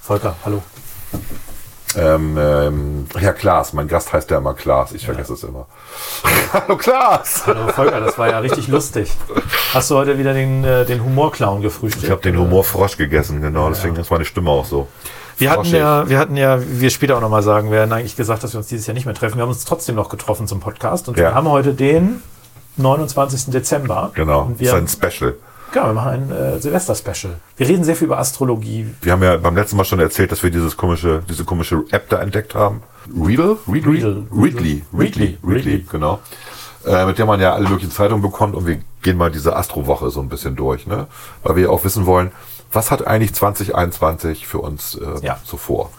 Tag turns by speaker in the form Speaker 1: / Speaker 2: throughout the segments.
Speaker 1: Volker, hallo.
Speaker 2: Ähm, ähm, Herr Klaas, mein Gast heißt ja immer Klaas, ich vergesse es immer. Hallo Klaas!
Speaker 1: Hallo Volker, das war ja richtig lustig. Hast du heute wieder den, äh, den Humorclown gefrühstückt?
Speaker 2: Ich habe den Humor Frosch gegessen, genau, deswegen ist meine Stimme auch so.
Speaker 1: Wir hatten
Speaker 2: froschig.
Speaker 1: ja, wir hatten ja, wie wir später auch nochmal sagen werden, eigentlich gesagt, dass wir uns dieses Jahr nicht mehr treffen. Wir haben uns trotzdem noch getroffen zum Podcast und wir
Speaker 2: Ja.
Speaker 1: haben heute den 29. Dezember.
Speaker 2: Genau,
Speaker 1: Und
Speaker 2: ist
Speaker 1: wir,
Speaker 2: ein Special.
Speaker 1: genau, wir machen ein äh, Silvester-Special. Wir reden sehr viel über Astrologie.
Speaker 2: Wir haben ja beim letzten Mal schon erzählt, dass wir dieses komische, diese komische App da entdeckt haben. Readle? Read-
Speaker 1: Readle.
Speaker 2: Readly. Readly.
Speaker 1: Readly.
Speaker 2: Readly, genau. Äh, mit der man ja alle möglichen Zeitungen bekommt und wir gehen mal diese Astrowoche so ein bisschen durch, ne? Weil wir ja auch wissen wollen, was hat eigentlich 2021 für uns äh,
Speaker 1: Ja.
Speaker 2: so vor?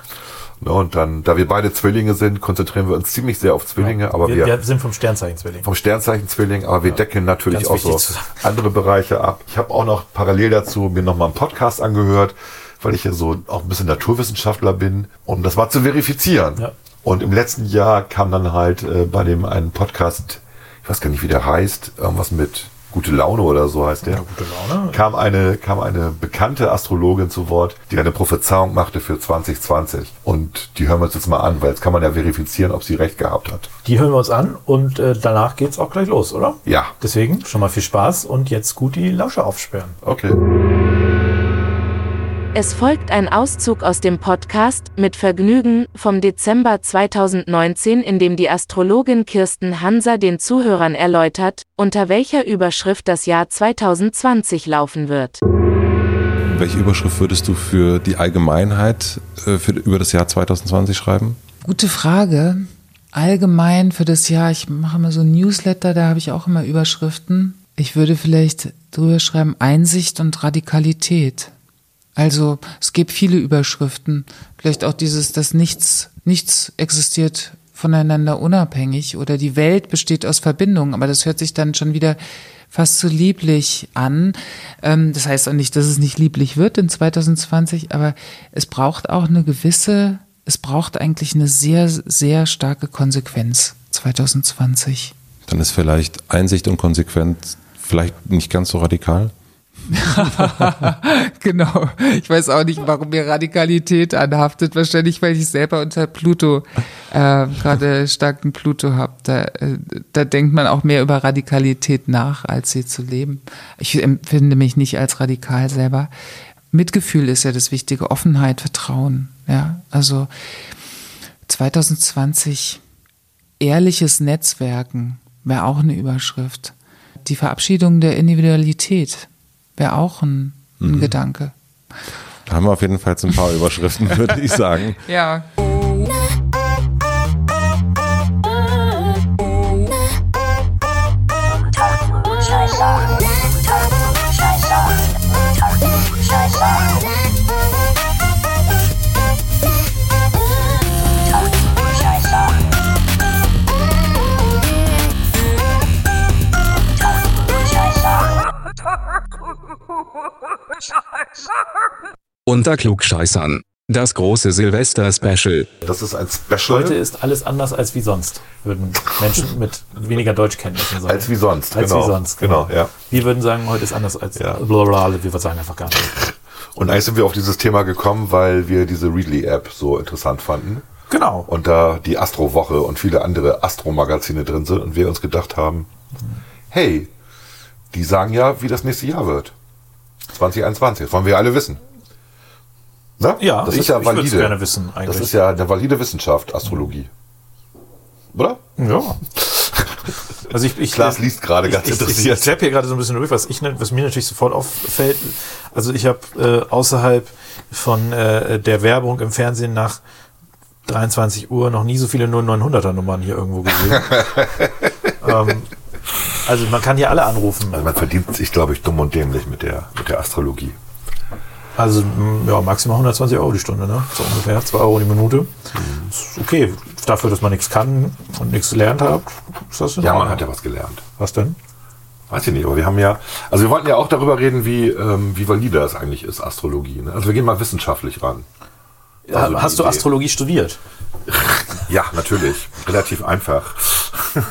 Speaker 2: Ne, und dann, da wir beide Zwillinge sind, konzentrieren wir uns ziemlich sehr auf Zwillinge, aber
Speaker 1: wir, wir sind vom Sternzeichen Zwilling.
Speaker 2: vom Sternzeichen Zwilling, aber wir decken natürlich
Speaker 1: Ganz
Speaker 2: auch
Speaker 1: wichtig
Speaker 2: so
Speaker 1: zu sagen.
Speaker 2: andere Bereiche ab. Ich habe auch noch parallel dazu mir nochmal einen Podcast angehört, weil ich ja so auch ein bisschen Naturwissenschaftler bin, um das mal zu verifizieren.
Speaker 1: Ja.
Speaker 2: Und im letzten Jahr kam dann halt äh, bei dem einen Podcast, ich weiß gar nicht, wie der heißt, irgendwas mit gute Laune oder so heißt der.
Speaker 1: Gute Laune.
Speaker 2: Kam eine, kam eine bekannte Astrologin zu Wort, die eine Prophezeiung machte für 2020. Und die hören wir uns jetzt mal an, weil jetzt kann man ja verifizieren, ob sie recht gehabt hat.
Speaker 1: Die hören wir uns an und äh, danach geht's auch gleich los, oder?
Speaker 2: Ja.
Speaker 1: Deswegen schon mal viel Spaß und jetzt gut die Lausche aufsperren.
Speaker 2: Okay.
Speaker 3: Es folgt ein Auszug aus dem Podcast mit Vergnügen vom Dezember 2019, in dem die Astrologin Kirsten Hanser den Zuhörern erläutert, unter welcher Überschrift das Jahr 2020 laufen wird.
Speaker 4: Welche Überschrift würdest du für die Allgemeinheit äh, für, über das Jahr 2020 schreiben?
Speaker 5: Gute Frage. Allgemein für das Jahr, ich mache immer so ein Newsletter, da habe ich auch immer Überschriften. Ich würde vielleicht drüber schreiben Einsicht und Radikalität. Also es gibt viele Überschriften. Vielleicht auch dieses, dass nichts, nichts existiert voneinander unabhängig oder die Welt besteht aus Verbindungen. Aber das hört sich dann schon wieder fast zu lieblich an. Ähm, das heißt auch nicht, dass es nicht lieblich wird in 2020, aber es braucht auch eine gewisse, es braucht eigentlich eine sehr, sehr starke Konsequenz 2020.
Speaker 4: Dann ist vielleicht Einsicht und Konsequenz vielleicht nicht ganz so radikal.
Speaker 5: genau. Ich weiß auch nicht, warum mir Radikalität anhaftet. Wahrscheinlich, weil ich selber unter Pluto, äh, gerade starken Pluto habe. Da, äh, da denkt man auch mehr über Radikalität nach, als sie zu leben. Ich empfinde mich nicht als radikal selber. Mitgefühl ist ja das Wichtige. Offenheit, Vertrauen. Ja, also 2020 ehrliches Netzwerken wäre auch eine Überschrift. Die Verabschiedung der Individualität wäre auch ein, ein Gedanke.
Speaker 4: Da haben wir auf jeden Fall jetzt ein paar Überschriften, würde ich sagen.
Speaker 5: Ja.
Speaker 6: Unter Klugscheißern. Das große Silvester-Special.
Speaker 2: Das ist ein Special.
Speaker 1: Heute ist alles anders als wie sonst, würden Menschen mit weniger Deutschkenntnissen sagen.
Speaker 2: Als wie sonst,
Speaker 1: Als
Speaker 2: genau.
Speaker 1: wie sonst,
Speaker 2: Genau, ja.
Speaker 1: Wir würden sagen, heute ist anders als
Speaker 2: Ja.
Speaker 1: blablabla, wir sagen einfach gar nicht.
Speaker 2: Und eigentlich sind wir auf dieses Thema gekommen, weil wir diese Readly-App so interessant fanden.
Speaker 1: Genau.
Speaker 2: Und da die Astro-Woche und viele andere Astro-Magazine drin sind und wir uns gedacht haben, hey, die sagen ja, wie das nächste Jahr wird. 2021, das wollen wir alle wissen. Na?
Speaker 1: Ja,
Speaker 2: das
Speaker 1: ich-
Speaker 2: ist ja
Speaker 1: ich würd's
Speaker 2: valide.
Speaker 1: gerne wissen, eigentlich.
Speaker 2: Das ist ja eine valide Wissenschaft, Astrologie. Oder?
Speaker 1: Ja. Also ich, ich
Speaker 2: Klaas liest gerade ganz
Speaker 1: ich, Ich,
Speaker 2: interessiert.
Speaker 1: ich zapp hier gerade so ein bisschen durch, was ich ne, was mir natürlich sofort auffällt. Also ich habe äh, außerhalb von äh, der Werbung im Fernsehen nach 23 Uhr noch nie so viele 0900er Nummern hier irgendwo gesehen. ähm, also man kann hier alle anrufen.
Speaker 2: Also man verdient sich, glaube ich, dumm und dämlich mit der, mit der Astrologie.
Speaker 1: Also m, ja, maximal 120 Euro die Stunde, ne? So ungefähr, 2 Euro die Minute.
Speaker 2: Mhm.
Speaker 1: Ist okay, dafür, dass man nichts kann und nichts gelernt hat, ist das in
Speaker 2: Ja, man
Speaker 1: Ordnung.
Speaker 2: hat ja was gelernt.
Speaker 1: Was denn?
Speaker 2: Weiß ich nicht, aber wir haben ja, also wir wollten ja auch darüber reden, wie, ähm, wie valide das eigentlich ist, Astrologie. Ne? Also wir gehen mal wissenschaftlich ran. Also die
Speaker 1: Hast du
Speaker 2: Idee.
Speaker 1: Astrologie studiert?
Speaker 2: Ja, natürlich. Relativ einfach.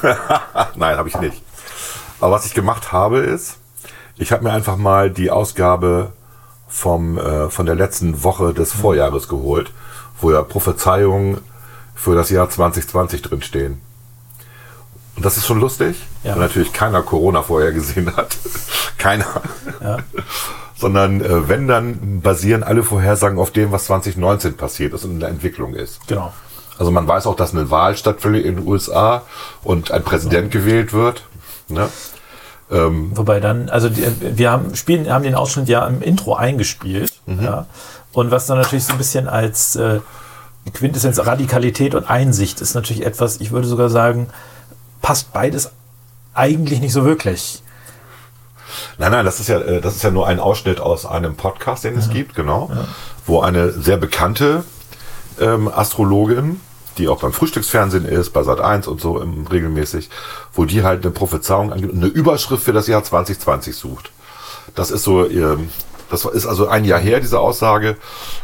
Speaker 2: Nein, habe ich nicht. Aber was ich gemacht habe ist, ich habe mir einfach mal die Ausgabe vom, äh, von der letzten Woche des Vorjahres geholt, wo ja Prophezeiungen für das Jahr 2020 drinstehen. Und das ist schon lustig,
Speaker 1: Ja.
Speaker 2: weil natürlich keiner Corona vorher gesehen hat. keiner. Sondern äh, wenn, dann basieren alle Vorhersagen auf dem, was 2019 passiert ist und in der Entwicklung ist.
Speaker 1: Genau.
Speaker 2: Also man weiß auch, dass eine Wahl stattfindet in den USA und ein Präsident gewählt wird. Ne? Mhm.
Speaker 1: Wobei dann, also die, wir haben, spielen, haben den Ausschnitt ja im Intro eingespielt.
Speaker 2: Mhm.
Speaker 1: Ja. Und was dann natürlich so ein bisschen als äh, Quintessenz Radikalität und Einsicht ist natürlich etwas, ich würde sogar sagen, passt beides eigentlich nicht so wirklich.
Speaker 2: Nein, nein, das ist ja, äh, das ist ja nur ein Ausschnitt aus einem Podcast, den es gibt, genau, wo eine sehr bekannte ähm, Astrologin, die auch beim Frühstücksfernsehen ist, bei Sat 1 und so im, regelmäßig, wo die halt eine Prophezeiung angibt und eine Überschrift für das Jahr 2020 sucht. Das ist so, ihr, das ist also ein Jahr her, diese Aussage.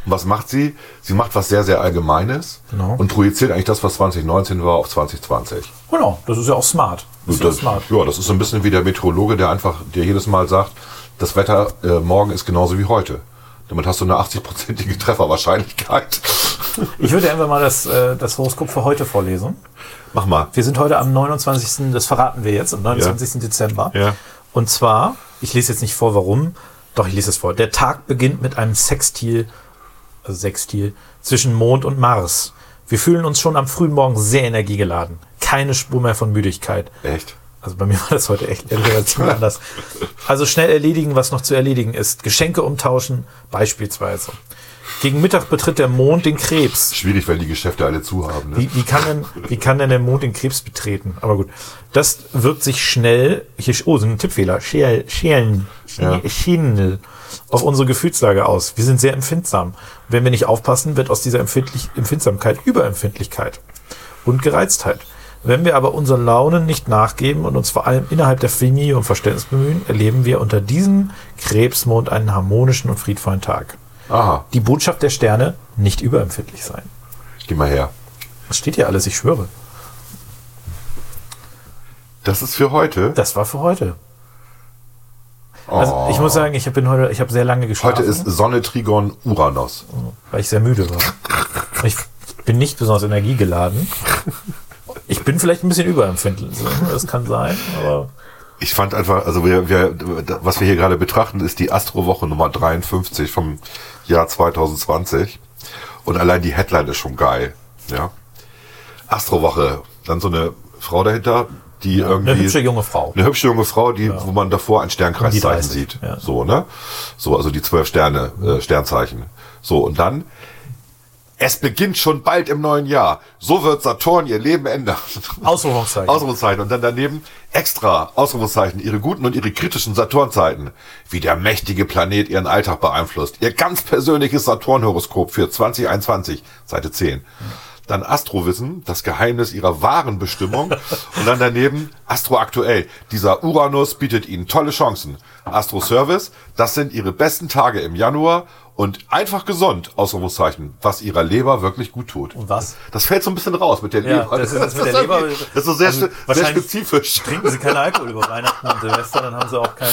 Speaker 2: Und was macht sie? Sie macht was sehr, sehr Allgemeines
Speaker 1: Genau.
Speaker 2: und projiziert eigentlich das, was 2019 war, auf 2020.
Speaker 1: Genau, das ist ja auch smart. Das ist ja
Speaker 2: Das,
Speaker 1: smart.
Speaker 2: ja, das ist so ein bisschen wie der Meteorologe, der einfach dir jedes Mal sagt, das Wetter äh, morgen ist genauso wie heute. Damit hast du eine 80-prozentige Trefferwahrscheinlichkeit.
Speaker 1: Ich würde einfach mal das, äh, das Horoskop für heute vorlesen.
Speaker 2: Mach mal.
Speaker 1: Wir sind heute am 29., das verraten wir jetzt, am 29. Dezember.
Speaker 2: Ja.
Speaker 1: Und zwar, ich lese jetzt nicht vor, warum, doch ich lese es vor. Der Tag beginnt mit einem Sextil, also Sextil, zwischen Mond und Mars. Wir fühlen uns schon am frühen Morgen sehr energiegeladen. Keine Spur mehr von Müdigkeit.
Speaker 2: Echt?
Speaker 1: Also bei mir war das heute echt relativ anders. Also schnell erledigen, was noch zu erledigen ist. Geschenke umtauschen, beispielsweise. Gegen Mittag betritt der Mond den Krebs.
Speaker 2: Schwierig, wenn die Geschäfte alle zu haben. Ne?
Speaker 1: Wie, wie, kann denn, wie kann denn der Mond den Krebs betreten? Aber gut, das wirkt sich schnell, hier, oh, so ein Tippfehler, Schäl- Schälen,
Speaker 2: Ja.
Speaker 1: Schälen, auf unsere Gefühlslage aus. Wir sind sehr empfindsam. Wenn wir nicht aufpassen, wird aus dieser Empfindlich Empfindsamkeit Überempfindlichkeit und Gereiztheit. Wenn wir aber unseren Launen nicht nachgeben und uns vor allem innerhalb der Familie um Verständnis bemühen, erleben wir unter diesem Krebsmond einen harmonischen und friedvollen Tag.
Speaker 2: Aha,
Speaker 1: Die Botschaft der Sterne, nicht überempfindlich sein.
Speaker 2: geh mal her.
Speaker 1: Das steht hier alles, ich schwöre.
Speaker 2: Das ist für heute. Oh,
Speaker 1: Das war für heute. Also ich muss sagen, ich hab- bin heute, ich habe sehr lange geschlafen,
Speaker 2: Heute ist Sonne, Trigon, Uranus.
Speaker 1: weil ich sehr müde war. Ich bin nicht besonders energiegeladen. Ich bin vielleicht ein bisschen überempfindlich, ne? das kann sein, aber
Speaker 2: Ich fand einfach, also wir, wir, was wir hier gerade betrachten, ist die Astrowoche Nummer 53 vom Jahr 2020. Und allein die Headline ist schon geil. Ja. Astrowoche. Dann so eine Frau dahinter, die irgendwie.
Speaker 1: eine hübsche junge Frau.
Speaker 2: Eine hübsche junge Frau, die, wo man davor ein
Speaker 1: Um die
Speaker 2: Sternkreiszeichen
Speaker 1: 30,
Speaker 2: sieht.
Speaker 1: ja.
Speaker 2: So, ne? So, also die zwölf Sterne, äh, Sternzeichen. So, und dann. Es beginnt schon bald im neuen Jahr. So wird Saturn ihr Leben ändern.
Speaker 1: Ausrufungszeichen.
Speaker 2: Ausrufungszeichen. Und dann daneben extra Ausrufungszeichen. Ihre guten und ihre kritischen Saturnzeiten. Wie der mächtige Planet ihren Alltag beeinflusst. Ihr ganz persönliches Saturnhoroskop für 2021. Seite 10. Dann Astrowissen, das Geheimnis ihrer wahren Bestimmung. Und dann daneben Astro aktuell. Dieser Uranus bietet ihnen tolle Chancen. Astro Service, das sind ihre besten Tage im Januar. Und einfach gesund, Ausrufungszeichen, was ihrer Leber wirklich gut tut.
Speaker 1: Und was?
Speaker 2: Das fällt so ein bisschen raus mit der
Speaker 1: Ja,
Speaker 2: Leber.
Speaker 1: das ist das mit der Leber.
Speaker 2: irgendwie- Das ist so sehr,
Speaker 1: Also
Speaker 2: spe- sehr
Speaker 1: wahrscheinlich
Speaker 2: spezifisch.
Speaker 1: Trinken Sie keinen Alkohol über Weihnachten und Silvester, dann haben Sie auch keine.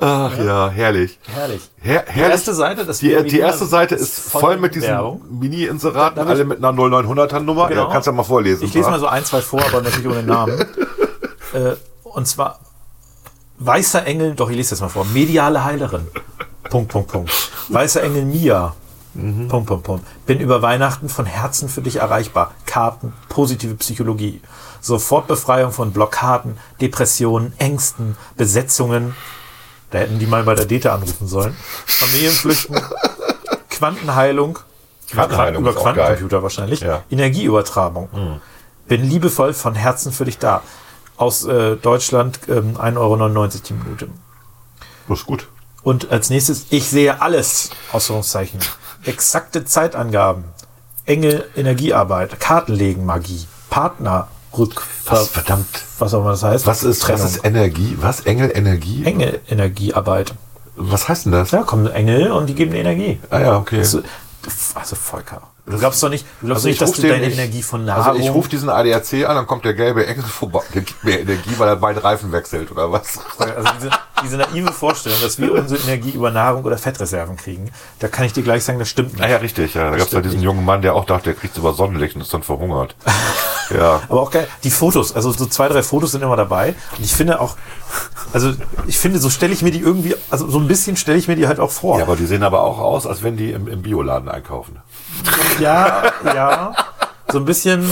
Speaker 2: Ach ja, herrlich.
Speaker 1: ne? Herrlich.
Speaker 2: Her
Speaker 1: Die
Speaker 2: herrlich.
Speaker 1: erste Seite, das
Speaker 2: die,
Speaker 1: wir
Speaker 2: die
Speaker 1: wieder-
Speaker 2: erste Seite ist voll, mit diesen
Speaker 1: Werbung.
Speaker 2: Mini-Inseraten,
Speaker 1: Darf ich-
Speaker 2: alle mit einer 0900er Nummer.
Speaker 1: Genau.
Speaker 2: Ja, kannst ja mal vorlesen.
Speaker 1: Ich lese
Speaker 2: wa?
Speaker 1: mal so ein, zwei vor, aber natürlich ohne Namen. äh, und zwar Weißer Engel, doch ich lese das mal vor. Mediale Heilerin. Punkt, Punkt, Punkt. Weißer Engel Mia.
Speaker 2: Mhm.
Speaker 1: Punkt, Punkt, Punkt. Bin über Weihnachten von Herzen für dich erreichbar. Karten, positive Psychologie. Sofort Befreiung von Blockaden, Depressionen, Ängsten, Besetzungen. Da hätten die mal bei der Dete anrufen sollen. Familienflüchten, Quantenheilung.
Speaker 2: Quantenheilung
Speaker 1: über
Speaker 2: ist auch
Speaker 1: Quantencomputer wahrscheinlich.
Speaker 2: Ja. Hm.
Speaker 1: Energieübertragung. Bin liebevoll von Herzen für dich da. Aus äh, Deutschland ähm, 1,99 Euro die Minute.
Speaker 2: Ist gut.
Speaker 1: Und als nächstes, ich sehe alles, Ausführungszeichen. Exakte Zeitangaben. Engel, Energiearbeit, Kartenlegen, Magie, Partner, Rückver
Speaker 2: Was, verdammt.
Speaker 1: was auch immer das heißt.
Speaker 2: Was ist, was ist Energie? Was? Engel Energie?
Speaker 1: Engel, Energiearbeit.
Speaker 2: Was heißt denn das?
Speaker 1: Da kommen Engel und die geben Energie.
Speaker 2: Ah ja, okay.
Speaker 1: Also, also Volker. Du glaubst doch nicht, du glaubst
Speaker 2: Also ich
Speaker 1: nicht dass
Speaker 2: ruf
Speaker 1: du
Speaker 2: den
Speaker 1: deine
Speaker 2: nicht-
Speaker 1: Energie von Nahrung...
Speaker 2: Also ich rufe diesen ADAC an, dann kommt der gelbe Engel vorbei, der gibt mir Energie, weil er beide Reifen wechselt oder was?
Speaker 1: Also diese, diese naive Vorstellung, dass wir unsere Energie über Nahrung oder Fettreserven kriegen, da kann ich dir gleich sagen, das stimmt nicht.
Speaker 2: Naja, richtig. Ah Ja. Da gab es ja
Speaker 1: stimmt
Speaker 2: diesen
Speaker 1: nicht.
Speaker 2: jungen Mann, der auch dachte, er kriegt über Sonnenlicht und ist dann verhungert. ja.
Speaker 1: Aber auch geil, die Fotos, also so zwei, drei Fotos sind immer dabei. Und ich finde auch, also ich finde, so stelle ich mir die irgendwie, also so ein bisschen stelle ich mir die halt auch vor.
Speaker 2: ja, aber die sehen aber auch aus, als wenn die im, im Bioladen einkaufen.
Speaker 1: ja, ja. So ein bisschen,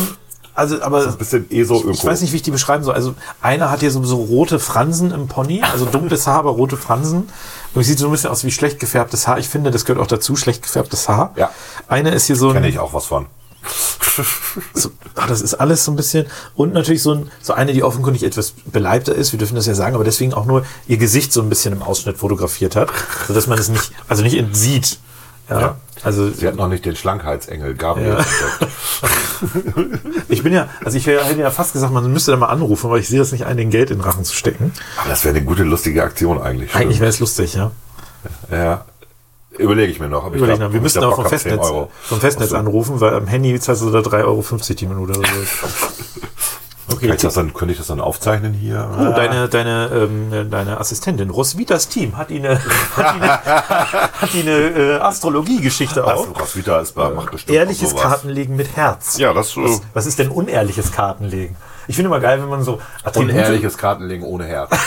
Speaker 1: also aber
Speaker 2: Bisschen eh so öko.
Speaker 1: ich weiß nicht, wie ich die beschreiben soll. Also einer hat hier so, so rote Fransen im Pony, also dunkles Haar, aber rote Fransen. Und sieht so ein bisschen aus wie schlecht gefärbtes Haar. Ich finde, das gehört auch dazu, schlecht gefärbtes Haar.
Speaker 2: Ja.
Speaker 1: Eine ist hier so
Speaker 2: Kenne
Speaker 1: ein,
Speaker 2: ich auch was von.
Speaker 1: so, ah, das ist alles so ein bisschen und natürlich so, ein, so eine, die offenkundig etwas beleibter ist. Wir dürfen das ja sagen, aber deswegen auch nur ihr Gesicht so ein bisschen im Ausschnitt fotografiert hat, so dass man es nicht, also nicht sieht. Ja,
Speaker 2: Ja.
Speaker 1: also
Speaker 2: Sie hat noch nicht den Schlankheitsengel Gabriel. entdeckt.
Speaker 1: ich bin ja, also ich wär- hätte ja fast gesagt, man müsste da mal anrufen, weil ich sehe das nicht ein, den Geld in den Rachen zu stecken.
Speaker 2: Aber das wäre eine gute, lustige Aktion eigentlich.
Speaker 1: Eigentlich wäre es lustig, ja.
Speaker 2: Ja. Überlege ich mir noch. ob ich
Speaker 1: Überleg
Speaker 2: da-
Speaker 1: mal, wir
Speaker 2: ob ich
Speaker 1: müssten
Speaker 2: da
Speaker 1: aber vom
Speaker 2: Bock hab, 10
Speaker 1: Festnetz,
Speaker 2: Euro.
Speaker 1: vom Festnetz
Speaker 2: Ach so.
Speaker 1: anrufen, weil am Handy zahlst du da 3,50 Euro die Minute oder so.
Speaker 2: Kann
Speaker 1: Okay,
Speaker 2: ich das dann, könnte ich das dann aufzeichnen hier?
Speaker 1: Oh, deine, deine, ähm, deine Assistentin, Roswitas Team, hat die eine, hat die eine, hat die eine äh, Astrologie-Geschichte
Speaker 2: Was,
Speaker 1: auch.
Speaker 2: was Vita ist bei, macht bestimmt
Speaker 1: Ehrliches
Speaker 2: auch sowas.
Speaker 1: Kartenlegen mit Herz.
Speaker 2: Ja, das äh, so.
Speaker 1: was, was ist denn unehrliches Kartenlegen? Ich finde immer geil, wenn man so Attribute,
Speaker 2: Unehrliches Kartenlegen ohne Herz.
Speaker 1: Ich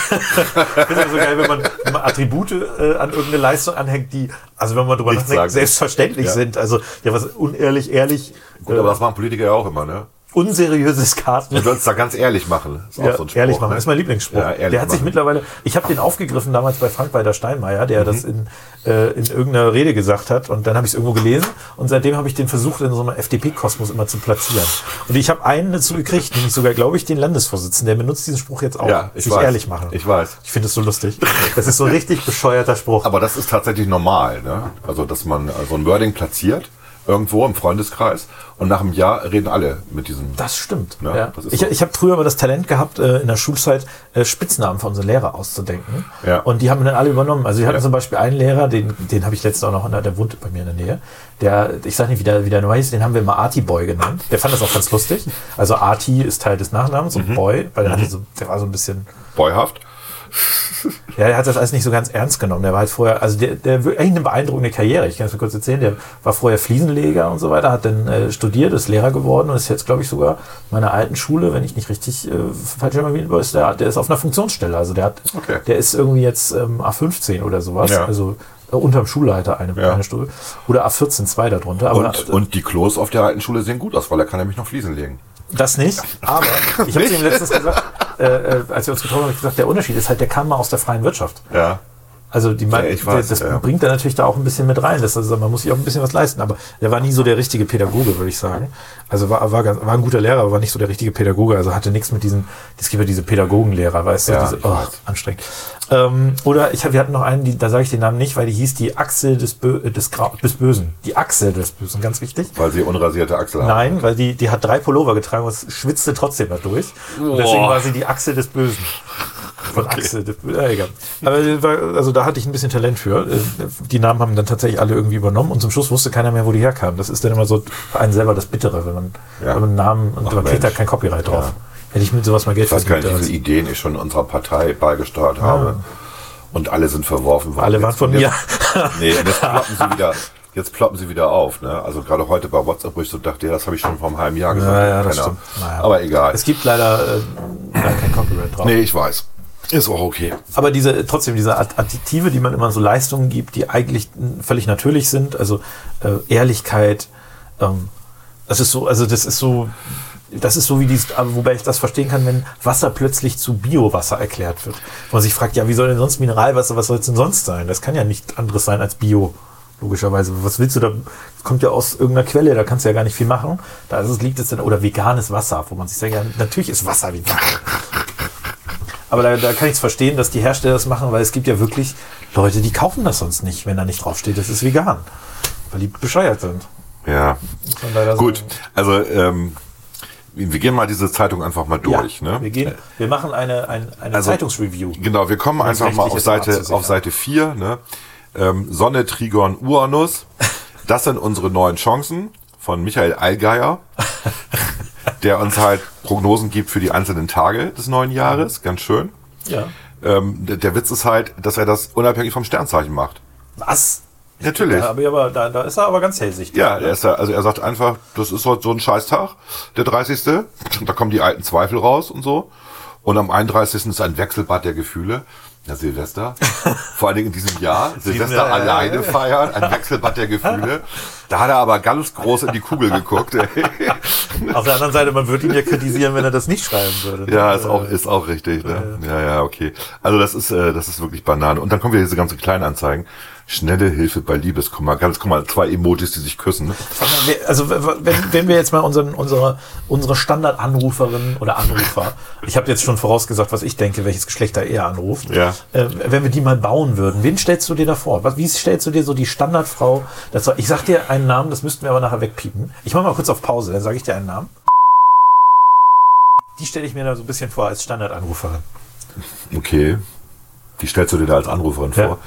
Speaker 1: finde immer so geil, wenn man, wenn man Attribute äh, an irgendeine Leistung anhängt, die, also wenn man drüber
Speaker 2: Nichts
Speaker 1: nachdenkt,
Speaker 2: sagen.
Speaker 1: selbstverständlich
Speaker 2: Ja.
Speaker 1: sind. Also, ja, was unehrlich, ehrlich, äh,
Speaker 2: Gut, aber das machen Politiker ja auch immer, ne?
Speaker 1: unseriöses Karten.
Speaker 2: Du sollst da ganz ehrlich machen. Ist auch
Speaker 1: Ja,
Speaker 2: so ein Spruch,
Speaker 1: ehrlich machen,
Speaker 2: ne?
Speaker 1: das ist mein Lieblingsspruch.
Speaker 2: Ja, ehrlich
Speaker 1: der hat sich
Speaker 2: machen.
Speaker 1: mittlerweile, ich habe den aufgegriffen damals bei Frank-Walter Steinmeier,
Speaker 2: Mhm.
Speaker 1: der das in, äh, in irgendeiner Rede gesagt hat und dann habe ich es irgendwo gelesen und seitdem habe ich den versucht, in so einem FDP-Kosmos immer zu platzieren. Und ich habe einen dazu gekriegt, nämlich sogar, glaube ich, den Landesvorsitzenden, der benutzt diesen Spruch jetzt auch,
Speaker 2: Ja, ich
Speaker 1: sich
Speaker 2: weiß.
Speaker 1: ehrlich machen.
Speaker 2: Ich weiß.
Speaker 1: Ich finde es so lustig. Das ist so ein richtig bescheuerter Spruch.
Speaker 2: Aber das ist tatsächlich normal, ne? Also, dass man äh, so ein Wording platziert, irgendwo im Freundeskreis, und nach einem Jahr reden alle mit diesem.
Speaker 1: Das stimmt.
Speaker 2: Ja,
Speaker 1: Ja,
Speaker 2: das ist
Speaker 1: ich
Speaker 2: so.
Speaker 1: ich habe früher immer das Talent gehabt, äh, in der Schulzeit äh, Spitznamen für unsere Lehrer auszudenken.
Speaker 2: Ja.
Speaker 1: Und die haben wir dann alle übernommen. Also wir hatten
Speaker 2: Ja.
Speaker 1: zum Beispiel einen Lehrer, den, den habe ich letztens auch noch, in der- der wohnt bei mir in der Nähe. Der, ich sage nicht, wie der, wie der nur heißt, den haben wir immer Arti-Boy genannt. Der fand das auch ganz lustig. Also Arti ist Teil des Nachnamens
Speaker 2: Mhm.
Speaker 1: und Boy, weil der, hatte so, der war so ein bisschen...
Speaker 2: Beuhaft?
Speaker 1: Ja, der hat das alles nicht so ganz ernst genommen. Der war halt vorher, also der, der eigentlich eine beeindruckende Karriere. Ich kann es mir kurz erzählen. Der war vorher Fliesenleger und so weiter, hat dann äh, studiert, ist Lehrer geworden und ist jetzt, glaube ich, sogar in meiner alten Schule, wenn ich nicht richtig äh, falsch informiert bin, ist der, der ist auf einer Funktionsstelle. Also der hat,
Speaker 2: Okay.
Speaker 1: der ist irgendwie jetzt ähm, A15 oder sowas.
Speaker 2: Ja.
Speaker 1: Also äh, unterm Schulleiter eine,
Speaker 2: Ja.
Speaker 1: eine Stufe. Oder A14, zwei darunter. Aber
Speaker 2: Und, und die Klos auf der alten Schule sehen gut aus, weil er kann nämlich noch Fliesen legen.
Speaker 1: das nicht, aber ich habe es ihm letztens gesagt, äh, äh, als wir uns getroffen haben, hab ich gesagt, der Unterschied ist halt, der kam mal aus der freien Wirtschaft.
Speaker 2: Ja.
Speaker 1: Also die
Speaker 2: Ja,
Speaker 1: ja,
Speaker 2: ich weiß,
Speaker 1: das
Speaker 2: ja.
Speaker 1: bringt da natürlich da auch ein bisschen mit rein. Das, also man muss sich auch ein bisschen was leisten. Aber der war nie so der richtige Pädagoge, würde ich sagen. Also war, war, ganz, war ein guter Lehrer, aber war nicht so der richtige Pädagoge. Also hatte nichts mit diesen, es gibt ja diese Pädagogenlehrer, weißt du,
Speaker 2: Ja,
Speaker 1: diese,
Speaker 2: ich
Speaker 1: oh,
Speaker 2: weiß.
Speaker 1: anstrengend. Ähm, oder ich hab, wir hatten noch einen, die, da sage ich den Namen nicht, weil die hieß die Achse des, Bö äh, des, Grau des Bösen. Die Achse des Bösen, ganz wichtig.
Speaker 2: Weil sie unrasierte Achsel haben.
Speaker 1: Nein, weil die, die hat drei Pullover getragen und es schwitzte trotzdem dadurch. Und deswegen war sie die Achse des Bösen. Von Achse des Bösen. Ja, egal. Aber die war- also da hatte ich ein bisschen Talent für. Äh, Die Namen haben dann tatsächlich alle irgendwie übernommen und zum Schluss wusste keiner mehr, wo die herkamen. Das ist dann immer so für einen selber das Bittere, wenn man,
Speaker 2: Ja.
Speaker 1: wenn man Namen und man kriegt da
Speaker 2: Mensch.
Speaker 1: kein Copyright drauf.
Speaker 2: Ja.
Speaker 1: Hätte ich mit sowas mal Geld
Speaker 2: Ich weiß gar nicht, wie
Speaker 1: verdient.
Speaker 2: viele Ideen ich schon unserer Partei beigesteuert habe. Und alle sind verworfen worden.
Speaker 1: Alle waren
Speaker 2: Jetzt-
Speaker 1: von mir.
Speaker 2: Jetzt, nee, und jetzt ploppen sie wieder. Jetzt ploppen sie wieder auf. Ne? Also gerade heute bei WhatsApp, wo ich so dachte, ja, das habe ich schon vor einem halben Jahr gesagt.
Speaker 1: Ja, ja, das
Speaker 2: Keine
Speaker 1: stimmt.
Speaker 2: Ahnung.
Speaker 1: Naja.
Speaker 2: Aber egal.
Speaker 1: Es gibt leider äh, leider kein Copyright drauf.
Speaker 2: nee, ich weiß. Ist auch okay.
Speaker 1: Aber diese, trotzdem, diese Ad- Additive, die man immer so Leistungen gibt, die eigentlich n- völlig natürlich sind, also äh, Ehrlichkeit, ähm, das ist so, also das ist so, das ist so wie dieses, aber wobei ich das verstehen kann, wenn Wasser plötzlich zu Biowasser erklärt wird. Wo man sich fragt, ja, wie soll denn sonst Mineralwasser, was soll es denn sonst sein? Das kann ja nicht anderes sein als Bio, logischerweise. Was willst du da? Das kommt ja aus irgendeiner Quelle, da kannst du ja gar nicht viel machen. Da ist es, liegt es dann, oder veganes Wasser, wo man sich sagt, ja, natürlich ist Wasser vegan. Aber da, da kann ich es verstehen, dass die Hersteller das machen, weil es gibt ja wirklich Leute, die kaufen das sonst nicht, wenn da nicht draufsteht, das ist vegan. Weil die bescheuert sind.
Speaker 2: Ja.
Speaker 1: Muss man leider
Speaker 2: Gut.
Speaker 1: sagen.
Speaker 2: Also, ähm, wir wir gehen mal diese Zeitung einfach mal durch.
Speaker 1: ja,
Speaker 2: ne?
Speaker 1: wir, gehen, wir machen eine, ein, eine
Speaker 2: Also,
Speaker 1: Zeitungsreview.
Speaker 2: Genau, wir kommen
Speaker 1: Um
Speaker 2: einfach mal auf
Speaker 1: rechtliches Rat zu
Speaker 2: Seite,
Speaker 1: sichern.
Speaker 2: auf Seite 4. Ne? Ähm, Sonne, Trigon, Uranus. Das sind unsere neuen Chancen. von Michael Allgeier, der uns halt Prognosen gibt für die einzelnen Tage des neuen Jahres. Ganz schön.
Speaker 1: Ja.
Speaker 2: Ähm, der, der Witz ist halt, dass er das unabhängig vom Sternzeichen macht.
Speaker 1: Was?
Speaker 2: Natürlich.
Speaker 1: Da, hab ich aber, da, da ist er aber ganz hellsichtig.
Speaker 2: Äh. Ja, er ist da, also er sagt einfach, das ist heute so ein Scheißtag, der 30. Da kommen die alten Zweifel raus und so. Und am 31. ist ein Wechselbad der Gefühle. Ja, Silvester. Vor allen Dingen in diesem Jahr. Silvester
Speaker 1: äh,
Speaker 2: alleine feiern, ein Wechselbad der Gefühle. Da hat er aber ganz groß in die Kugel geguckt.
Speaker 1: Auf der anderen Seite, man würde ihn ja kritisieren, wenn er das nicht schreiben würde. ne?
Speaker 2: Ja, ist auch, ist auch richtig. Ne?
Speaker 1: äh,
Speaker 2: Ja, ja, okay. Also das ist, äh, das ist wirklich Banane. Und dann kommen wieder diese ganzen Kleinanzeigen. Schnelle Hilfe bei Liebeskummer. Ganz, guck mal, zwei Emojis, die sich küssen.
Speaker 1: Sag mal, wir- Also w- w- wenn, wenn wir jetzt mal unseren, unsere, unsere Standardanruferinnen oder Anrufer, ich habe jetzt schon vorausgesagt, was ich denke, welches Geschlecht da eher anruft,
Speaker 2: Ja.
Speaker 1: äh, wenn wir die mal bauen würden, wen stellst du dir da vor? Was, wie stellst du dir so die Standardfrau? Das, soll- ich sag dir einen Namen, das müssten wir aber nachher wegpiepen. Ich mache mal kurz auf Pause, dann sage ich dir einen Namen. Die stelle ich mir da so ein bisschen vor als Standardanruferin.
Speaker 2: Okay. Die stellst du dir da als Anruferin
Speaker 1: Ja.
Speaker 2: vor.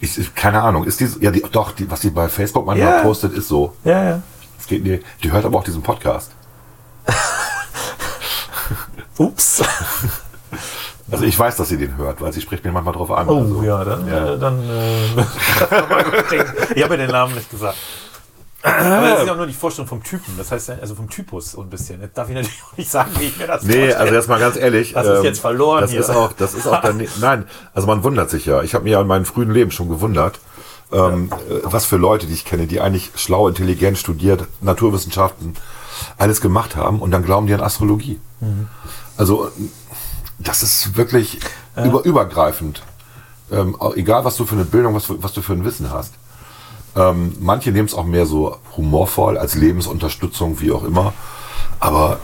Speaker 2: Ich, ich, keine Ahnung. Ist die, ja, die, doch, die, was die bei Facebook manchmal
Speaker 1: Ja.
Speaker 2: postet, ist so.
Speaker 1: Ja, ja.
Speaker 2: Es geht, die, die hört aber auch diesen Podcast.
Speaker 1: Ups.
Speaker 2: Also ich weiß, dass sie den hört, weil sie spricht mir manchmal drauf an.
Speaker 1: Oh
Speaker 2: also.
Speaker 1: ja, dann.
Speaker 2: Ja.
Speaker 1: Äh, dann äh, ich habe ja den Namen nicht gesagt. Aber das ist ja auch nur die Vorstellung vom Typen, das heißt ja, also vom Typus so ein bisschen. Jetzt darf ich natürlich auch nicht sagen, wie ich mir das
Speaker 2: Nee,
Speaker 1: vorstelle.
Speaker 2: also jetzt mal ganz ehrlich.
Speaker 1: Das ist jetzt verloren
Speaker 2: Das
Speaker 1: hier.
Speaker 2: ist auch, das ist auch dann, nein, also man wundert sich ja. Ich habe mir ja in meinem frühen Leben schon gewundert, ähm, äh, was für Leute, die ich kenne, die eigentlich schlau, intelligent studiert, Naturwissenschaften, alles gemacht haben und dann glauben die an Astrologie.
Speaker 1: Mhm.
Speaker 2: Also, äh, das ist wirklich
Speaker 1: Äh.
Speaker 2: über, übergreifend. Ähm, auch egal, was du für eine Bildung, was, für- was du für ein Wissen hast. Ähm, manche nehmen es auch mehr so humorvoll als Lebensunterstützung, wie auch immer. Aber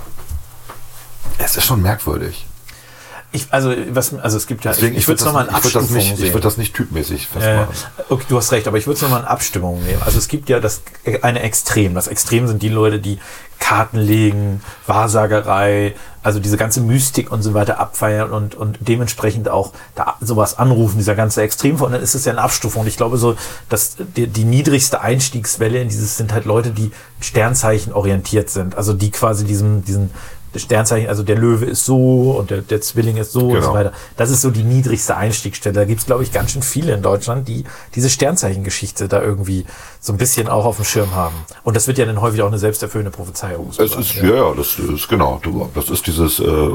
Speaker 2: es ist schon merkwürdig.
Speaker 1: ich, also, was, also es gibt ja,
Speaker 2: Deswegen,
Speaker 1: ich, ich würde es
Speaker 2: würd
Speaker 1: nochmal in
Speaker 2: das- ich würd das
Speaker 1: Abstufung
Speaker 2: nicht, Ich
Speaker 1: sehen.
Speaker 2: würde das nicht typmäßig
Speaker 1: Äh,
Speaker 2: festmachen.
Speaker 1: okay, du hast recht, aber ich würde es nochmal in Abstimmung nehmen. Also es gibt ja das eine Extrem. Das Extrem sind die Leute, die Karten legen, Wahrsagerei, also diese ganze Mystik und so weiter abfeiern und, und dementsprechend auch da sowas anrufen, dieser ganze Extrem. Und dann ist es ja eine Abstufung. Und ich glaube so, dass die, die niedrigste Einstiegswelle in dieses sind halt Leute, die Sternzeichen orientiert sind. Also die quasi diesem, diesen Sternzeichen, also der Löwe ist so und der, der Zwilling ist so und so
Speaker 2: Genau.
Speaker 1: weiter. Das ist so die niedrigste Einstiegsstelle. Da gibt's glaube ich, ganz schön viele in Deutschland, die diese Sternzeichengeschichte da irgendwie so ein bisschen auch auf dem Schirm haben. Und das wird ja dann häufig auch eine selbsterfüllende Prophezeiung.
Speaker 2: Es
Speaker 1: sozusagen,
Speaker 2: ist, ja, ja, das ist genau. Du, das ist dieses äh,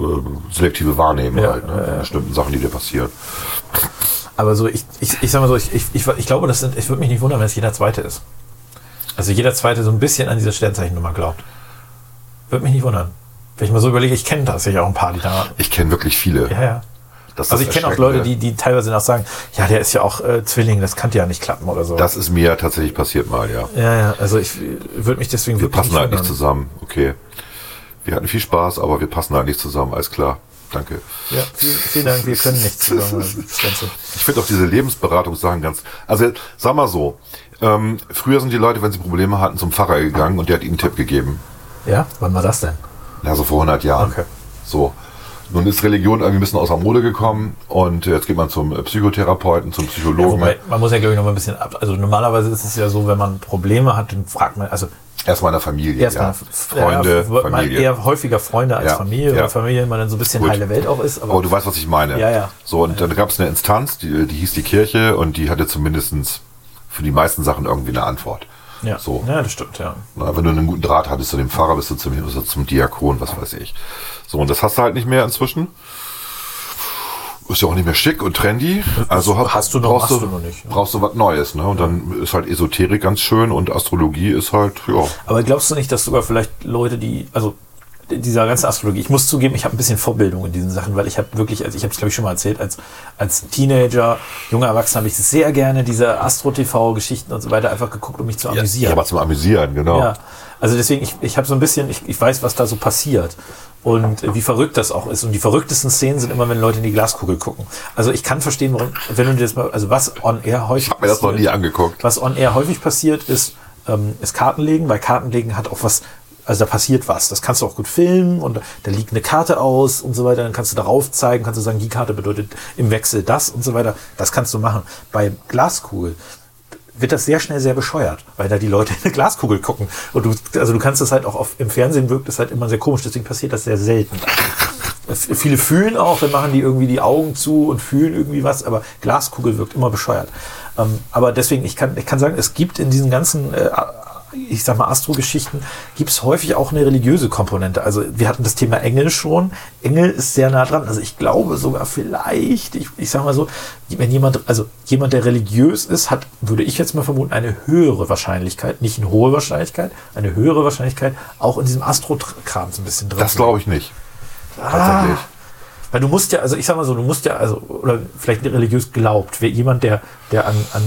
Speaker 2: selektive Wahrnehmen
Speaker 1: Ja,
Speaker 2: halt, ne, von bestimmten Sachen, die dir passieren.
Speaker 1: Aber so, ich, ich, ich sag mal so, ich, ich, ich, ich glaube, das sind, ich würde mich nicht wundern, wenn es jeder Zweite ist. Also jeder Zweite so ein bisschen an diese Sternzeichennummer glaubt. Würde mich nicht wundern. Wenn ich mal so überlege, ich kenne tatsächlich auch ein paar, die da.
Speaker 2: Ich kenne wirklich viele.
Speaker 1: Ja, ja.
Speaker 2: Das ist
Speaker 1: Also ich
Speaker 2: das
Speaker 1: kenne auch Leute,
Speaker 2: Erschreckende.
Speaker 1: die, die teilweise auch sagen, ja, der ist ja auch äh, Zwilling, das kann ja nicht klappen oder so.
Speaker 2: Das ist mir tatsächlich passiert mal, ja.
Speaker 1: ja, ja, also ich würde mich deswegen
Speaker 2: Wir passen halt nicht
Speaker 1: wundern.
Speaker 2: zusammen. Okay. Wir hatten viel Spaß, aber wir passen halt nicht zusammen. Alles klar. Danke.
Speaker 1: Ja, vielen, vielen Dank, wir können nicht zusammen. also Stenzel.
Speaker 2: Ich finde auch diese Lebensberatungssachen ganz. Also sag mal so, ähm, früher sind die Leute, wenn sie Probleme hatten, zum Pfarrer gegangen und der hat ihnen einen Tipp gegeben.
Speaker 1: Ja, wann war das denn?
Speaker 2: Ja, so vor 100 Jahren.
Speaker 1: Okay.
Speaker 2: So. Nun ist Religion irgendwie ein bisschen aus der Mode gekommen und jetzt geht man zum äh, Psychotherapeuten, zum Psychologen.
Speaker 1: Wobei, man muss ja, glaube ich, noch mal ein bisschen ab. Also normalerweise ist es ja so, wenn man Probleme hat, dann fragt man, also
Speaker 2: erstmal in der Familie.
Speaker 1: erstmal
Speaker 2: ja.
Speaker 1: f-
Speaker 2: Freunde,
Speaker 1: ja, man
Speaker 2: Familie.
Speaker 1: eher häufiger Freunde als
Speaker 2: Ja,
Speaker 1: Familie,
Speaker 2: ja.
Speaker 1: weil Familie immer dann so ein bisschen
Speaker 2: Gut.
Speaker 1: heile Welt auch ist. Aber,
Speaker 2: Aber Oh, du weißt, was ich meine.
Speaker 1: Ja, ja.
Speaker 2: So, und dann gab es eine Instanz, die, die hieß die Kirche und die hatte zumindestens für die meisten Sachen irgendwie eine Antwort.
Speaker 1: ja.
Speaker 2: So.
Speaker 1: ja, das stimmt, ja.
Speaker 2: Na, wenn du einen guten Draht hattest zu dem Pfarrer, bist du zum, bist du zum Diakon, was weiß ich. So, und das hast du halt nicht mehr inzwischen. Ist ja auch nicht mehr schick und trendy. Also hab-
Speaker 1: hast du noch,
Speaker 2: brauchst
Speaker 1: machst
Speaker 2: du,
Speaker 1: du noch nicht, ja.
Speaker 2: Brauchst du was Neues, ne? Und dann ist halt Esoterik ganz schön und Astrologie ist halt, ja.
Speaker 1: Aber glaubst du nicht, dass sogar vielleicht Leute, die, also dieser ganze Astrologie, ich muss zugeben, ich habe ein bisschen Vorbildung in diesen Sachen, weil ich habe wirklich, also ich habe es glaube ich schon mal erzählt, als, als Teenager, junger Erwachsener habe ich sehr gerne diese Astro-TV-Geschichten und so weiter einfach geguckt, um mich zu amüsieren.
Speaker 2: Aber zum Amüsieren, genau.
Speaker 1: Ja, also deswegen, ich, ich habe so ein bisschen, ich, ich weiß, was da so passiert und äh, wie verrückt das auch ist. Und die verrücktesten Szenen sind immer, wenn Leute in die Glaskugel gucken. Also ich kann verstehen, warum, wenn du dir das mal, also was on air häufig. Ich
Speaker 2: hab mir das noch nie angeguckt.
Speaker 1: Was on air häufig passiert, ist, ähm, ist Kartenlegen, weil Kartenlegen hat auch was. Also da passiert was. Das kannst du auch gut filmen und da liegt eine Karte aus und so weiter. Dann kannst du darauf zeigen, kannst du sagen, die Karte bedeutet im Wechsel das und so weiter. Das kannst du machen. Bei Glaskugel wird das sehr schnell sehr bescheuert, weil da die Leute in eine Glaskugel gucken. Und du, also du kannst das halt auch auf, im Fernsehen wirkt das halt immer sehr komisch, deswegen passiert das sehr selten. F- Viele fühlen auch, dann machen die irgendwie die Augen zu und fühlen irgendwie was, aber Glaskugel wirkt immer bescheuert. Ähm, aber deswegen, ich kann, ich kann sagen, es gibt in diesen ganzen äh, ich sag mal, Astro-Geschichten gibt es häufig auch eine religiöse Komponente. Also wir hatten das Thema Engel schon. Engel ist sehr nah dran. Also ich glaube sogar vielleicht, ich, ich sag mal so, wenn jemand, also jemand, der religiös ist, hat, würde ich jetzt mal vermuten, eine höhere Wahrscheinlichkeit, nicht eine hohe Wahrscheinlichkeit, eine höhere Wahrscheinlichkeit, auch in diesem Astro-Kram so ein bisschen drin.
Speaker 2: Das
Speaker 1: zu sein.
Speaker 2: glaube ich nicht. Tatsächlich.
Speaker 1: Ah. Weil du musst ja, also ich sag mal so, du musst ja, also, oder vielleicht religiös glaubt. Wer, jemand, der, der an, an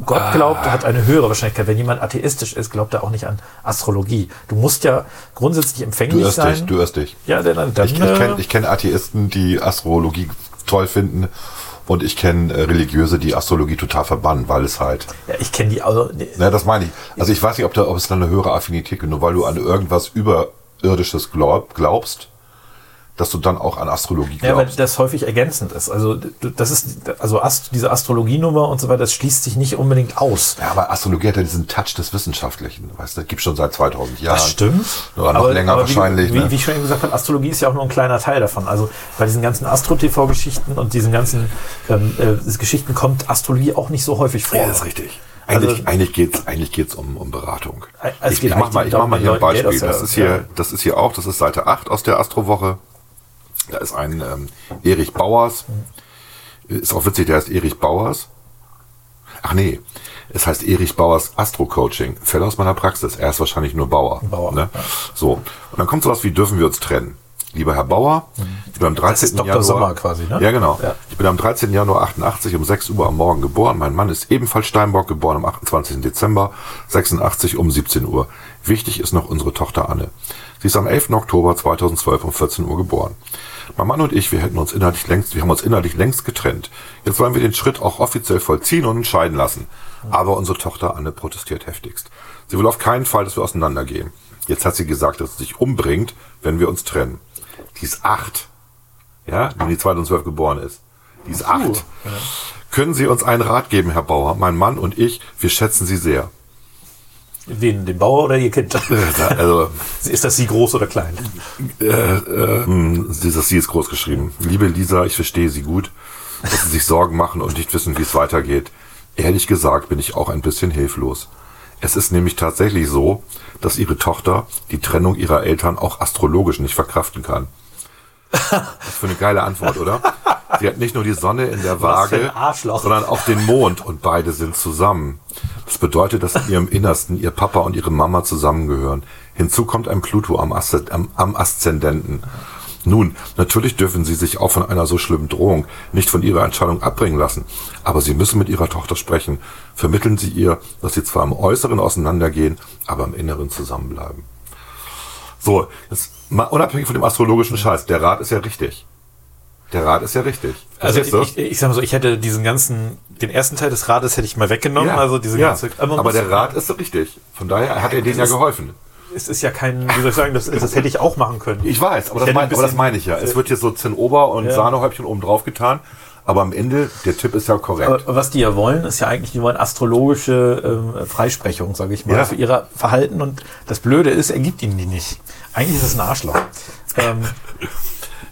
Speaker 2: Ah.
Speaker 1: Gott glaubt, hat eine höhere Wahrscheinlichkeit. Wenn jemand atheistisch ist, glaubt er auch nicht an Astrologie. Du musst ja grundsätzlich
Speaker 2: Du
Speaker 1: empfänglich
Speaker 2: irrst dich,
Speaker 1: sein.
Speaker 2: du irrst dich.
Speaker 1: ja, dann, dann, dann
Speaker 2: Ich, ich kenne
Speaker 1: äh,
Speaker 2: ich kenn Atheisten, die Astrologie toll finden und ich kenne äh, Religiöse, die Astrologie total verbannen, weil es halt.
Speaker 1: ja, ich kenn die, also, ne,
Speaker 2: Na, das meine ich. Also ich weiß nicht, ob, da, ob es da eine höhere Affinität gibt, nur weil du an irgendwas Überirdisches glaub, glaubst, dass du dann auch an Astrologie
Speaker 1: ja, weil
Speaker 2: glaubst.
Speaker 1: das häufig ergänzend ist. Also, du- das ist, also Ast, diese Astrologienummer und so weiter, das schließt sich nicht unbedingt aus.
Speaker 2: Ja, aber Astrologie hat ja diesen Touch des Wissenschaftlichen, weißt du, gibt schon seit 2000 Jahren.
Speaker 1: Das stimmt.
Speaker 2: Oder noch länger
Speaker 1: wie-
Speaker 2: wahrscheinlich,
Speaker 1: Wie,
Speaker 2: ne?
Speaker 1: wie ich schon eben gesagt habe, Astrologie ist ja auch nur ein kleiner Teil davon. Also bei diesen ganzen Astro-TV-Geschichten und diesen ganzen ähm, äh, Geschichten kommt Astrologie auch nicht so häufig vor.
Speaker 2: Ja, das ist richtig. Eigentlich,
Speaker 1: Also-
Speaker 2: eigentlich geht's, eigentlich geht's um, um Beratung.
Speaker 1: Ei- es
Speaker 2: ich,
Speaker 1: geht
Speaker 2: ich mach
Speaker 1: eigentlich
Speaker 2: mal, ich
Speaker 1: darum,
Speaker 2: mach mal
Speaker 1: den
Speaker 2: hier ein
Speaker 1: Leuten Geld
Speaker 2: Beispiel.
Speaker 1: aus
Speaker 2: Das
Speaker 1: der-
Speaker 2: ist
Speaker 1: ja.
Speaker 2: hier, das ist hier auch, das ist Seite 8 aus der Astrowoche. Da ist ein ähm, Erich Bauers. Ist auch witzig, der heißt Erich Bauers. Ach nee, es heißt Erich Bauers Astro-Coaching. Fälle aus meiner Praxis. Er ist wahrscheinlich nur Bauer.
Speaker 1: Bauer,
Speaker 2: ne? So. Und dann kommt sowas wie, dürfen wir uns trennen? Lieber Herr Bauer,
Speaker 1: Mhm.
Speaker 2: ich bin am 13.
Speaker 1: ist Dr.
Speaker 2: Januar.
Speaker 1: Sommer quasi, ne?
Speaker 2: Ja, genau.
Speaker 1: Ja.
Speaker 2: Ich bin am 13. Januar 88 um 6 Uhr am Morgen geboren. Mein Mann ist ebenfalls Steinbock, geboren am 28. Dezember 86 um 17 Uhr. Wichtig ist noch unsere Tochter Anne. Sie ist am 11. Oktober 2012 um 14 Uhr geboren. Mein Mann und ich, wir hätten uns innerlich längst, wir haben uns innerlich längst getrennt. Jetzt wollen wir den Schritt auch offiziell vollziehen und entscheiden lassen. Aber unsere Tochter Anne protestiert heftigst. Sie will auf keinen Fall, dass wir auseinandergehen. Jetzt hat sie gesagt, dass sie sich umbringt, wenn wir uns trennen. Die ist acht ja, die in die 2012 geboren ist. Die ist acht. Können Sie uns einen Rat geben, Herr Bauer? Mein Mann und ich, wir schätzen Sie sehr.
Speaker 1: Wen, den Bauer oder ihr Kind?
Speaker 2: Also,
Speaker 1: ist das sie groß oder klein?
Speaker 2: äh, äh, mh, das Sie ist groß geschrieben. Liebe Lisa, ich verstehe Sie gut, dass Sie sich Sorgen machen und nicht wissen, wie es weitergeht. Ehrlich gesagt bin ich auch ein bisschen hilflos. Es ist nämlich tatsächlich so, dass Ihre Tochter die Trennung ihrer Eltern auch astrologisch nicht verkraften kann. Was für eine geile Antwort, oder? Sie hat nicht nur die Sonne in der
Speaker 1: Was für ein
Speaker 2: Waage,
Speaker 1: Arschloch.
Speaker 2: sondern auch den Mond und beide sind zusammen. Das bedeutet, dass in ihrem Innersten ihr Papa und ihre Mama zusammengehören. Hinzu kommt ein Pluto am, Asze- am, am Aszendenten. Nun, natürlich dürfen Sie sich auch von einer so schlimmen Drohung nicht von Ihrer Entscheidung abbringen lassen, aber Sie müssen mit Ihrer Tochter sprechen. Vermitteln Sie ihr, dass Sie zwar im Äußeren auseinandergehen, aber im Inneren zusammenbleiben. So, jetzt mal unabhängig von dem astrologischen Scheiß, der Rat ist ja richtig. Der Rat ist ja richtig.
Speaker 1: Also
Speaker 2: Verstehst du?
Speaker 1: ich, ich sag mal so, ich hätte diesen ganzen, den ersten Teil des Rades hätte ich mal weggenommen.
Speaker 2: Ja,
Speaker 1: also diese
Speaker 2: ja.
Speaker 1: ganze, man
Speaker 2: aber
Speaker 1: muss-
Speaker 2: der Rat ist richtig. Von daher hat er denen ja
Speaker 1: Das ist-
Speaker 2: geholfen.
Speaker 1: es ist ja kein, wie soll ich sagen, das, das hätte ich auch machen können.
Speaker 2: Ich weiß, aber das,
Speaker 1: hätte
Speaker 2: mein,
Speaker 1: ein
Speaker 2: aber das
Speaker 1: bisschen- äh,
Speaker 2: meine ich ja. Es wird hier so Zinnober und
Speaker 1: Ja.
Speaker 2: Sahnehäubchen oben drauf getan. Aber am Ende, der Tipp ist ja korrekt.
Speaker 1: Aber Äh, was die ja wollen, ist ja eigentlich, die wollen astrologische ähm, Freisprechung, sage ich mal,
Speaker 2: Ja.
Speaker 1: für ihr Verhalten. Und das Blöde ist, er gibt ihnen die nicht. Eigentlich ist es ein Arschloch. Ähm,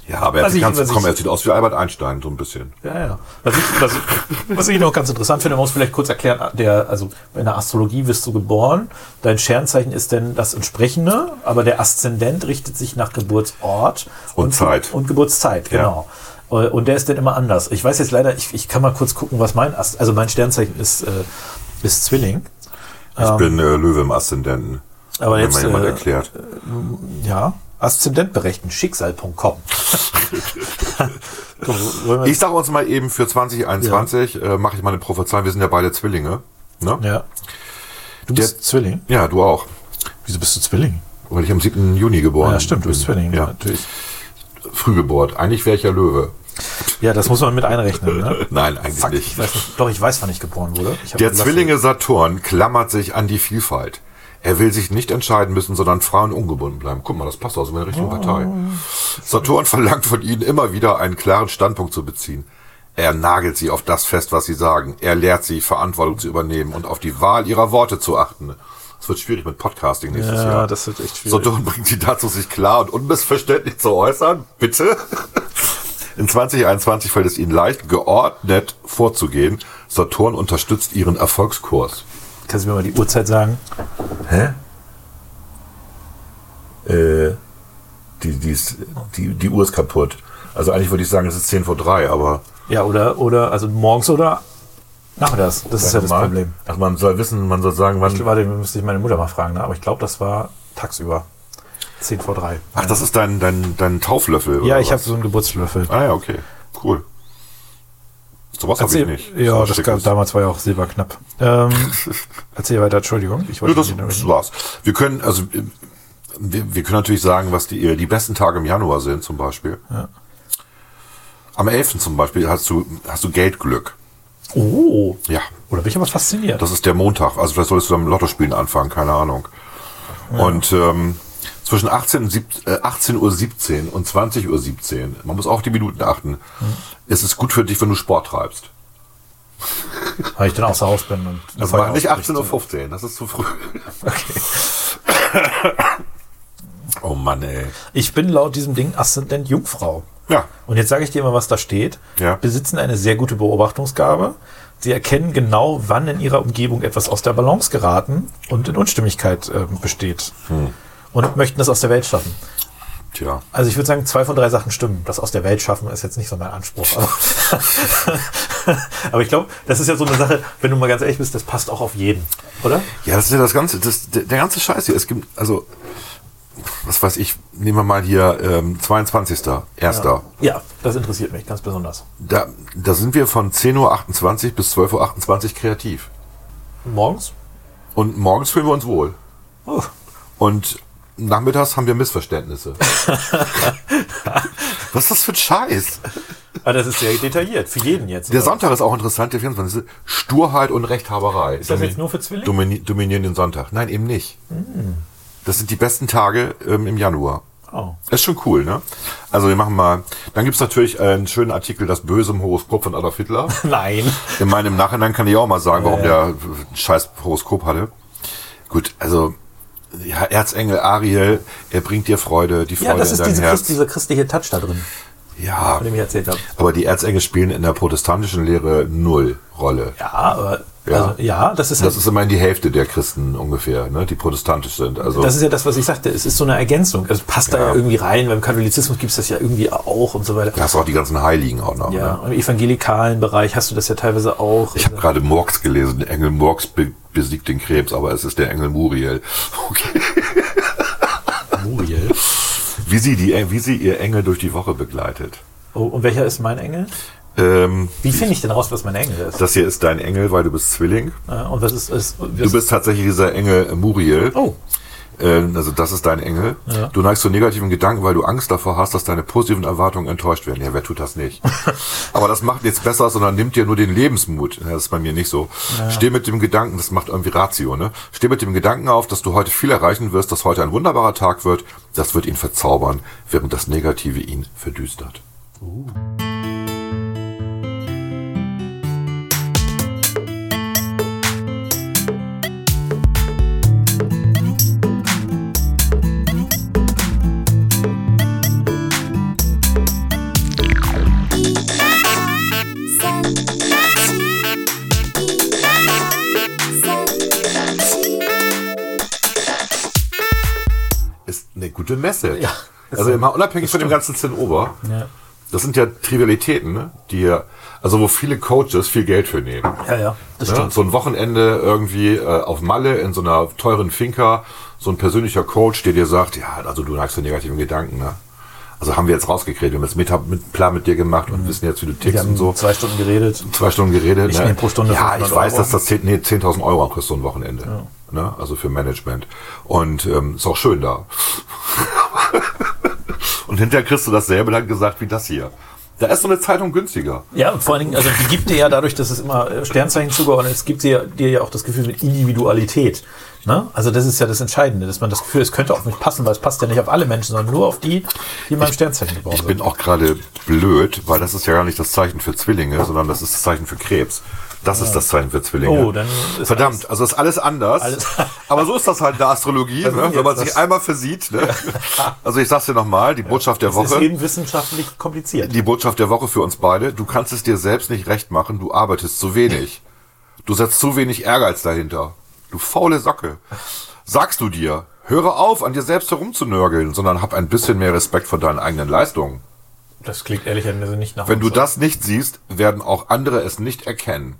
Speaker 2: ja, aber
Speaker 1: äh, was
Speaker 2: jetzt
Speaker 1: ich-
Speaker 2: kannst du
Speaker 1: was
Speaker 2: kommen,
Speaker 1: ich-
Speaker 2: er sieht aus wie Albert Einstein, so ein bisschen.
Speaker 1: Ja, ja. Was ich, was, was ich noch ganz interessant finde, man muss vielleicht kurz erklären, der, also in der Astrologie wirst du geboren, dein Sternzeichen ist denn das entsprechende, aber der Aszendent richtet sich nach Geburtsort
Speaker 2: Und Zeit.
Speaker 1: Und Geburtszeit, genau. Äh, Und der ist dann immer anders. Ich weiß jetzt leider, ich, ich kann mal kurz gucken, was mein Ast also mein Sternzeichen ist, äh, ist Zwilling.
Speaker 2: Ich bin äh, Löwe im Aszendenten.
Speaker 1: aber
Speaker 2: Hat mir
Speaker 1: jetzt,
Speaker 2: mal jemand
Speaker 1: äh,
Speaker 2: erklärt.
Speaker 1: Ja. Aszendent berechnen, schicksal.com. Komm, wollen wir-
Speaker 2: Ich sage uns mal eben für 2021 äh, mache ich mal eine Prophezeiung. Wir sind ja beide Zwillinge. Ne?
Speaker 1: ja. Du bist
Speaker 2: Der-
Speaker 1: Zwilling?
Speaker 2: Ja. du auch.
Speaker 1: Wieso bist du Zwilling?
Speaker 2: Weil ich am 7. Juni geboren
Speaker 1: Ja, stimmt, du bist Zwilling,
Speaker 2: Ja.
Speaker 1: natürlich.
Speaker 2: Frühgeburt. Eigentlich wäre ich ja Löwe.
Speaker 1: Ja, das muss man mit einrechnen. Ne?
Speaker 2: Nein, eigentlich
Speaker 1: Fuck,
Speaker 2: nicht.
Speaker 1: ich weiß nicht. Doch, ich weiß, wann ich geboren wurde. Ich hab
Speaker 2: Der
Speaker 1: gelassen.
Speaker 2: Zwillinge Saturn klammert sich an die Vielfalt. Er will sich nicht entscheiden müssen, sondern Frauen ungebunden bleiben. Guck mal, das passt also in der
Speaker 1: Oh.
Speaker 2: richtigen Partei. Saturn verlangt von ihnen immer wieder, einen klaren Standpunkt zu beziehen. Er nagelt sie auf das fest, was sie sagen. Er lehrt sie, Verantwortung zu übernehmen und auf die Wahl ihrer Worte zu achten. Es wird schwierig mit Podcasting nächstes
Speaker 1: Ja,
Speaker 2: Jahr.
Speaker 1: das wird echt schwierig.
Speaker 2: So dumm bringt sie dazu, sich klar und unmissverständlich zu äußern. Bitte? In 2021 fällt es ihnen leicht, geordnet vorzugehen. Saturn unterstützt ihren Erfolgskurs.
Speaker 1: Kannst du mir mal die Uhrzeit sagen?
Speaker 2: Hä? Äh, die, die, ist, die, die Uhr ist kaputt. Also eigentlich würde ich sagen, es ist 10 vor 3, aber.
Speaker 1: Ja, oder, oder, also morgens oder nachmittags. Das ist ja das
Speaker 2: Mal.
Speaker 1: Problem.
Speaker 2: Also man soll wissen, man soll sagen,
Speaker 1: Ich,
Speaker 2: wann.
Speaker 1: warte, müsste ich meine Mutter mal fragen, ne? aber ich glaube, das war tagsüber. 10 vor 3.
Speaker 2: Ach, das ist dein, dein, dein Tauflöffel.
Speaker 1: Ja,
Speaker 2: oder
Speaker 1: ich habe
Speaker 2: was?
Speaker 1: so einen Geburtslöffel.
Speaker 2: Ah ja, okay. Cool. Sowas habe ich
Speaker 1: Erzähl-
Speaker 2: nicht.
Speaker 1: Ja,
Speaker 2: Sowas
Speaker 1: das gab,
Speaker 2: Schickes.
Speaker 1: damals war ja auch Silber knapp. Ähm, erzähl weiter, Entschuldigung. Ich
Speaker 2: Nö,
Speaker 1: wollte
Speaker 2: das,
Speaker 1: nicht
Speaker 2: das
Speaker 1: unterbrechen.
Speaker 2: war's. Wir können, also äh, wir, wir können natürlich sagen, was die, äh, die besten Tage im Januar sind, zum Beispiel. Am 11. zum Beispiel hast du, hast du Geldglück.
Speaker 1: Oh,
Speaker 2: Ja,
Speaker 1: oder bin ich aber fasziniert.
Speaker 2: das ist der Montag. Also vielleicht solltest du dann mit Lottospielen anfangen, keine Ahnung. Und ähm, zwischen 18 und sieb- äh, 18.17 Uhr und 20.17 Uhr, man muss auch auf die Minuten achten,
Speaker 1: Hm.
Speaker 2: es ist gut für dich, wenn du Sport treibst.
Speaker 1: Weil ich dann außer Haus bin. Und
Speaker 2: Also mach nicht 18.15 Uhr, das ist zu früh. Okay. oh Mann, ey.
Speaker 1: Ich bin laut diesem Ding Aszendent Jungfrau.
Speaker 2: Ja.
Speaker 1: Und jetzt sage ich dir mal, was da steht.
Speaker 2: Ja.
Speaker 1: Besitzen eine sehr gute Beobachtungsgabe. Sie erkennen genau, wann in ihrer Umgebung etwas aus der Balance geraten und in Unstimmigkeit äh, besteht.
Speaker 2: Hm.
Speaker 1: Und möchten das aus der Welt schaffen.
Speaker 2: Tja.
Speaker 1: Also ich würde sagen, zwei von drei Sachen stimmen. Das aus der Welt schaffen ist jetzt nicht so mein Anspruch. Aber, aber ich glaube, das ist ja so eine Sache, wenn du mal ganz ehrlich bist, das passt auch auf jeden, oder?
Speaker 2: Ja, das ist ja das ganze, das, der, der ganze Scheiß hier. Es gibt, also, was weiß ich, nehmen wir mal hier ähm, 22. Erster.
Speaker 1: Ja, das interessiert mich ganz besonders.
Speaker 2: Da, da sind wir von 10.28 Uhr bis 12.28 Uhr kreativ.
Speaker 1: Morgens?
Speaker 2: Und morgens fühlen wir uns wohl.
Speaker 1: Oh.
Speaker 2: Und nachmittags haben wir Missverständnisse. was ist das für ein Scheiß?
Speaker 1: Ah, das ist sehr detailliert, für jeden jetzt.
Speaker 2: Der
Speaker 1: oder?
Speaker 2: Sonntag ist auch interessant, der 24. Sturheit und Rechthaberei.
Speaker 1: Ist das jetzt nur für Zwillinge? Hm.
Speaker 2: Domini dominieren den Sonntag. Nein, eben nicht. Das sind die besten Tage ähm, im Januar.
Speaker 1: Oh.
Speaker 2: Ist schon cool, ne? Also wir machen mal. Dann gibt's natürlich einen schönen Artikel, das böse im Horoskop von Adolf Hitler.
Speaker 1: Nein.
Speaker 2: In meinem Nachhinein kann ich auch mal sagen, warum
Speaker 1: Ja, ja.
Speaker 2: der ein scheiß Horoskop hatte. Gut, also ja, Erzengel Ariel, er bringt dir Freude, die Freude
Speaker 1: Ja, das
Speaker 2: in
Speaker 1: ist
Speaker 2: dein
Speaker 1: diese,
Speaker 2: Herz.
Speaker 1: Christ, dieser christliche Touch da drin,
Speaker 2: ja,
Speaker 1: von dem ich erzählt habe.
Speaker 2: aber die Erzengel spielen in der protestantischen Lehre null Rolle.
Speaker 1: Ja, aber
Speaker 2: Ja.
Speaker 1: ja, also, ja das, ist halt,
Speaker 2: Das ist immerhin die Hälfte der Christen ungefähr, ne, die protestantisch sind. Also
Speaker 1: das ist ja das, was ich sagte. Es ist so eine Ergänzung. Es passt da
Speaker 2: Ja.
Speaker 1: ja irgendwie rein. Beim Katholizismus gibt es das ja irgendwie auch und so weiter.
Speaker 2: da hast du auch die ganzen Heiligen auch noch.
Speaker 1: Ja,
Speaker 2: Ne?
Speaker 1: im evangelikalen Bereich hast du das ja teilweise auch.
Speaker 2: Ich habe gerade Morgs gelesen. Der Engel Morgs be besiegt den Krebs, aber es ist der Engel Muriel. Okay.
Speaker 1: Muriel.
Speaker 2: Wie sie, die, wie sie ihr Engel durch die Woche begleitet.
Speaker 1: Oh, und welcher ist mein Engel?
Speaker 2: Ähm,
Speaker 1: Wie finde ich denn raus, was mein Engel ist?
Speaker 2: das hier ist dein Engel, weil du bist Zwilling.
Speaker 1: Ja, und was ist, ist was
Speaker 2: Du bist tatsächlich dieser Engel Muriel.
Speaker 1: Oh,
Speaker 2: Ähm, also das ist dein Engel.
Speaker 1: Ja.
Speaker 2: Du neigst zu negativen Gedanken, weil du Angst davor hast, dass deine positiven Erwartungen enttäuscht werden. Ja, wer tut das nicht? Aber das macht nichts besser, sondern nimmt dir nur den Lebensmut. Ja, das ist bei mir nicht so. Steh mit dem Gedanken, das macht irgendwie Ratio, ne? Steh mit dem Gedanken auf, dass du heute viel erreichen wirst, dass heute ein wunderbarer Tag wird. Das wird ihn verzaubern, während das Negative ihn verdüstert. Ist eine gute Message.
Speaker 1: Ja.
Speaker 2: Also immer unabhängig von dem ganzen Zinnober.
Speaker 1: Ja.
Speaker 2: Das sind ja Trivialitäten, ne? die ja, also wo viele Coaches viel Geld für nehmen.
Speaker 1: ja, ja, das
Speaker 2: Ne?
Speaker 1: stimmt.
Speaker 2: So ein Wochenende irgendwie äh, auf Malle in so einer teuren Finca, so ein persönlicher Coach, der dir sagt, ja, also du neigst zu negativen Gedanken, ne? Also haben wir jetzt rausgekriegt, wir haben jetzt Meta mit Plan mit dir gemacht und wissen jetzt, wie du
Speaker 1: Mhm. Wir
Speaker 2: tickst
Speaker 1: haben
Speaker 2: und so.
Speaker 1: zwei Stunden geredet.
Speaker 2: Zwei Stunden geredet. ne?
Speaker 1: Ich nehme pro Stunde
Speaker 2: ja, ich
Speaker 1: 500
Speaker 2: weiß,
Speaker 1: Euro.
Speaker 2: dass das 10.000 nee, 10.000 Euro kostet so ein Wochenende. Ne? Also für Management. Und ähm, ist auch schön da. und hinterher kriegst du dasselbe dann gesagt wie das hier. Da ist so eine Zeitung günstiger.
Speaker 1: Ja, und vor allen Dingen, also die gibt dir ja dadurch, dass es immer äh, Sternzeichen zugeordnet ist, gibt dir, dir ja auch das Gefühl mit Individualität. Ne? Also das ist ja das Entscheidende, dass man das Gefühl, es könnte auf mich passen, weil es passt ja nicht auf alle Menschen, sondern nur auf die, die in meinem Sternzeichen geboren
Speaker 2: Ich
Speaker 1: sind.
Speaker 2: bin auch gerade blöd, weil das ist ja gar nicht das Zeichen für Zwillinge, sondern das ist das Zeichen für Krebs. Das ist das Zeichen für Zwillinge.
Speaker 1: Ah. Oh, dann ist
Speaker 2: Verdammt, also ist alles anders.
Speaker 1: Alles-
Speaker 2: Aber so ist das halt in der Astrologie,
Speaker 1: ist
Speaker 2: ne? wenn
Speaker 1: jetzt
Speaker 2: man sich
Speaker 1: das-
Speaker 2: einmal versieht. Ne? Also ich sag's dir nochmal, die Botschaft der
Speaker 1: Das ist
Speaker 2: Woche.
Speaker 1: eben wissenschaftlich kompliziert.
Speaker 2: Die Botschaft der Woche für uns beide, du kannst es dir selbst nicht recht machen, du arbeitest zu wenig. Du setzt zu wenig Ehrgeiz dahinter. Du faule Socke. Sagst du dir, höre auf, an dir selbst herumzunörgeln, sondern hab ein bisschen mehr Respekt vor deinen eigenen Leistungen.
Speaker 1: Das klingt ehrlicherweise nicht nach
Speaker 2: Wenn du
Speaker 1: uns.
Speaker 2: das nicht siehst, werden auch andere es nicht erkennen.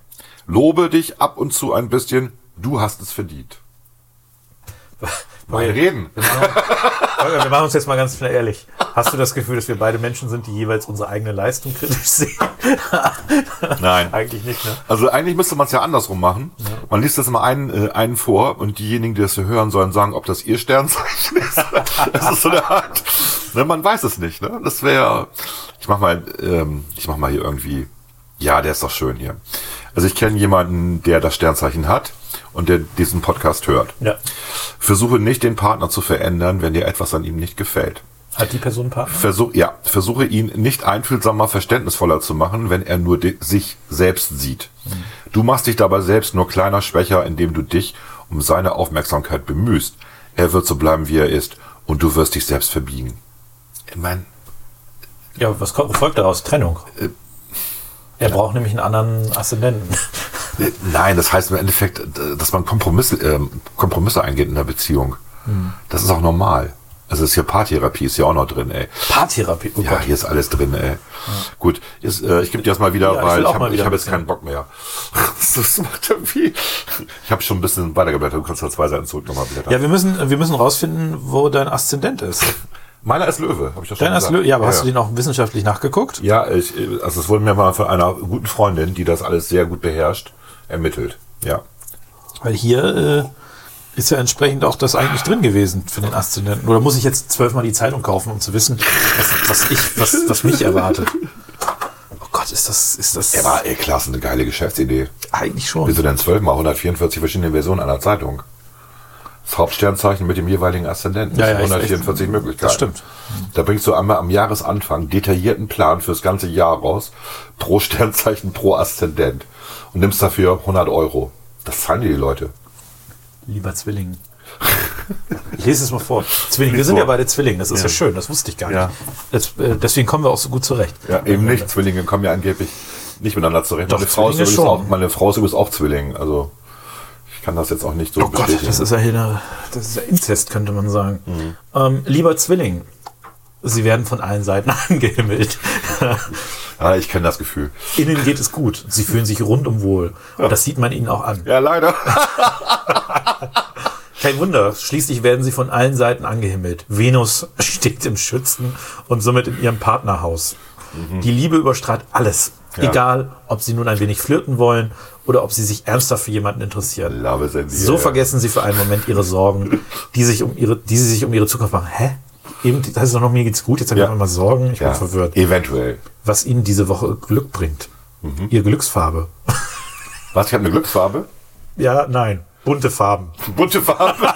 Speaker 2: Lobe dich ab und zu ein bisschen, du hast es verdient. Mal
Speaker 1: Okay.
Speaker 2: reden.
Speaker 1: Holger, wir machen uns jetzt mal ganz schnell ehrlich. Hast du das Gefühl, dass wir beide Menschen sind, die jeweils unsere eigene Leistung kritisch sehen?
Speaker 2: Nein.
Speaker 1: Eigentlich nicht, ne?
Speaker 2: Also eigentlich müsste man es ja andersrum machen. Man liest das immer einen, äh, einen vor und diejenigen, die das so hören, sollen sagen, ob das ihr Sternzeichen ist. das ist so eine Art. Ne, man weiß es nicht. Ne? Das wäre. Ich mach mal. Ähm, ich mach mal hier irgendwie. Ja, der ist doch schön hier. Also ich kenne jemanden, der das Sternzeichen hat und der diesen Podcast hört.
Speaker 1: Ja.
Speaker 2: Versuche nicht den Partner zu verändern, wenn dir etwas an ihm nicht gefällt.
Speaker 1: Hat die Person einen Partner?
Speaker 2: Versuch, ja, versuche ihn nicht einfühlsamer, verständnisvoller zu machen, wenn er nur di- sich selbst sieht. Du machst dich dabei selbst nur kleiner, schwächer, indem du dich um seine Aufmerksamkeit bemühst. Er wird so bleiben, wie er ist, und du wirst dich selbst verbiegen. Ich mein,
Speaker 1: Ja, was kommt, folgt daraus? Trennung. er braucht nämlich einen anderen Aszendenten.
Speaker 2: äh, nein, das heißt im Endeffekt, d- dass man Kompromisse, ähm, Kompromisse eingeht in der Beziehung. Das ist auch normal. Also ist hier Paartherapie, ist ja auch noch drin, ey.
Speaker 1: Paartherapie. Oh
Speaker 2: ja, hier ist alles drin, ey. Gut, jetzt, äh, ich gebe dir das mal
Speaker 1: Ja,
Speaker 2: wieder,
Speaker 1: ich will
Speaker 2: weil
Speaker 1: auch
Speaker 2: ich
Speaker 1: mal
Speaker 2: habe
Speaker 1: wieder
Speaker 2: hab
Speaker 1: ein
Speaker 2: jetzt
Speaker 1: bisschen.
Speaker 2: keinen Bock mehr. das macht irgendwie. Ich habe schon ein bisschen weitergeblättert, du kannst da zwei Seiten zurück nochmal blättern.
Speaker 1: Ja, wir müssen, wir müssen rausfinden, wo dein Aszendent ist.
Speaker 2: Meiner ist Löwe, habe ich doch schon
Speaker 1: Dein
Speaker 2: gesagt.
Speaker 1: Aszendent, ja, aber
Speaker 2: ja,
Speaker 1: hast du den auch wissenschaftlich nachgeguckt?
Speaker 2: Ja, ich, äh, also es wurde mir mal von einer guten Freundin, die das alles sehr gut beherrscht, ermittelt. Ja.
Speaker 1: Weil hier äh, ist ja entsprechend auch das eigentlich drin gewesen für den Aszendenten. Oder muss ich jetzt zwölfmal die Zeitung kaufen, um zu wissen, was, was ich, was, was mich erwartet? Oh Gott, ist das, ist das
Speaker 2: Ja, Aber ey, klar, ist eine geile Geschäftsidee.
Speaker 1: eigentlich schon.
Speaker 2: Wieso denn 12 mal 144 verschiedene Versionen einer Zeitung? Das Hauptsternzeichen mit dem jeweiligen Aszendenten.
Speaker 1: Ja, ja,
Speaker 2: Das sind
Speaker 1: ich-
Speaker 2: 144
Speaker 1: ich-
Speaker 2: Möglichkeiten.
Speaker 1: das stimmt.
Speaker 2: Da bringst du einmal am Jahresanfang detaillierten Plan fürs ganze Jahr raus. Pro Sternzeichen, pro Aszendent. Und nimmst dafür 100 Euro. Das zahlen dir die Leute.
Speaker 1: Lieber Zwilling. Ich lese es mal vor. Zwilling, wir sind
Speaker 2: vor.
Speaker 1: ja beide Zwilling, das ist ja, schön, das wusste ich gar nicht.
Speaker 2: Ja.
Speaker 1: Das, äh, deswegen kommen wir auch so gut zurecht. Oh
Speaker 2: Ja, eben nicht. Zwillinge kommen ja angeblich nicht miteinander zurecht.
Speaker 1: Doch,
Speaker 2: meine, Frau ist
Speaker 1: Zwillinge
Speaker 2: übrigens
Speaker 1: schon.
Speaker 2: auch, meine Frau ist übrigens auch Zwilling. Also, ich kann das jetzt auch nicht so
Speaker 1: Oh Gott, das ist ja hier eine, das ist ja Inzest, könnte man sagen.
Speaker 2: Mhm.
Speaker 1: Ähm, lieber Zwilling, Sie werden von allen Seiten angehimmelt.
Speaker 2: ja, ich kenne das Gefühl.
Speaker 1: Ihnen geht es gut. Sie fühlen sich rundum wohl. Und das sieht man Ihnen auch an.
Speaker 2: Ja, leider.
Speaker 1: Kein Wunder, schließlich werden Sie von allen Seiten angehimmelt. Venus steht im Schützen und somit in Ihrem Partnerhaus. Die Liebe überstrahlt alles.
Speaker 2: Mhm. Ja.
Speaker 1: Egal, ob Sie nun ein wenig flirten wollen oder ob Sie sich ernsthaft für jemanden interessieren.
Speaker 2: Love is in the
Speaker 1: So
Speaker 2: air.
Speaker 1: vergessen Sie für einen Moment Ihre Sorgen, die, sich um ihre, die Sie sich um Ihre Zukunft machen. Hä? Eben, das ist doch noch, mir geht's gut, jetzt habe
Speaker 2: Ja.
Speaker 1: ich auf einmal Sorgen, ich
Speaker 2: Ja,
Speaker 1: bin verwirrt.
Speaker 2: eventuell.
Speaker 1: Was Ihnen diese Woche Glück bringt.
Speaker 2: Mhm.
Speaker 1: Ihre Glücksfarbe.
Speaker 2: Was, ich habe eine Glücksfarbe?
Speaker 1: Ja, nein, bunte Farben.
Speaker 2: Bunte Farbe.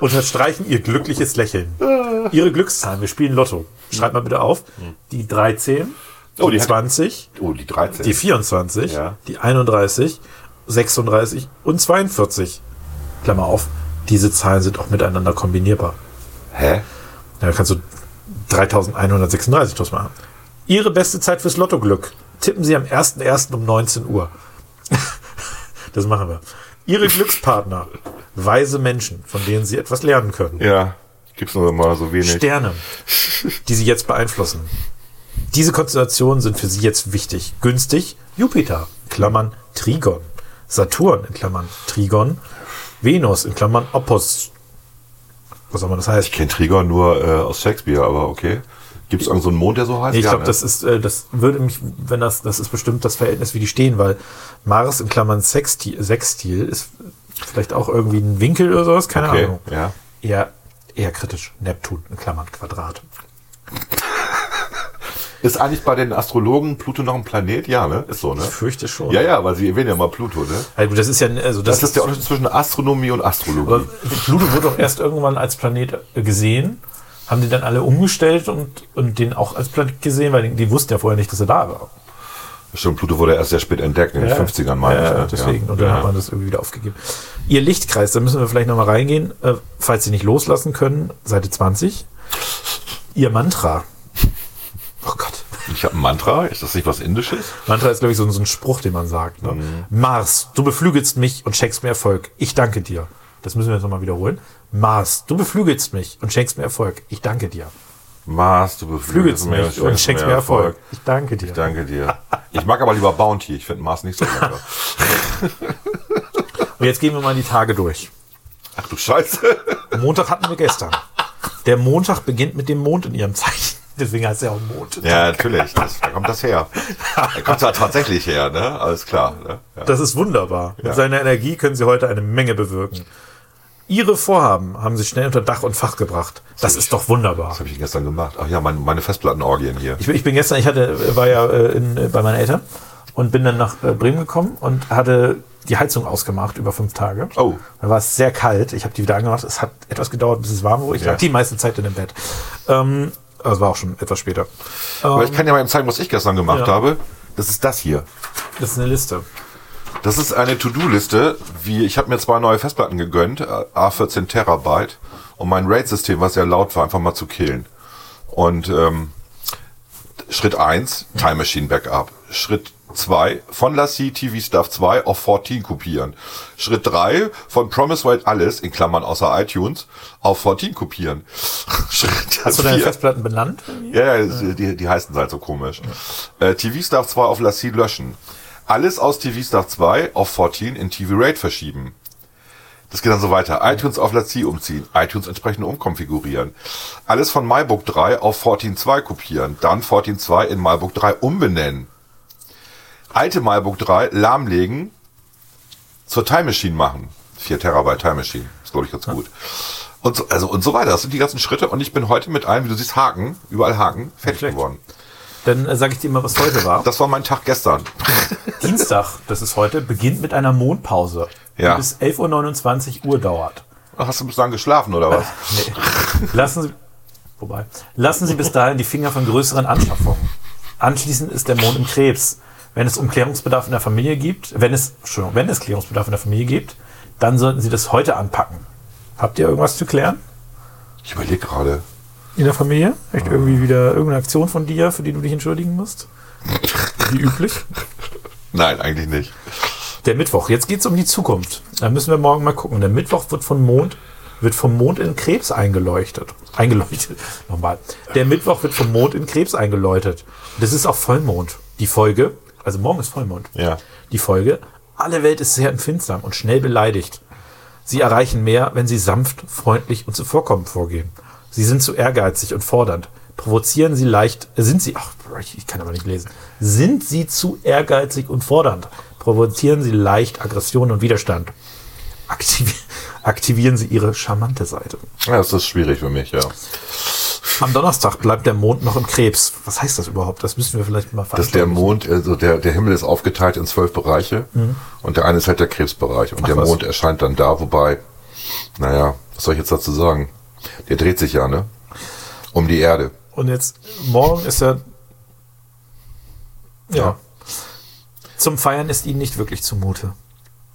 Speaker 1: unterstreichen ihr glückliches Lächeln. Ihre Glückszahlen, wir spielen Lotto. Schreibt mal bitte auf. Die 13,
Speaker 2: Hm. Oh,
Speaker 1: die
Speaker 2: die hat-
Speaker 1: 20,
Speaker 2: Oh, die 13.
Speaker 1: die 24,
Speaker 2: Ja.
Speaker 1: die 31, 36 und 42. Klammer auf. Diese Zahlen sind auch miteinander kombinierbar.
Speaker 2: Hä?
Speaker 1: Ja, Da kannst du 3136 draus machen. Ihre beste Zeit fürs Lottoglück. Tippen Sie am 1.1. um 19 Uhr. Das machen wir. Ihre Glückspartner. Weise Menschen, von denen Sie etwas lernen können.
Speaker 2: Ja, gibt's nur immer so wenig.
Speaker 1: Sterne, die sie jetzt beeinflussen. Diese Konstellationen sind für sie jetzt wichtig. Günstig Jupiter, Klammern Trigon, Saturn, in Klammern Trigon, Venus, in Klammern Oppos. Was auch immer das heißt.
Speaker 2: ich kenne Trigger nur äh, aus Shakespeare, aber okay. Gibt's irgendeinen so einen Mond, der so heißt?
Speaker 1: Nee, ich
Speaker 2: Ja,
Speaker 1: glaube,
Speaker 2: ne?
Speaker 1: das ist, äh, das würde mich, wenn das, das ist bestimmt das Verhältnis, wie die stehen, weil Mars in Klammern Sextil, Sextil ist vielleicht auch irgendwie ein Winkel oder sowas, keine
Speaker 2: Okay,
Speaker 1: Ahnung.
Speaker 2: ja.
Speaker 1: Eher, eher kritisch. Neptun in Klammern Quadrat.
Speaker 2: Ist eigentlich bei den Astrologen Pluto noch ein Planet? Ja, ne? Ist so, ne?
Speaker 1: Ich fürchte schon.
Speaker 2: Ja, ja, weil sie erwähnen ja mal Pluto, ne?
Speaker 1: Also gut, das ist ja, also das,
Speaker 2: Das ist der Unterschied zwischen Astronomie und
Speaker 1: aber
Speaker 2: Astrologie.
Speaker 1: Pluto wurde doch erst irgendwann als Planet äh, gesehen. Haben die dann alle umgestellt und, und den auch als Planet gesehen, weil die, die wussten ja vorher nicht, dass er da war.
Speaker 2: Stimmt, Pluto wurde erst sehr spät entdeckt, in den 50ern mal.
Speaker 1: ja, ja, deswegen. Und dann hat man das irgendwie wieder aufgegeben. Ihr Lichtkreis, da müssen wir vielleicht nochmal reingehen, äh, falls Sie nicht loslassen können, Seite 20. Ihr Mantra. Oh Gott.
Speaker 2: Ich habe ein Mantra, ist das nicht was Indisches?
Speaker 1: Mantra ist, glaube ich, so, ein- so ein Spruch, den man sagt. Ne? Mars, du beflügelst mich und schenkst mir Erfolg. Ich danke dir. Das müssen wir jetzt nochmal wiederholen. Mars, du beflügelst mich und schenkst mir Erfolg. Ich danke dir.
Speaker 2: Mars, du beflügelst
Speaker 1: Flügelst mich und schenkst mir Erfolg. Ich danke dir.
Speaker 2: Ich danke dir. Ich mag aber lieber Bounty, ich finde Mars nicht so lecker.
Speaker 1: Und jetzt gehen wir mal die Tage durch.
Speaker 2: Ach du Scheiße.
Speaker 1: Montag hatten wir gestern. Der Montag beginnt mit dem Mond in ihrem Zeichen. Deswegen heißt er auch Mond.
Speaker 2: Ja, natürlich, das, da kommt das her. Da kommt da tatsächlich her, ne? Alles klar. Ne? Ja.
Speaker 1: Das ist wunderbar. Mit
Speaker 2: Ja.
Speaker 1: seiner Energie können Sie heute eine Menge bewirken. Ihre Vorhaben haben Sie schnell unter Dach und Fach gebracht. Das ist doch wunderbar.
Speaker 2: Was habe ich denn gestern gemacht? Ach ja, meine, meine Festplattenorgien hier.
Speaker 1: Ich, bin- ich bin gestern, ich hatte, war ja äh, in, äh, bei meinen Eltern und bin dann nach äh, Bremen gekommen und hatte die Heizung ausgemacht über fünf Tage.
Speaker 2: Oh.
Speaker 1: Da war es sehr kalt. Ich habe die wieder angemacht. Es hat etwas gedauert, bis es warm wurde. Ich
Speaker 2: Ja.
Speaker 1: lag die meiste Zeit in dem Bett. Ähm, also war auch schon etwas später.
Speaker 2: Aber ich kann ja mal eben zeigen, was ich gestern gemacht
Speaker 1: Ja.
Speaker 2: habe. Das ist das hier.
Speaker 1: Das ist eine Liste.
Speaker 2: Das ist eine To-Do-Liste, wie ich habe mir zwei neue Festplatten gegönnt, äh, A14 Terabyte, um mein RAID-System, was sehr laut war, einfach mal zu killen. Und ähm, Schritt eins, Time Machine Backup. Schritt zwei, von Lassie TV Stuff 2 auf 14 kopieren. Schritt drei, von Promise World alles, in Klammern außer iTunes, auf 14 kopieren. Schritt
Speaker 1: Hast du deine Festplatten benannt?
Speaker 2: ja, ja, es- die, die heißen halt so komisch. Äh, TV-Star 2 auf Lassie löschen. Alles aus TV-Star 2 auf 14 in TV-Raid verschieben. Das geht dann so weiter. iTunes auf Lassie umziehen. iTunes entsprechend umkonfigurieren. Alles von MyBook 3 auf 14.2 kopieren. Dann 14.2 in MyBook 3 umbenennen. Alte MyBook 3 lahmlegen. Zur Time Machine machen. 4 Terabyte Time Machine. Ist, glaube ich, ganz gut. Und so, also und so weiter. Das sind die ganzen Schritte. Und ich bin heute mit allen, wie du siehst, Haken, überall Haken, fertig
Speaker 1: schlecht.
Speaker 2: geworden.
Speaker 1: Dann äh, sage ich dir mal, was heute war.
Speaker 2: Das war mein Tag gestern.
Speaker 1: Dienstag, das ist heute, beginnt mit einer Mondpause,
Speaker 2: Ja.
Speaker 1: die bis 11.29 Uhr dauert.
Speaker 2: Hast du bislang geschlafen oder was?
Speaker 1: Nee. Lassen Sie, wobei, lassen Sie bis dahin die Finger von größeren Anschaffungen. Anschließend ist der Mond im Krebs. Wenn es Umklärungsbedarf in der Familie gibt, wenn es, Entschuldigung, wenn es Klärungsbedarf in der Familie gibt, dann sollten Sie das heute anpacken. Habt ihr irgendwas zu klären
Speaker 2: Ich überlege gerade.
Speaker 1: in der Familie? Vielleicht irgendwie wieder irgendeine Aktion von dir, für die du dich entschuldigen musst? Wie üblich.
Speaker 2: Nein, eigentlich nicht.
Speaker 1: Der Mittwoch, jetzt geht's um die Zukunft. Da müssen wir morgen mal gucken. Der Mittwoch wird von Mond wird vom Mond in Krebs eingeleuchtet. Eingeleuchtet. Nochmal. Der Mittwoch wird vom Mond in Krebs eingeläutet. Das ist auch Vollmond. Die Folge, also morgen ist Vollmond.
Speaker 2: Ja.
Speaker 1: Die Folge, alle Welt ist sehr empfindsam und schnell beleidigt. Sie erreichen mehr, wenn sie sanft, freundlich und zuvorkommend vorgehen. Sie sind zu ehrgeizig und fordernd. Provozieren sie leicht, äh, sind sie, ach, ich ich kann aber nicht lesen. Sind sie zu ehrgeizig und fordernd? Provozieren sie leicht Aggression und Widerstand. Aktivi aktivieren sie ihre charmante Seite.
Speaker 2: Ja, das ist schwierig für mich, ja.
Speaker 1: Am Donnerstag bleibt der Mond noch im Krebs. Was heißt das überhaupt? Das müssen wir vielleicht mal
Speaker 2: Dass der Mond, also der, der Himmel ist aufgeteilt in zwölf Bereiche und der eine ist halt der Krebsbereich und der
Speaker 1: was.
Speaker 2: Mond erscheint dann da, wobei, naja, was soll ich jetzt dazu sagen? Der dreht sich ja, ne? Um die Erde.
Speaker 1: Und jetzt, morgen ist er. Ja. Zum Feiern ist ihnen nicht wirklich zumute.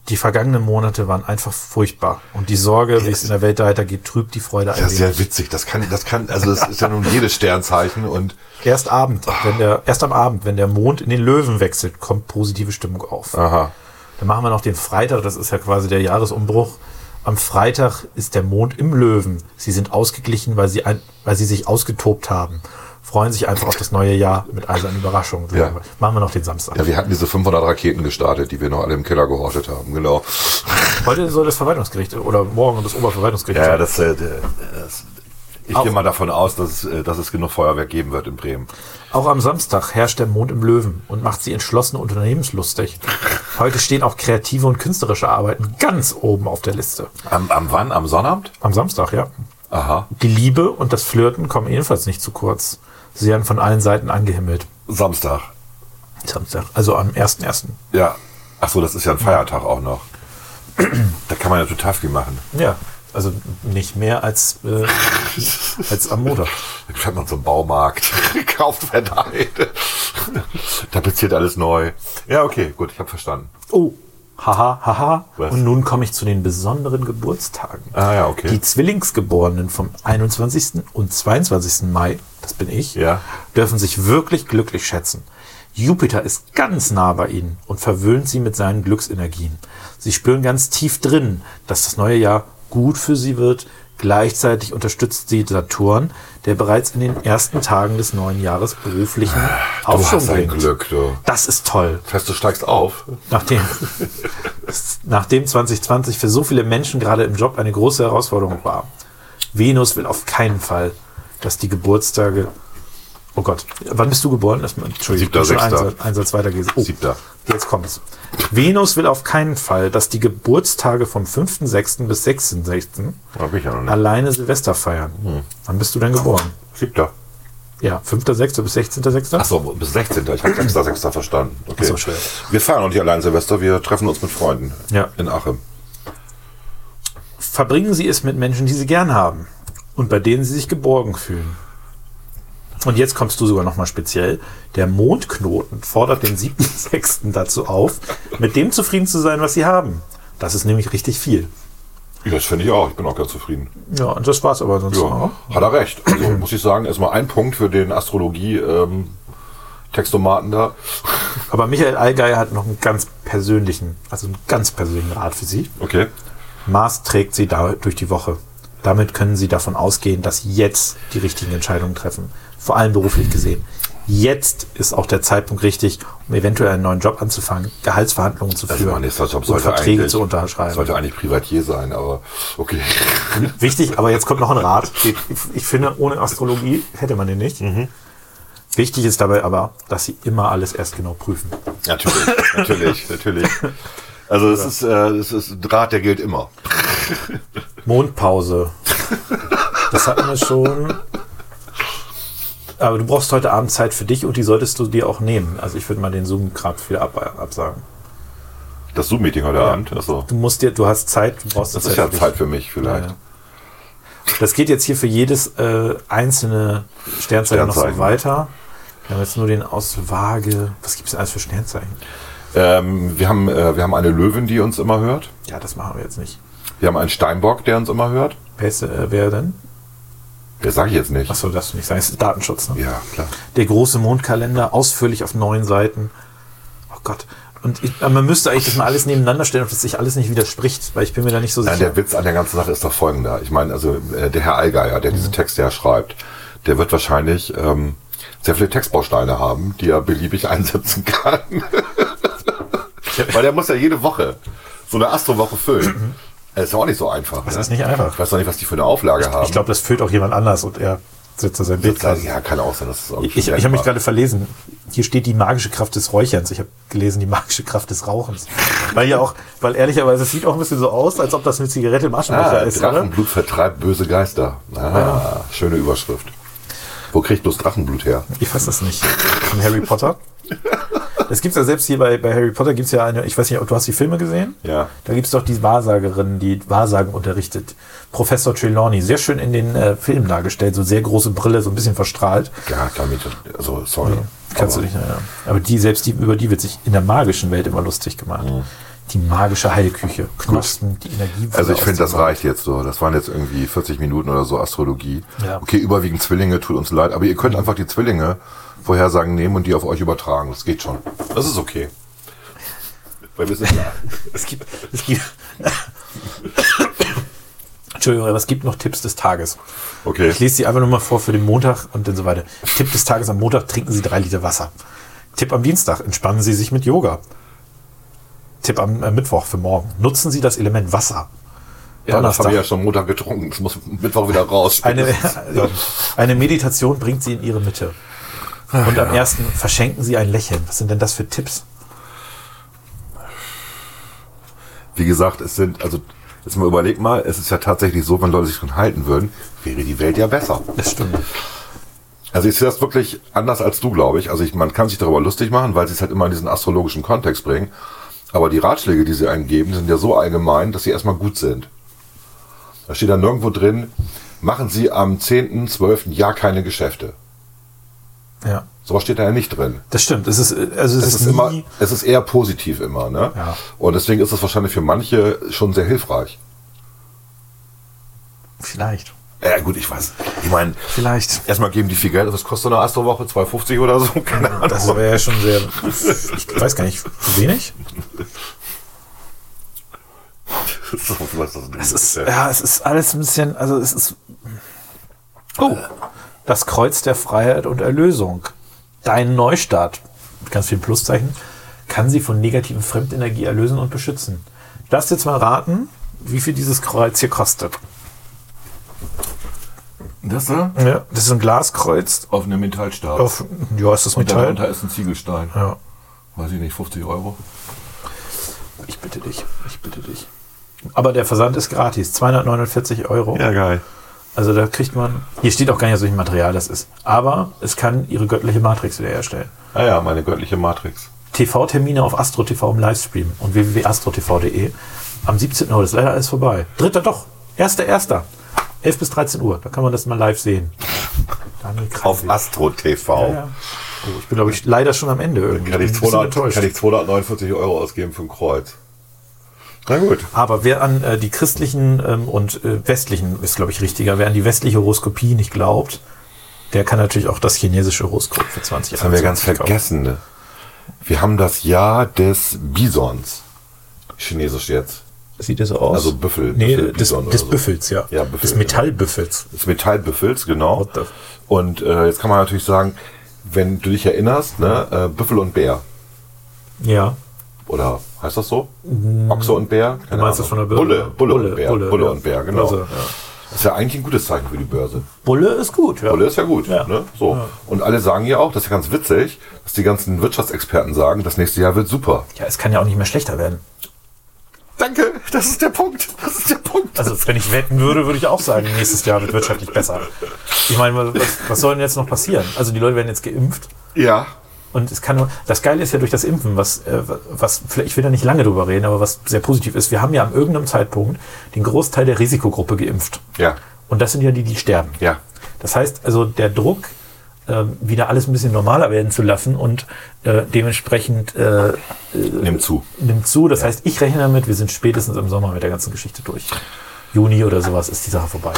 Speaker 1: Die vergangenen Monate waren einfach furchtbar. Und die Sorge, wie es in der Welt weitergeht, trübt die Freude ein
Speaker 2: Das ist
Speaker 1: wenig.
Speaker 2: ja witzig, das kann, das kann, also das ist ja nun jedes Sternzeichen und
Speaker 1: Erst Abend, wenn der, erst am Abend, wenn der Mond in den Löwen wechselt, kommt positive Stimmung auf.
Speaker 2: aha.
Speaker 1: Dann machen wir noch den Freitag, das ist ja quasi der Jahresumbruch. Am Freitag ist der Mond im Löwen. Sie sind ausgeglichen, weil sie, ein, weil sie sich ausgetobt haben. Freuen sich einfach auf das neue Jahr mit all seinen Überraschungen.
Speaker 2: Ja.
Speaker 1: Machen wir noch den Samstag.
Speaker 2: Ja, wir hatten diese 500 Raketen gestartet, die wir noch alle im Keller gehortet haben, genau.
Speaker 1: Heute soll das Verwaltungsgericht oder morgen das Oberverwaltungsgericht
Speaker 2: Ja,
Speaker 1: sein.
Speaker 2: das, äh, das ich gehe mal davon aus, dass, es, äh, dass es genug Feuerwerk geben wird in Bremen.
Speaker 1: Auch am Samstag herrscht der Mond im Löwen und macht sie entschlossen und unternehmenslustig. Heute stehen auch kreative und künstlerische Arbeiten ganz oben auf der Liste.
Speaker 2: Am, am wann? Am Sonnabend?
Speaker 1: Am Samstag, ja.
Speaker 2: Aha.
Speaker 1: Die Liebe und das Flirten kommen ebenfalls nicht zu kurz. Sie werden von allen Seiten angehimmelt.
Speaker 2: Samstag.
Speaker 1: Samstag. Also am 1.1.
Speaker 2: Ja. Ach so, das ist ja ein Feiertag auch noch. Da kann man ja total viel machen.
Speaker 1: Ja. Also nicht mehr als, äh, als am Montag.
Speaker 2: Da fährt man zum Baumarkt, kauft Verneide. Da passiert alles neu. Ja, okay, gut, ich habe verstanden.
Speaker 1: Oh, haha, haha.
Speaker 2: Was?
Speaker 1: Und nun komme ich zu den besonderen Geburtstagen.
Speaker 2: Ah ja, okay.
Speaker 1: Die Zwillingsgeborenen vom 21. und 22. Mai, das bin ich,
Speaker 2: Ja.
Speaker 1: dürfen sich wirklich glücklich schätzen. Jupiter ist ganz nah bei ihnen und verwöhnt sie mit seinen Glücksenergien. Sie spüren ganz tief drin, dass das neue Jahr gut für sie wird. Gleichzeitig unterstützt sie Saturn, der bereits in den ersten Tagen des neuen Jahres beruflichen Aufschwung
Speaker 2: Ah, hast ein
Speaker 1: bringt.
Speaker 2: Glück, du.
Speaker 1: Das ist toll.
Speaker 2: Fest, du steigst auf.
Speaker 1: Nachdem, nachdem 2020 für so viele Menschen gerade im Job eine große Herausforderung war. Venus will auf keinen Fall, dass die Geburtstage. Oh Gott, wann bist du geboren? Das- Entschuldigung,
Speaker 2: Siebter,
Speaker 1: ich bin schon
Speaker 2: sechster.
Speaker 1: einen Satz- einen Satz weitergehen. Oh,
Speaker 2: Siebter.
Speaker 1: Jetzt kommt's. Venus will auf keinen Fall, dass die Geburtstage vom 5.6. bis 6.6.
Speaker 2: Hab ich ja noch nicht.
Speaker 1: alleine Silvester feiern.
Speaker 2: Hm.
Speaker 1: Wann bist du denn geboren?
Speaker 2: Siebter.
Speaker 1: Ja, 5.6. bis 16.6.
Speaker 2: Achso, bis 16. Ich habe 6. 6. verstanden. Okay.
Speaker 1: Ach so, schwer.
Speaker 2: wir fahren noch nicht allein, Silvester. Wir treffen uns mit Freunden.
Speaker 1: Ja.
Speaker 2: In Achim.
Speaker 1: verbringen sie es mit Menschen, die sie gern haben und bei denen sie sich geborgen fühlen. Und jetzt kommst du sogar nochmal speziell. Der Mondknoten fordert den 7.6. dazu auf, mit dem zufrieden zu sein, was sie haben. Das ist nämlich richtig viel.
Speaker 2: Ja, Das finde ich auch. Ich bin auch ganz zufrieden.
Speaker 1: Ja, und das war's aber sonst
Speaker 2: Ja,
Speaker 1: auch.
Speaker 2: hat er recht. Also muss ich sagen, erstmal ein Punkt für den Astrologie-Textomaten da.
Speaker 1: Aber Michael Allgeier hat noch einen ganz persönlichen, also einen ganz persönlichen Rat für sie.
Speaker 2: Okay.
Speaker 1: Mars trägt sie da durch die Woche. Damit können sie davon ausgehen, dass sie jetzt die richtigen Entscheidungen treffen. Vor allem beruflich gesehen. Jetzt ist auch der Zeitpunkt richtig, um eventuell einen neuen Job anzufangen, Gehaltsverhandlungen zu
Speaker 2: Also
Speaker 1: führen
Speaker 2: mein nächster Job
Speaker 1: und
Speaker 2: sollte
Speaker 1: Verträge
Speaker 2: eigentlich,
Speaker 1: zu unterschreiben.
Speaker 2: sollte eigentlich Privatier sein, aber okay.
Speaker 1: Wichtig, aber jetzt kommt noch ein Rat. Ich- Ich finde, ohne Astrologie hätte man den nicht.
Speaker 2: Mhm.
Speaker 1: Wichtig ist dabei aber, dass sie immer alles erst genau prüfen.
Speaker 2: Natürlich, natürlich, natürlich. Also es ist, äh, es ist ein Draht, der gilt immer.
Speaker 1: Mondpause. Das hatten wir schon. Aber du brauchst heute Abend Zeit für dich und die solltest du dir auch nehmen. Also ich würde mal den Zoom gerade wieder ab, absagen.
Speaker 2: Das Zoom-Meeting heute Abend. Achso.
Speaker 1: Du musst dir, du hast Zeit, du brauchst
Speaker 2: Das ist ja
Speaker 1: dich.
Speaker 2: Zeit für mich vielleicht.
Speaker 1: Ja, ja. Das geht jetzt hier für jedes äh, einzelne Sternzeichen noch so
Speaker 2: Sternzeichen.
Speaker 1: weiter. Wir haben jetzt nur den aus Waage. Was gibt es denn alles für Sternzeichen?
Speaker 2: Ähm, wir, haben, äh, wir haben eine Löwin, die uns immer hört.
Speaker 1: Ja, das machen wir jetzt nicht.
Speaker 2: Wir haben einen Steinbock, der uns immer hört.
Speaker 1: Wer, ist, äh, wer denn?
Speaker 2: Der sage ich jetzt nicht.
Speaker 1: Achso, darfst du nicht sagen. Das ist Datenschutz, ne?
Speaker 2: Ja, klar.
Speaker 1: Der große Mondkalender, ausführlich auf neun Seiten. Oh Gott. Und ich, aber man müsste eigentlich das mal alles nebeneinander stellen, ob das sich alles nicht widerspricht, weil ich bin mir da nicht so
Speaker 2: Nein,
Speaker 1: sicher.
Speaker 2: der Witz an der ganzen Sache ist doch folgender. Ich meine, also äh, der Herr Allgeier, der
Speaker 1: Mhm.
Speaker 2: diese Texte ja schreibt, der wird wahrscheinlich ähm, sehr viele Textbausteine haben, die er beliebig einsetzen kann. Weil der muss ja jede Woche so eine Astrowoche füllen. Das ist ja auch nicht so einfach. Das
Speaker 1: Mhm. ist nicht einfach.
Speaker 2: Ich weiß doch nicht, was die für eine Auflage haben.
Speaker 1: ich glaube, das führt auch jemand anders und er setzt da sein Bild
Speaker 2: das
Speaker 1: rein.
Speaker 2: ja, kann auch sein, dass es irgendwie
Speaker 1: Ich, ich,
Speaker 2: schon
Speaker 1: ich habe mich
Speaker 2: denkbar
Speaker 1: gerade verlesen. Hier steht die magische Kraft des Räucherns. Ich habe gelesen, die magische Kraft des Rauchens. Weil ja auch, weil ehrlicherweise es sieht auch ein bisschen so aus, als ob das eine Zigarette im Aschenbecher
Speaker 2: Ah,
Speaker 1: ist, oder?
Speaker 2: Drachenblut vertreibt böse Geister. Ah, Schöne Überschrift. Wo kriegt bloß Drachenblut her?
Speaker 1: Ich weiß das nicht. Von Harry Potter. Es gibt ja selbst hier bei, bei Harry Potter gibt es ja eine, ich weiß nicht, ob du hast die Filme gesehen?
Speaker 2: Ja.
Speaker 1: Da gibt es doch die Wahrsagerin, die Wahrsagen unterrichtet. Professor Trelawney, sehr schön in den äh, Filmen dargestellt, so sehr große Brille, so ein bisschen verstrahlt.
Speaker 2: Ja, damit. Also, sorry.
Speaker 1: Kannst
Speaker 2: Aber-
Speaker 1: du dich erinnern. Aber die selbst, die, über die wird sich in der magischen Welt immer lustig gemacht.
Speaker 2: Mhm.
Speaker 1: Die magische Heilküche, Knospen, die Energie.
Speaker 2: Also ich finde, das reicht jetzt so. Das waren jetzt irgendwie 40 Minuten oder so Astrologie.
Speaker 1: Ja.
Speaker 2: Okay, überwiegend Zwillinge, tut uns leid. Aber ihr könnt einfach die Zwillinge Vorhersagen nehmen und die auf euch übertragen. Das geht schon. Das ist okay. Weil wir sind
Speaker 1: Es gibt, es gibt Entschuldigung, aber es gibt noch Tipps des Tages.
Speaker 2: Okay.
Speaker 1: Ich lese sie einfach nur mal vor für den Montag und dann so weiter. Tipp des Tages am Montag trinken Sie drei Liter Wasser. Tipp am Dienstag entspannen Sie sich mit Yoga. Tipp am äh, Mittwoch für morgen nutzen Sie das Element Wasser.
Speaker 2: Ja, das
Speaker 1: Donnerstag.
Speaker 2: haben wir ja schon Montag getrunken. Das muss Mittwoch wieder raus. äh,
Speaker 1: Eine,
Speaker 2: Ja.
Speaker 1: eine Meditation bringt sie in ihre Mitte. Und am ersten verschenken sie ein Lächeln. Was sind denn das für Tipps?
Speaker 2: Wie gesagt, es sind, also jetzt mal überleg mal, es ist ja tatsächlich so, wenn Leute sich dran halten würden, wäre die Welt ja besser.
Speaker 1: Das stimmt.
Speaker 2: Also ich sehe das wirklich anders als du, glaube ich. Also ich, man kann sich darüber lustig machen, weil sie es halt immer in diesen astrologischen Kontext bringen. Aber die Ratschläge, die sie einem geben, sind ja so allgemein, dass sie erstmal gut sind. Da steht dann nirgendwo drin, machen Sie am 10., 12. Jahr keine Geschäfte.
Speaker 1: Ja.
Speaker 2: Sowas steht da ja nicht drin.
Speaker 1: Das stimmt. Es ist, äh, also es
Speaker 2: Es
Speaker 1: ist,
Speaker 2: ist,
Speaker 1: nie,
Speaker 2: immer, es ist eher positiv immer, ne?
Speaker 1: Ja.
Speaker 2: Und deswegen ist es wahrscheinlich für manche schon sehr hilfreich.
Speaker 1: Vielleicht.
Speaker 2: Ja gut, ich weiß. Ich meine,
Speaker 1: Vielleicht.
Speaker 2: erstmal geben die viel Geld, das kostet so eine Astrowoche 2,50 oder so, keine Ahnung.
Speaker 1: Das wäre ja schon sehr. Ich weiß gar nicht, zu wenig?
Speaker 2: So, was ist
Speaker 1: Es
Speaker 2: das
Speaker 1: ist, äh, ja, es ist alles ein bisschen, also es ist. Oh. Das Kreuz der Freiheit und Erlösung. Dein Neustart. Mit ganz vielen Pluszeichen. Kann sie von negativen Fremdenergie erlösen und beschützen. Lass jetzt mal raten, wie viel dieses Kreuz hier kostet.
Speaker 7: Das da?
Speaker 1: Ja, das ne? ist ein Glaskreuz.
Speaker 7: Auf einem Metallstab.
Speaker 1: Auf, ja, ist das
Speaker 7: Und
Speaker 1: Metall?
Speaker 7: darunter ist ein Ziegelstein.
Speaker 1: Ja.
Speaker 7: Weiß ich nicht, 50 Euro.
Speaker 1: Ich bitte dich. Ich bitte dich. Aber der Versand ist gratis. 249 Euro.
Speaker 2: geil.
Speaker 1: Also da kriegt man. Hier steht auch gar nicht, aus welchem Material das ist. Aber es kann ihre göttliche Matrix wiederherstellen.
Speaker 2: Ah ja, meine göttliche Matrix.
Speaker 1: TV-Termine auf Astro TV im Livestream und www.astrotv.de. Am 17. Uhr, das ist leider alles vorbei. Dritter doch. Erster, erster. 11 bis 13 Uhr. Da kann man das mal live sehen. Daniel
Speaker 2: Auf
Speaker 1: Kreisel.
Speaker 2: Astro TV.
Speaker 1: Ja, ja. Oh, ich bin, glaube ich, leider schon am Ende irgendwie.
Speaker 2: Kann, ich
Speaker 1: Bin ein bisschen
Speaker 2: 200,
Speaker 1: enttäuscht.
Speaker 2: kann ich 249 Euro ausgeben für ein Kreuz. Na gut.
Speaker 1: Aber wer an äh, die christlichen ähm, und äh, westlichen, ist glaube ich richtiger, wer an die westliche Horoskopie nicht glaubt, der kann natürlich auch das chinesische Horoskop für 20
Speaker 2: Das haben wir ganz vergessen. ne? Wir haben das Jahr des Bisons. Chinesisch jetzt.
Speaker 1: Sieht das so aus?
Speaker 2: Also Büffel,
Speaker 1: Nee,
Speaker 2: Büffel,
Speaker 1: des,
Speaker 2: Bison oder
Speaker 1: des
Speaker 2: so.
Speaker 1: Büffels, ja.
Speaker 2: Ja, Büffel,
Speaker 1: des
Speaker 2: genau.
Speaker 1: Metallbüffels.
Speaker 2: des Metallbüffels, genau.
Speaker 1: What the-
Speaker 2: Und äh, jetzt kann man natürlich sagen, wenn du dich erinnerst, ne, äh, Büffel und Bär.
Speaker 1: Ja.
Speaker 2: Oder heißt das so? Ochse und Bär? Keine
Speaker 1: Du meinst das von der Börse?
Speaker 2: Bulle, Bulle,
Speaker 1: Bulle,
Speaker 2: und Bär.
Speaker 1: Bulle,
Speaker 2: Bulle,
Speaker 1: ja.
Speaker 2: und Bär, genau.
Speaker 1: Also-
Speaker 2: ja. Ist ja eigentlich ein gutes Zeichen für die Börse.
Speaker 1: Bulle ist gut, ja.
Speaker 2: Bulle ist ja gut.
Speaker 1: Ja.
Speaker 2: Ne? So. Und alle sagen ja auch, das ist ja ganz witzig, dass die ganzen Wirtschaftsexperten sagen, das nächste Jahr wird super.
Speaker 1: ja, es kann ja auch nicht mehr schlechter werden.
Speaker 2: Danke, das ist der Punkt. Das ist der Punkt.
Speaker 1: Also, wenn ich wetten würde, würde ich auch sagen, nächstes Jahr wird wirtschaftlich besser. Ich meine, was, was soll denn jetzt noch passieren? Also, die Leute werden jetzt geimpft.
Speaker 2: ja.
Speaker 1: Und es kann nur, das Geile ist ja durch das Impfen, was, äh, was, vielleicht- ich will da nicht lange drüber reden, aber was sehr positiv ist. Wir haben ja an irgendeinem Zeitpunkt den Großteil der Risikogruppe geimpft.
Speaker 2: Ja.
Speaker 1: Und das sind ja die, die sterben.
Speaker 2: Ja.
Speaker 1: Das heißt also, der Druck, ähm, wieder alles ein bisschen normaler werden zu lassen und äh, dementsprechend äh,
Speaker 2: Nimm zu.
Speaker 1: nimmt zu. Das heißt, ich rechne damit, wir sind spätestens im Sommer mit der ganzen Geschichte durch. Juni oder sowas ist die Sache vorbei.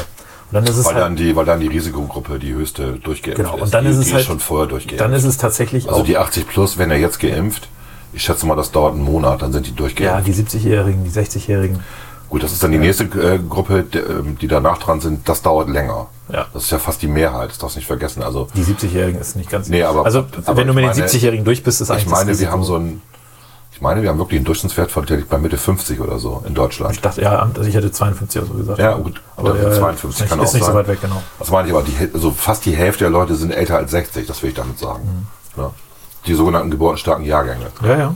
Speaker 1: Und dann ist es
Speaker 2: Weil
Speaker 1: halt,
Speaker 2: dann, die, weil dann die Risikogruppe die höchste durchgeimpft
Speaker 1: Genau,
Speaker 2: ist.
Speaker 1: und dann
Speaker 2: die,
Speaker 1: ist es
Speaker 2: die
Speaker 1: halt-
Speaker 2: schon vorher durchgeimpft.
Speaker 1: dann ist es tatsächlich
Speaker 2: also
Speaker 1: auch,
Speaker 2: die 80 plus, wenn er jetzt geimpft, ich schätze mal, das dauert einen Monat, dann sind die
Speaker 1: ja,
Speaker 2: durchgeimpft.
Speaker 1: die 70-Jährigen, die 60-Jährigen.
Speaker 2: Gut, das ist dann die nächste äh, Gruppe, die, ähm, die danach dran sind, das dauert länger.
Speaker 1: Ja.
Speaker 2: Das ist ja fast die Mehrheit, das darfst du nicht vergessen. Also
Speaker 1: Die 70-Jährigen ist nicht ganz.
Speaker 2: Nee, aber-
Speaker 1: also,
Speaker 2: aber
Speaker 1: wenn du
Speaker 2: ich
Speaker 1: mit den
Speaker 2: meine-
Speaker 1: 70-Jährigen durch bist, ist
Speaker 2: ich
Speaker 1: eigentlich.
Speaker 2: meine,
Speaker 1: das
Speaker 2: wir
Speaker 1: Risiko-
Speaker 2: haben so einen, ich meine, wir haben wirklich einen Durchschnittswert von, der liegt bei Mitte 50 oder so in Deutschland.
Speaker 1: Ich dachte, ja, also ich hätte 52 oder so gesagt.
Speaker 2: Ja, gut,
Speaker 1: aber
Speaker 2: dann
Speaker 1: äh,
Speaker 2: 52
Speaker 1: nicht,
Speaker 2: kann
Speaker 1: ist
Speaker 2: auch
Speaker 1: nicht
Speaker 2: sein.
Speaker 1: so weit weg, genau.
Speaker 2: Das meine ich aber, die, Häl- also fast die Hälfte der Leute sind älter als 60, das will ich damit sagen.
Speaker 1: Mhm.
Speaker 2: Ja. Die sogenannten geburtenstarken Jahrgänge.
Speaker 1: Ja, ja.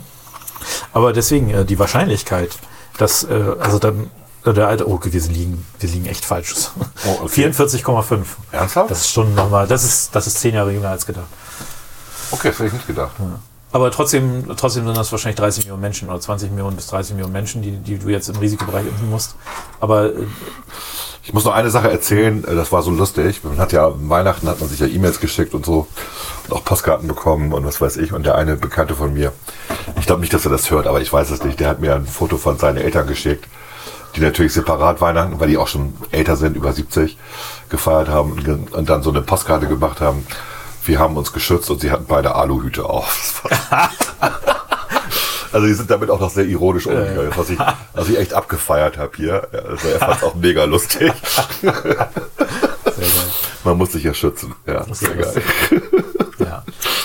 Speaker 1: Aber deswegen, äh, die Wahrscheinlichkeit, dass, äh, also dann, äh, der alte, oh, wir liegen, wir liegen echt falsch.
Speaker 2: Oh, okay.
Speaker 1: 44,5.
Speaker 2: Ernsthaft?
Speaker 1: Das ist schon nochmal, das ist, das ist zehn Jahre jünger als gedacht.
Speaker 2: okay, das hätte ich nicht gedacht.
Speaker 1: Aber trotzdem, trotzdem sind das wahrscheinlich 30 Millionen Menschen oder 20 Millionen bis 30 Millionen Menschen, die, die du jetzt im Risikobereich impfen musst. Aber äh,
Speaker 2: Ich muss noch eine Sache erzählen, äh, das war so lustig. Man hat ja an Weihnachten hat man sich ja E-Mails geschickt und so und auch Postkarten bekommen und was weiß ich. Und der eine Bekannte von mir, ich glaube nicht, dass er das hört, aber ich weiß es nicht, der hat mir ein Foto von seinen Eltern geschickt, die natürlich separat Weihnachten, weil die auch schon älter sind, über 70, gefeiert haben und, ge- und dann so eine Postkarte gemacht haben. Wir haben uns geschützt und sie hatten beide Aluhüte auf. Also die sind damit auch noch sehr ironisch umgegangen, was ich, was ich echt abgefeiert habe hier. Ja, Also er fand es auch mega lustig. Man muss sich ja schützen. Ja, sehr geil.
Speaker 1: Ja.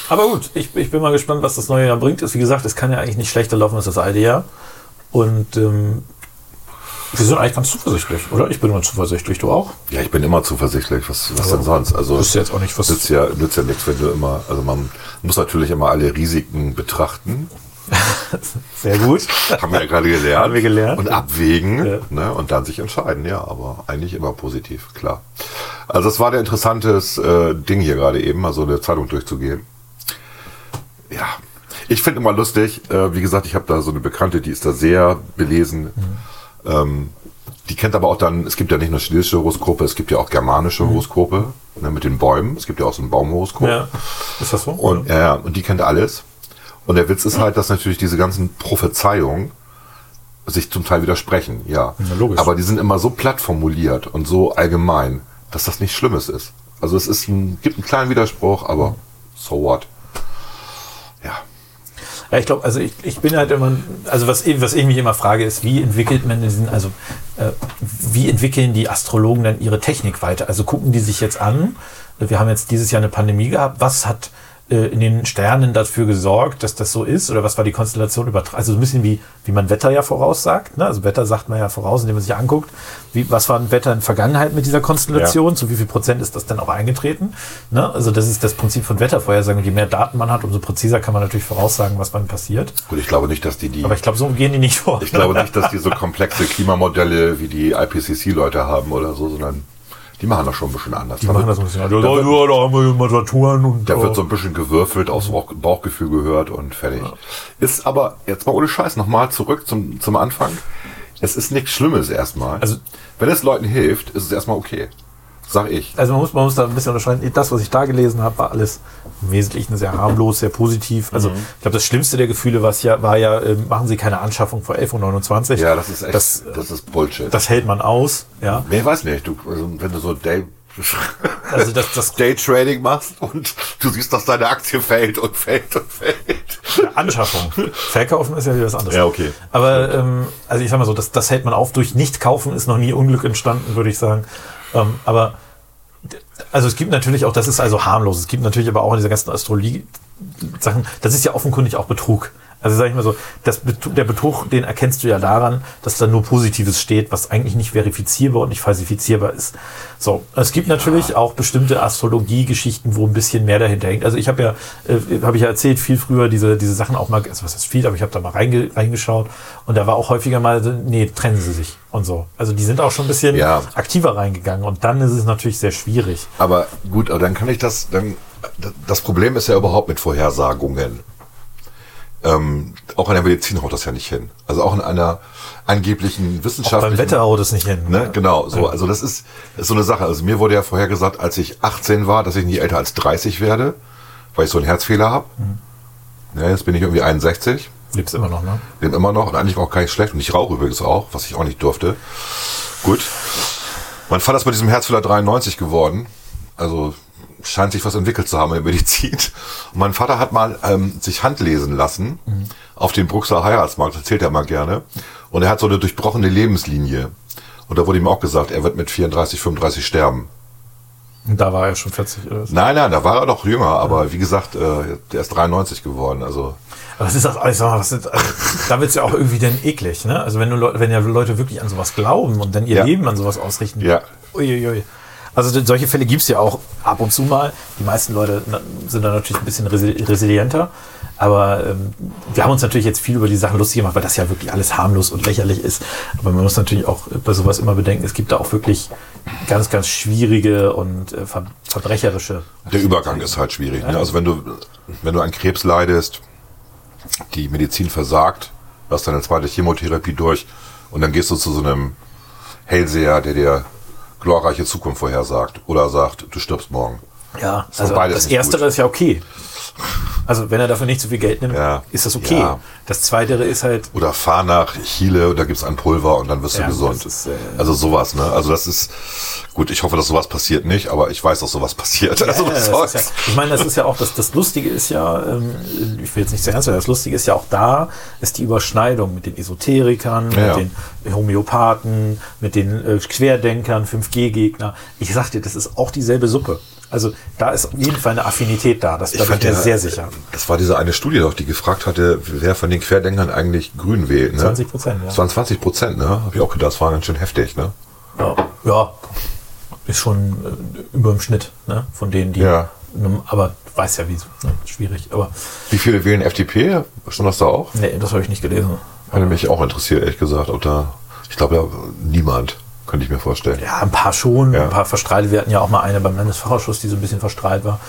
Speaker 1: Aber gut, ich, ich bin mal gespannt, was das neue Jahr bringt. Ist, wie gesagt, es kann ja eigentlich nicht schlechter laufen als das alte Jahr. Und ähm, wir sind eigentlich ganz zuversichtlich, oder? Ich bin ganz zuversichtlich, du auch.
Speaker 2: Ja, ich bin immer zuversichtlich. Was, was denn sonst? Also
Speaker 1: Das ist jetzt auch nicht was-
Speaker 2: Nützt ja, nützt ja nichts, wenn du immer. Also man muss natürlich immer alle Risiken betrachten.
Speaker 1: Sehr gut.
Speaker 2: Haben wir ja gerade gelernt.
Speaker 1: Haben wir gelernt.
Speaker 2: Und abwägen
Speaker 1: Ja.
Speaker 2: ne, und dann sich entscheiden. Ja, aber eigentlich immer positiv, klar. Also das war der interessantes äh, Ding hier gerade eben, also eine Zeitung durchzugehen. Ja, ich finde immer lustig, äh, wie gesagt, ich habe da so eine Bekannte, die ist da sehr belesen.
Speaker 1: Mhm.
Speaker 2: Ähm, die kennt aber auch dann, es gibt ja nicht nur chinesische Horoskope, es gibt ja auch germanische Horoskope ne, mit den Bäumen. Es gibt ja auch so ein Baumhoroskop.
Speaker 1: Mhm. Ja. Ist das so?
Speaker 2: Und, ja, ja, und die kennt alles. Und der Witz ist halt, dass natürlich diese ganzen Prophezeiungen sich zum Teil widersprechen, ja.
Speaker 1: Ja, logisch.
Speaker 2: Aber die sind immer so platt formuliert und so allgemein, dass das nichts Schlimmes ist. Also es ist ein, gibt einen kleinen Widerspruch, aber so what? Ja.
Speaker 1: Ja, ich glaube, also ich, ich bin halt immer, also was, ich- was ich mich immer frage, ist, wie entwickelt man diesen, also äh, wie entwickeln die Astrologen dann ihre Technik weiter? Also gucken die sich jetzt an, wir haben jetzt dieses Jahr eine Pandemie gehabt, was hat äh, in den Sternen dafür gesorgt, dass das so ist? Oder was war die Konstellation übertragen? Also so ein bisschen wie, wie man Wetter ja voraussagt, ne? Also Wetter sagt man ja voraus, indem man sich anguckt, wie, was war ein Wetter in der Vergangenheit mit dieser Konstellation? Zu wie viel Prozent ist das dann auch eingetreten? Ne? Also das ist das Prinzip von Wettervorhersagen. Und je mehr Daten man hat, umso präziser kann man natürlich voraussagen, was wann passiert.
Speaker 2: Gut, ich glaube nicht, dass die die,
Speaker 1: Aber ich glaube, so gehen die nicht vor.
Speaker 2: ich glaube nicht, dass die so komplexe Klimamodelle wie die IPCC-Leute haben oder so, sondern die machen das schon ein bisschen anders.
Speaker 1: die
Speaker 2: Da
Speaker 1: machen das
Speaker 2: wird-
Speaker 1: ein bisschen. Ja,
Speaker 2: also Da
Speaker 1: da,
Speaker 2: wird,
Speaker 1: ja, da haben wir Temperaturen und
Speaker 2: Da
Speaker 1: äh,
Speaker 2: wird so ein bisschen gewürfelt, aufs Bauch- Bauchgefühl gehört und fertig. Ist aber, jetzt mal ohne Scheiß, nochmal zurück zum, zum Anfang. Es ist nichts Schlimmes erstmal.
Speaker 1: Also-
Speaker 2: Wenn es Leuten hilft, ist es erstmal okay. Sag ich.
Speaker 1: also man muss, man muss da ein bisschen unterscheiden. Das, was ich da gelesen habe, war alles im Wesentlichen sehr harmlos, sehr positiv.
Speaker 2: Mhm.
Speaker 1: Also ich glaube, das Schlimmste der Gefühle war ja, war ja, äh, machen Sie keine Anschaffung vor 11.29 Uhr.
Speaker 2: Ja, das ist echt,
Speaker 1: Das,
Speaker 2: das, ist Bullshit.
Speaker 1: das hält man aus. Ja,
Speaker 2: nee, ich weiß nicht, du, also, wenn du so Day,
Speaker 1: also das, das
Speaker 2: Daytrading machst und du siehst, dass deine Aktie fällt und fällt und fällt.
Speaker 1: Anschaffung. Verkaufen ist ja wieder was anderes.
Speaker 2: Ja, okay.
Speaker 1: Aber ähm, also ich sag mal so, das, das hält man auf. Durch Nicht-Kaufen ist noch nie Unglück entstanden, würde ich sagen. Ähm, aber d- also es gibt natürlich auch, das ist also harmlos. Es gibt natürlich aber auch in dieser ganzen Astrologie-Sachen, das ist ja offenkundig auch Betrug. Also sag ich mal so, das, Betru- der Betrug, den erkennst du ja daran, dass da nur Positives steht, was eigentlich nicht verifizierbar und nicht falsifizierbar ist. So, es gibt natürlich auch bestimmte Astrologie-Geschichten, wo ein bisschen mehr dahinter hängt. Also ich habe ja, äh, habe ich ja erzählt, viel früher diese, diese Sachen auch mal, also was ist viel, aber ich habe da mal reinge, reingeschaut und da war auch häufiger mal, so, nee, trennen sie sich und so. Also die sind auch schon ein bisschen
Speaker 2: Ja.
Speaker 1: aktiver reingegangen und dann ist es natürlich sehr schwierig.
Speaker 2: Aber gut, aber dann kann ich das, dann, das Problem ist ja überhaupt mit Vorhersagungen. Ähm, auch in der Medizin haut das ja nicht hin. Also auch in einer angeblichen
Speaker 1: Auch beim
Speaker 2: wissenschaftlichen...
Speaker 1: Wetter haut es nicht hin.
Speaker 2: Ne? Genau, so. Also das ist, ist so eine Sache. Also mir wurde ja vorher gesagt, als ich 18 war, dass ich nie älter als 30 werde, weil ich so einen Herzfehler habe.
Speaker 1: Mhm.
Speaker 2: Ja, jetzt bin ich irgendwie 61,
Speaker 1: Lebst immer noch, ne?
Speaker 2: bin immer noch und eigentlich auch gar nicht schlecht und ich rauche übrigens auch, was ich auch nicht durfte. Gut. Mein Vater ist bei diesem Herzfehler 93 geworden. Also scheint sich was entwickelt zu haben in der Medizin. Und mein Vater hat mal ähm, sich handlesen lassen auf den Bruxer Heiratsmarkt, das erzählt er mal gerne. Und er hat so eine durchbrochene Lebenslinie. Und da wurde ihm auch gesagt, er wird mit 34, 35 sterben.
Speaker 1: Und Da war er schon 40 oder so.
Speaker 2: Nein, nein, da war er noch jünger, aber wie gesagt, äh, der ist 93 geworden. Also
Speaker 1: Aber es ist auch, ich sag mal, was ist, also, da wird's ja auch irgendwie dann eklig, ne? Also wenn du Leute, wenn ja Leute wirklich an sowas glauben und dann ihr
Speaker 2: Ja.
Speaker 1: Leben an sowas ausrichten.
Speaker 2: Ja.
Speaker 1: Uiuiui. Also d- solche Fälle gibt's ja auch ab und zu mal. Die meisten Leute na, sind da natürlich ein bisschen resi resilienter. Aber ähm, wir haben uns natürlich jetzt viel über die Sachen lustig gemacht, weil das ja wirklich alles harmlos und lächerlich ist. Aber man muss natürlich auch bei sowas immer bedenken, es gibt da auch wirklich ganz, ganz schwierige und äh, ver verbrecherische.
Speaker 2: Der Übergang ist halt schwierig. Ne? Also wenn du, wenn du an Krebs leidest, die Medizin versagt, du hast deine zweite Chemotherapie durch und dann gehst du zu so einem Hellseher, der dir glorreiche Zukunft vorhersagt oder sagt, du stirbst morgen.
Speaker 1: Ja,
Speaker 2: Ist
Speaker 1: also
Speaker 2: doch beides
Speaker 1: das
Speaker 2: nicht
Speaker 1: Erstere
Speaker 2: gut.
Speaker 1: ist ja okay. Also wenn er dafür nicht zu viel Geld nimmt,
Speaker 2: Ja.
Speaker 1: ist das okay.
Speaker 2: Ja.
Speaker 1: Das Zweitere ist halt,
Speaker 2: Oder fahr nach Chile und da gibt's ein Pulver und dann wirst
Speaker 1: Ja,
Speaker 2: du gesund.
Speaker 1: das ist, äh,
Speaker 2: also sowas, ne? Also das ist, gut, ich hoffe, dass sowas passiert nicht, aber ich weiß, dass sowas passiert. Also
Speaker 1: äh,
Speaker 2: was
Speaker 1: das ist ja,
Speaker 2: soll's?
Speaker 1: ich meine, das ist ja auch, das, das Lustige ist ja, ähm, ich will jetzt nicht zu ernst werden, das Lustige ist ja auch da, ist die Überschneidung mit den Esoterikern,
Speaker 2: Ja.
Speaker 1: mit den Homöopathen, mit den äh, Querdenkern, 5G-Gegner. Ich sag dir, das ist auch dieselbe Suppe. Also da ist auf jeden Fall eine Affinität da, das, da bin ich mir
Speaker 2: ja,
Speaker 1: sehr sicher.
Speaker 2: Das war diese eine Studie doch, die gefragt hatte, wer von den Querdenkern eigentlich grün wählt. Ne?
Speaker 1: 20%, ja.
Speaker 2: Das waren 20 Prozent, ne? Hab ich auch gedacht, das war ganz schön heftig, ne?
Speaker 1: Ja, ja ist schon äh, über dem Schnitt, ne? Von denen, die.
Speaker 2: Ja.
Speaker 1: Nun, Aber du weißt ja, wie ne? schwierig. Aber
Speaker 2: Wie viele wählen FDP? Stand das da auch?
Speaker 1: nee, das habe ich nicht gelesen.
Speaker 2: Hätte mich auch interessiert, ehrlich gesagt, ob da. Ich glaube ja, niemand. könnte ich mir vorstellen.
Speaker 1: Ja, ein paar schon,
Speaker 2: Ja.
Speaker 1: ein paar verstrahlt. Wir hatten ja auch mal eine beim Landesfachausschuss, die so ein bisschen verstrahlt war,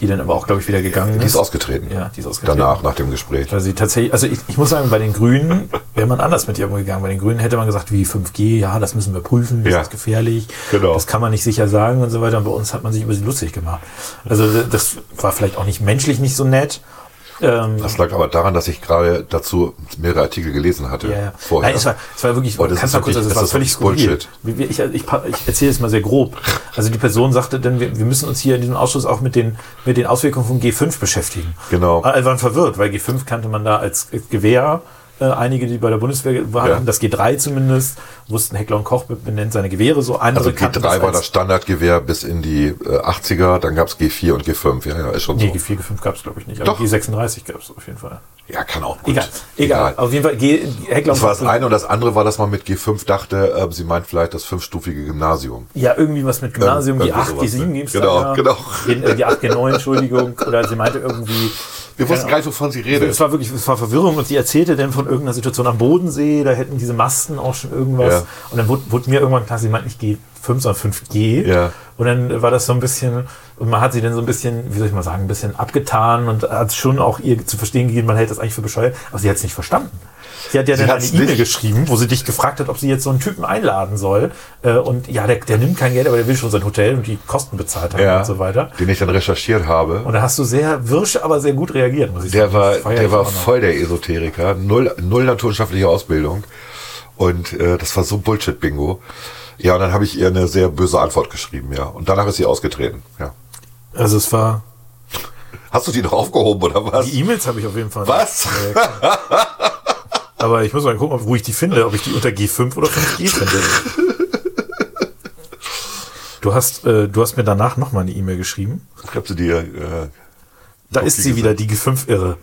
Speaker 1: die dann aber auch, glaube ich, wieder gegangen
Speaker 2: Die ist ausgetreten.
Speaker 1: Ja, die ist ausgetreten.
Speaker 2: Danach, nach dem Gespräch.
Speaker 1: Weil sie tatsächlich, also ich, ich muss sagen, bei den Grünen wäre man anders mit ihr umgegangen. Bei den Grünen hätte man gesagt, wie 5G, ja, das müssen wir prüfen, das
Speaker 2: Ja.
Speaker 1: ist gefährlich,
Speaker 2: Genau.
Speaker 1: das kann man nicht sicher sagen und so weiter. Und bei uns hat man sich über sie lustig gemacht. Also d- das war vielleicht auch nicht menschlich nicht so nett. Ähm,
Speaker 2: Das lag aber daran, dass ich gerade dazu mehrere Artikel gelesen hatte.
Speaker 1: ja, ja.
Speaker 2: Vorher.
Speaker 1: Nein, es war, es war wirklich,
Speaker 2: Oh, das
Speaker 1: kannst
Speaker 2: ist
Speaker 1: du mal kurz,
Speaker 2: wirklich-
Speaker 1: also es
Speaker 2: das
Speaker 1: war
Speaker 2: ist
Speaker 1: völlig
Speaker 2: wirklich
Speaker 1: skurril. Wir- Ich, ich, pa- ich erzähle es mal sehr grob. Also die Person sagte dann, wir, wir müssen uns hier in diesem Ausschuss auch mit den, mit den Auswirkungen von G5 beschäftigen.
Speaker 2: Genau.
Speaker 1: Alle waren verwirrt, weil G5 kannte man da als Gewehr. äh, Einige, die bei der Bundeswehr waren,
Speaker 2: Ja.
Speaker 1: das G3 zumindest, wussten Heckler und Koch benennt seine Gewehre so. Andere
Speaker 2: also
Speaker 1: kannten
Speaker 2: G3 war
Speaker 1: als-
Speaker 2: das Standardgewehr bis in die äh, 80er, dann gab es G4 und G5. Ja, ja, ist schon
Speaker 1: Nee,
Speaker 2: so.
Speaker 1: G4, G5 gab es glaube ich nicht, Also aber
Speaker 2: Doch.
Speaker 1: G36 gab es auf jeden Fall.
Speaker 2: Ja, kann auch. gut.
Speaker 1: Egal, egal, Auf jeden Fall, G, Heckler und
Speaker 2: Das war das
Speaker 1: Koch-
Speaker 2: eine und das andere war, dass man mit G5 dachte, äh, sie meint vielleicht das fünfstufige Gymnasium.
Speaker 1: Ja, irgendwie was mit Gymnasium,
Speaker 2: Ähm,
Speaker 1: die
Speaker 2: irgendwie
Speaker 1: 8, die
Speaker 2: sowas,
Speaker 1: 7
Speaker 2: ne?
Speaker 1: gibt's
Speaker 2: Genau,
Speaker 1: da. ja.
Speaker 2: genau.
Speaker 1: Den, äh, Die 8, die 9, Entschuldigung. Oder sie meinte irgendwie.
Speaker 2: Wir wussten
Speaker 1: Keine
Speaker 2: gar nicht, wovon sie redet.
Speaker 1: Es war wirklich, es war Verwirrung und sie erzählte dann von irgendeiner Situation am Bodensee, da hätten diese Masten auch schon irgendwas.
Speaker 2: Ja.
Speaker 1: Und dann wurde, wurde mir irgendwann klar, sie meint nicht G5, sondern 5G.
Speaker 2: Ja.
Speaker 1: Und dann war das so ein bisschen, und man hat sie dann so ein bisschen, wie soll ich mal sagen, ein bisschen abgetan und hat schon auch ihr zu verstehen gegeben, man hält das eigentlich für bescheuert, aber sie hat es nicht verstanden. Sie hat ja dann eine
Speaker 2: hat's
Speaker 1: E-Mail
Speaker 2: nicht.
Speaker 1: geschrieben, wo sie dich gefragt hat, ob sie jetzt so einen Typen einladen soll. Äh, Und ja, der, der nimmt kein Geld, aber der will schon sein Hotel und die Kosten bezahlt haben und so weiter.
Speaker 2: Den ich dann recherchiert habe.
Speaker 1: Und da hast du sehr wirsch, aber sehr gut reagiert, muss ich
Speaker 2: Der war,
Speaker 1: Das feier
Speaker 2: der
Speaker 1: ich
Speaker 2: war
Speaker 1: auch noch.
Speaker 2: voll der Esoteriker, null, null naturwissenschaftliche Ausbildung. Und äh, das war so Bullshit-Bingo. Ja, und dann habe ich ihr eine sehr böse Antwort geschrieben, ja. Und danach ist sie ausgetreten, ja.
Speaker 1: Also es war.
Speaker 2: Hast du die noch aufgehoben oder was?
Speaker 1: Die E-Mails habe ich auf jeden Fall.
Speaker 2: Was?
Speaker 1: Ja, klar. aber ich muss mal gucken, ob, wo ich die finde, ob ich die unter G5 oder 5G finde. Du hast, äh, du hast mir danach nochmal eine E-Mail geschrieben.
Speaker 2: Ich hab sie dir, äh,
Speaker 1: Da ist sie wieder, die G5-Irre.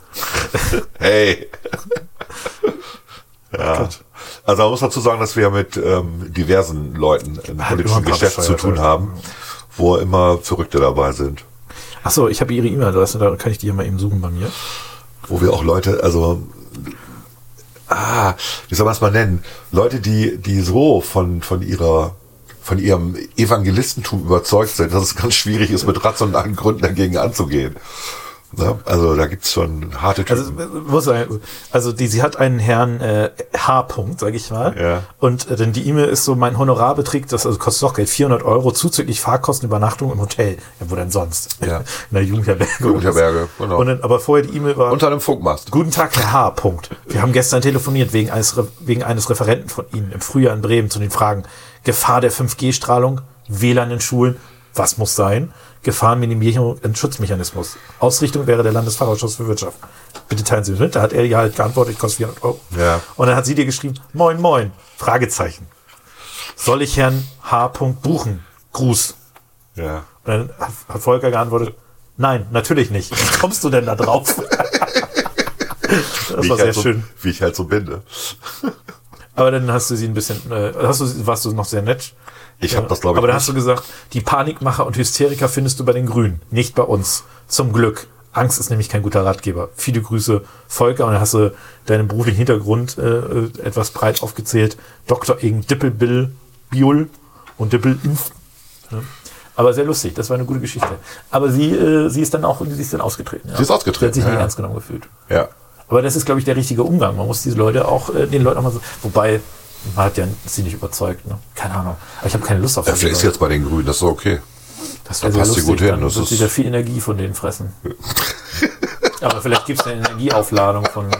Speaker 2: hey. ja. Also man muss dazu sagen, dass wir mit ähm, diversen Leuten im
Speaker 1: immer ein
Speaker 2: politischen
Speaker 1: paar
Speaker 2: Geschäft zu
Speaker 1: Bescheuerte.
Speaker 2: tun haben, wo immer Verrückte dabei sind.
Speaker 1: Achso, ich habe ihre E-Mail-Adresse, da kann ich die ja mal eben suchen bei mir.
Speaker 2: wo wir auch Leute, also ah, wie soll man es mal nennen? Leute, die, die so von, von ihrer von ihrem Evangelistentum überzeugt sind, dass es ganz schwierig ist, mit rationalen Gründen dagegen anzugehen. Ne? Also da gibt's schon harte
Speaker 1: Also,
Speaker 2: Typen.
Speaker 1: äh, muss sagen, also die, sie hat einen Herrn äh, H. -Punkt, sag ich mal.
Speaker 2: Ja.
Speaker 1: Und äh, denn die E-Mail ist so, mein Honorar beträgt, das also kostet doch Geld, 400 Euro zuzüglich Fahrkosten, Übernachtung im Hotel. Ja, wo denn sonst?
Speaker 2: Ja.
Speaker 1: In der Jugendherberge. oder
Speaker 2: Jugendherberge,
Speaker 1: was.
Speaker 2: genau.
Speaker 1: Und dann, aber vorher die E-Mail war,
Speaker 2: Unter einem Funkmast.
Speaker 1: Guten Tag, Herr H. Punkt. Wir haben gestern telefoniert wegen eines, Re- wegen eines Referenten von Ihnen im Frühjahr in Bremen zu den Fragen Gefahr der 5G-Strahlung, WLAN in Schulen, was muss sein? Gefahrenminimierung und Schutzmechanismus. Ausrichtung wäre der Landesfachausschuss für Wirtschaft. Bitte teilen Sie es mit. Da hat er ja halt geantwortet, kostet 400 Euro.
Speaker 2: Ja.
Speaker 1: Und dann hat sie dir geschrieben, moin, moin, Fragezeichen. Soll ich Herrn H. Punkt buchen? Gruß.
Speaker 2: Ja.
Speaker 1: Und dann hat- hat Volker geantwortet, nein, natürlich nicht. Wie kommst du denn da drauf? das
Speaker 2: Wie
Speaker 1: war
Speaker 2: ich,
Speaker 1: sehr
Speaker 2: halt so,
Speaker 1: schön.
Speaker 2: wie ich halt so bin. ne?
Speaker 1: Aber dann hast du sie ein bisschen, äh, hast du, warst du noch sehr nett.
Speaker 2: Ich hab habe das, glaube ich,
Speaker 1: Aber dann hast du gesagt, die Panikmacher und Hysteriker findest du bei den Grünen, nicht bei uns. Zum Glück. Angst ist nämlich kein guter Ratgeber. Viele Grüße, Volker. Und dann hast du deinen beruflichen Hintergrund äh, äh, etwas breit aufgezählt. Dr. Egen Dippelbill Biol und Dippel Inf. Ne? Aber sehr lustig, das war eine gute Geschichte. Aber sie, äh, sie ist dann auch, sie ist dann ausgetreten. Ja.
Speaker 2: Sie ist ausgetreten,
Speaker 1: Sie hat sich
Speaker 2: ja,
Speaker 1: nicht
Speaker 2: ja.
Speaker 1: ernst genommen gefühlt.
Speaker 2: Ja.
Speaker 1: Aber das ist, glaube ich, der richtige Umgang. Man muss diese Leute auch, äh, den Leuten auch mal so, wobei, man hat ja sie nicht überzeugt, ne? Keine Ahnung. Aber ich habe keine Lust auf
Speaker 2: ja. Vielleicht ist
Speaker 1: Leute.
Speaker 2: jetzt bei den Grünen, das ist okay.
Speaker 1: das
Speaker 2: da
Speaker 1: wär sehr
Speaker 2: passt sie gut hin,
Speaker 1: Dann
Speaker 2: das
Speaker 1: wird
Speaker 2: ist-
Speaker 1: sie da viel Energie von denen fressen. Aber vielleicht gibt es eine Energieaufladung von ähm,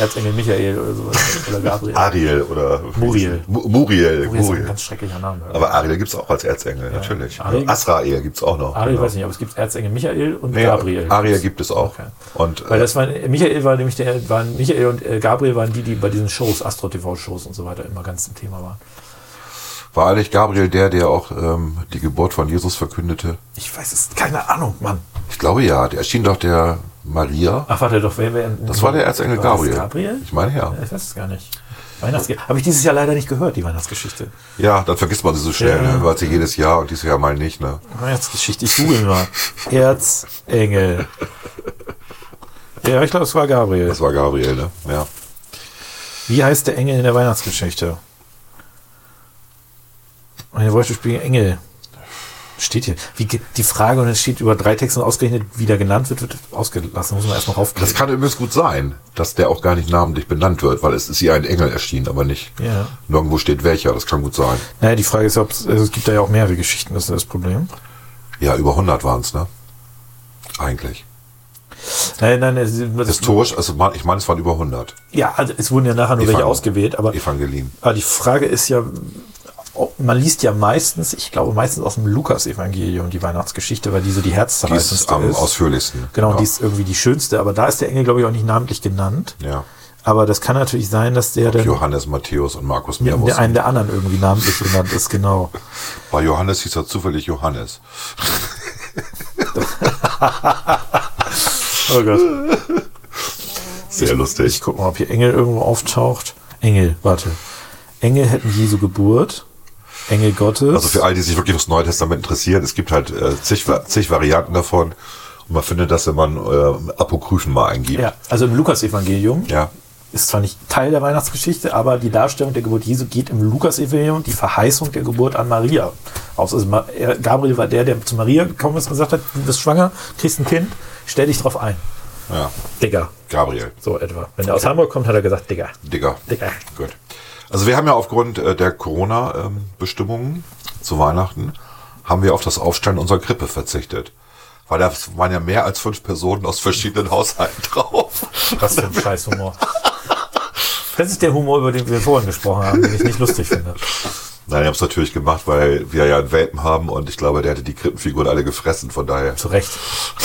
Speaker 1: Erzengel Michael oder sowas. Oder Gabriel.
Speaker 2: Ariel oder
Speaker 1: Muriel.
Speaker 2: Mu- Muriel,
Speaker 1: Das ist ein
Speaker 2: Muriel.
Speaker 1: ganz schrecklicher Name.
Speaker 2: Aber Ariel gibt's auch als Erzengel, natürlich.
Speaker 1: Ariel-
Speaker 2: Asrael gibt's auch noch.
Speaker 1: Ariel
Speaker 2: genau.
Speaker 1: weiß ich nicht, aber es gibt Erzengel Michael und
Speaker 2: Nee,
Speaker 1: Gabriel.
Speaker 2: Ariel gibt es auch.
Speaker 1: Okay.
Speaker 2: Und
Speaker 1: Weil
Speaker 2: äh,
Speaker 1: das waren, Michael war nämlich der, waren Michael und äh, Gabriel waren die, die bei diesen Shows, Astro-TV-Shows und so weiter immer ganz im Thema waren.
Speaker 2: War eigentlich Gabriel der, der auch ähm, die Geburt von Jesus verkündete?
Speaker 1: Ich weiß es, keine Ahnung, Mann.
Speaker 2: Ich glaube ja, der erschien doch der Maria.
Speaker 1: Ach, warte doch, wer, wer
Speaker 2: Das war der Erzengel
Speaker 1: War das
Speaker 2: Gabriel.
Speaker 1: Gabriel?
Speaker 2: Ich meine ja.
Speaker 1: Ich weiß es gar nicht. Weihnachtsgeschichte. Habe ich dieses Jahr leider nicht gehört, die Weihnachtsgeschichte.
Speaker 2: Ja, dann vergisst man sie so schnell,
Speaker 1: Ja.
Speaker 2: ne? Hört sie jedes Jahr und dieses Jahr mal nicht, ne?
Speaker 1: Weihnachtsgeschichte, ich google mal. Erzengel. Ja, ich glaube, es war Gabriel.
Speaker 2: Das war Gabriel, ne? Ja.
Speaker 1: Wie heißt der Engel in der Weihnachtsgeschichte? Meine Wolfe spielen Engel. Steht hier. Wie, ge- die Frage, und es steht über drei Texte und ausgerechnet, wie der genannt wird, wird ausgelassen. Muss man erstmal
Speaker 2: Das
Speaker 1: raufklicken.
Speaker 2: kann übrigens gut sein, dass der auch gar nicht namentlich benannt wird, weil es ist hier ein Engel erschienen, aber nicht
Speaker 1: Ja.
Speaker 2: nirgendwo steht welcher. Das kann gut sein.
Speaker 1: Naja, die Frage ist, ob es, also es gibt da ja auch mehrere Geschichten, das ist das Problem.
Speaker 2: Ja, über 100 waren es, ne? Eigentlich.
Speaker 1: Nein, nein, es, das,
Speaker 2: Historisch, also man- ich meine, es waren über 100
Speaker 1: ja, also es wurden ja nachher nur welche
Speaker 2: Evangel-
Speaker 1: ausgewählt, aber
Speaker 2: Evangelien.
Speaker 1: Aber die Frage ist ja, ob- man liest ja meistens, ich glaube meistens aus dem Lukas-Evangelium die Weihnachtsgeschichte, weil die so die
Speaker 2: Die ist
Speaker 1: herzzerreißendste
Speaker 2: am
Speaker 1: ist.
Speaker 2: ausführlichsten.
Speaker 1: Genau,
Speaker 2: ja.
Speaker 1: die ist irgendwie die schönste, aber da ist der Engel, glaube ich, auch nicht namentlich genannt.
Speaker 2: Ja.
Speaker 1: Aber das kann natürlich sein, dass der dann
Speaker 2: Johannes, Matthäus und Markus mehr
Speaker 1: der
Speaker 2: wussten.
Speaker 1: einen der anderen irgendwie namentlich genannt ist, genau.
Speaker 2: Bei Johannes hieß er zufällig Johannes.
Speaker 1: Oh Gott.
Speaker 2: Sehr
Speaker 1: Ich
Speaker 2: lustig.
Speaker 1: guck mal, ob hier Engel irgendwo auftaucht. Engel, warte. Engel hätten Jesu Geburt. Engel Gottes.
Speaker 2: Also für all die sich wirklich fürs Neue Testament interessieren, es gibt halt äh, zig, Va- zig Varianten davon. Und man findet das, wenn man äh, Apokryphen mal eingibt.
Speaker 1: ja, also im Lukas-Evangelium
Speaker 2: ja.
Speaker 1: ist zwar nicht Teil der Weihnachtsgeschichte, aber die Darstellung der Geburt Jesu geht im Lukas-Evangelium, die Verheißung der Geburt an Maria aus. Also Ma- er- Gabriel war der, der zu Maria gekommen ist und gesagt hat, du bist schwanger, kriegst ein Kind, stell dich drauf ein.
Speaker 2: ja.
Speaker 1: Digga,
Speaker 2: Gabriel.
Speaker 1: so etwa. Wenn er aus Hamburg kommt, hat er gesagt, Digga.
Speaker 2: Digga.
Speaker 1: Digga.
Speaker 2: Gut. Also wir haben ja aufgrund äh, der Corona-Bestimmungen zu Weihnachten, haben wir auf das Aufstellen unserer Krippe verzichtet. Weil da waren ja mehr als fünf Personen aus verschiedenen Haushalten drauf.
Speaker 1: Was für ein Scheißhumor. Das ist der Humor, über den wir vorhin gesprochen haben, den ich nicht lustig finde.
Speaker 2: Nein, wir haben es natürlich gemacht, weil wir ja einen Welpen haben und ich glaube, der hätte die Krippenfiguren alle gefressen, von daher.
Speaker 1: Zu Recht.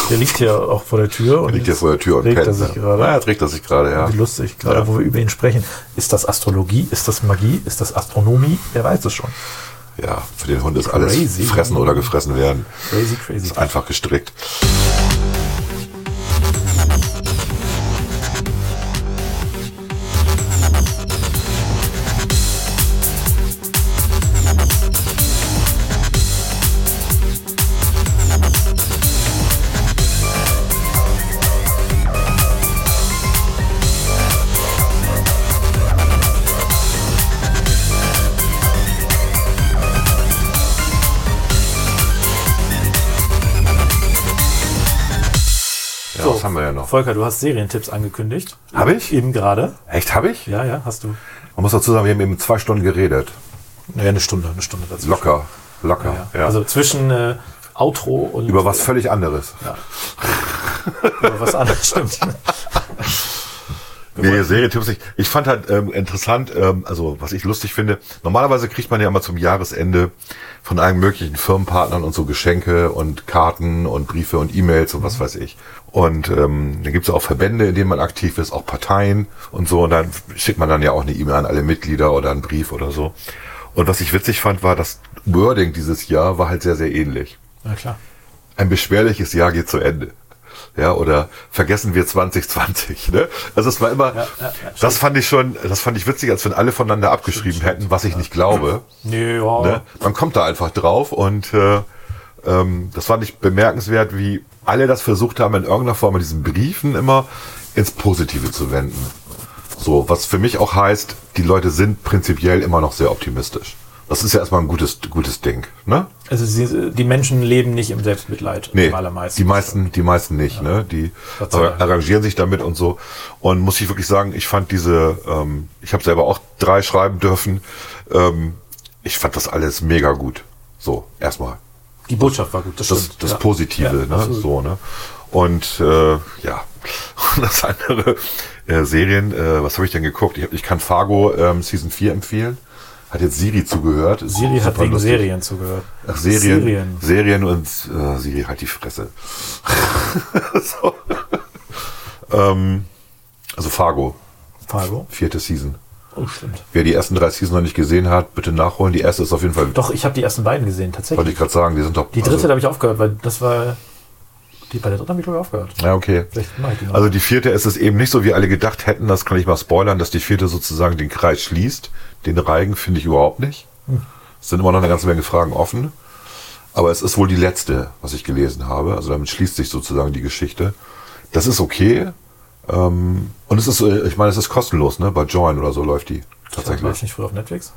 Speaker 1: Der liegt hier auch vor der Tür. Und
Speaker 2: Liegt hier vor der Tür und
Speaker 1: regt er
Speaker 2: pennt,
Speaker 1: sich
Speaker 2: ne?
Speaker 1: gerade.
Speaker 2: Ja, regt er sich gerade, ja.
Speaker 1: Wie lustig, gerade wo wir über ihn sprechen. Ist das Astrologie? Ist das Magie? Ist das Astronomie? Wer weiß es schon.
Speaker 2: Ja, für den Hund ist alles
Speaker 1: Crazy.
Speaker 2: fressen oder gefressen werden.
Speaker 1: Crazy, crazy.
Speaker 2: Ist einfach gestrickt. Ja,
Speaker 1: So.
Speaker 2: was haben wir ja noch?
Speaker 1: Volker, du hast Serientipps angekündigt.
Speaker 2: Hab ich?
Speaker 1: Eben gerade.
Speaker 2: Echt, habe ich?
Speaker 1: Ja, ja, hast du.
Speaker 2: Man muss dazu sagen, wir haben eben zwei Stunden geredet.
Speaker 1: Naja, eine Stunde, eine Stunde dazu.
Speaker 2: Locker, locker.
Speaker 1: Ja. Also zwischen äh, Outro und
Speaker 2: Über was völlig anderes.
Speaker 1: über was anderes. Stimmt.
Speaker 2: Nee, Serientipps nicht. Ich fand halt ähm, interessant, ähm, also was ich lustig finde, normalerweise kriegt man ja immer zum Jahresende von allen möglichen Firmenpartnern und so Geschenke und Karten und Briefe und E-Mails und
Speaker 1: Mhm.
Speaker 2: was weiß ich. Und ähm, dann gibt's auch Verbände, in denen man aktiv ist, auch Parteien und so. Und dann schickt man dann ja auch eine E-Mail an alle Mitglieder oder einen Brief oder so. Und was ich witzig fand, war, das Wording dieses Jahr war halt sehr, sehr ähnlich.
Speaker 1: Na klar.
Speaker 2: ein beschwerliches Jahr geht zu Ende. Ja, oder vergessen wir 2020. Ne? Also es war immer,
Speaker 1: Ja, ja, ja,
Speaker 2: das fand ich schon, das fand ich witzig, als wenn alle voneinander abgeschrieben hätten, was ich nicht glaube.
Speaker 1: Nee, ja.
Speaker 2: Ne? Man kommt da einfach drauf und äh, ähm, das fand ich bemerkenswert, wie alle das versucht haben, in irgendeiner Form in diesen Briefen immer ins Positive zu wenden. So, was für mich auch heißt, die Leute sind prinzipiell immer noch sehr optimistisch. Das ist ja erstmal ein gutes, gutes Ding. Ne?
Speaker 1: Also sie, die Menschen leben nicht im Selbstmitleid.
Speaker 2: Nee,
Speaker 1: am allermeisten.
Speaker 2: die meisten, die meisten nicht, ne? Die
Speaker 1: Gott sei Dank.
Speaker 2: ar- arrangieren sich damit und so. Und muss ich wirklich sagen, ich fand diese, ähm, ich habe selber auch drei schreiben dürfen. Ähm, ich fand das alles mega gut. So, erstmal.
Speaker 1: Die Botschaft war gut, das,
Speaker 2: Das,
Speaker 1: stimmt.
Speaker 2: das
Speaker 1: ja. Ja,
Speaker 2: Positive, ne?
Speaker 1: absolut.
Speaker 2: So, ne? Und äh, ja. Und das andere äh, Serien, äh, was habe ich denn geguckt? Ich, hab- ich kann Fargo ähm, Season 4 empfehlen. Hat jetzt Siri zugehört. Ist
Speaker 1: Siri hat
Speaker 2: super
Speaker 1: wegen
Speaker 2: lustig.
Speaker 1: Serien zugehört.
Speaker 2: Ach, Serien, Serien. und äh, Siri, halt die Fresse. so. ähm, also Fargo,
Speaker 1: Fargo.
Speaker 2: vierte Season.
Speaker 1: Oh, stimmt.
Speaker 2: Wer die ersten drei Seasons noch nicht gesehen hat, bitte nachholen. Die erste ist auf jeden Fall,
Speaker 1: Doch, ich habe die ersten beiden gesehen, tatsächlich.
Speaker 2: wollte ich gerade sagen, die sind doch...
Speaker 1: Die dritte,
Speaker 2: also,
Speaker 1: da habe ich aufgehört, weil das war. Die bei der dritten habe ich glaube ich aufgehört.
Speaker 2: also, ja, okay.
Speaker 1: Vielleicht mache ich die noch.
Speaker 2: Also die vierte ist es eben nicht so, wie alle gedacht hätten, das kann ich mal spoilern, dass die vierte sozusagen den Kreis schließt. Den Reigen finde ich überhaupt nicht. Es sind immer noch eine ganze Menge Fragen offen. Aber es ist wohl die letzte, was ich gelesen habe. Also damit schließt sich sozusagen die Geschichte. Das ist okay. Ähm, und es ist, äh, ich meine, es ist kostenlos, ne? Bei Join oder so läuft die
Speaker 1: war
Speaker 2: tatsächlich.
Speaker 1: ich nicht früher auf Netflix?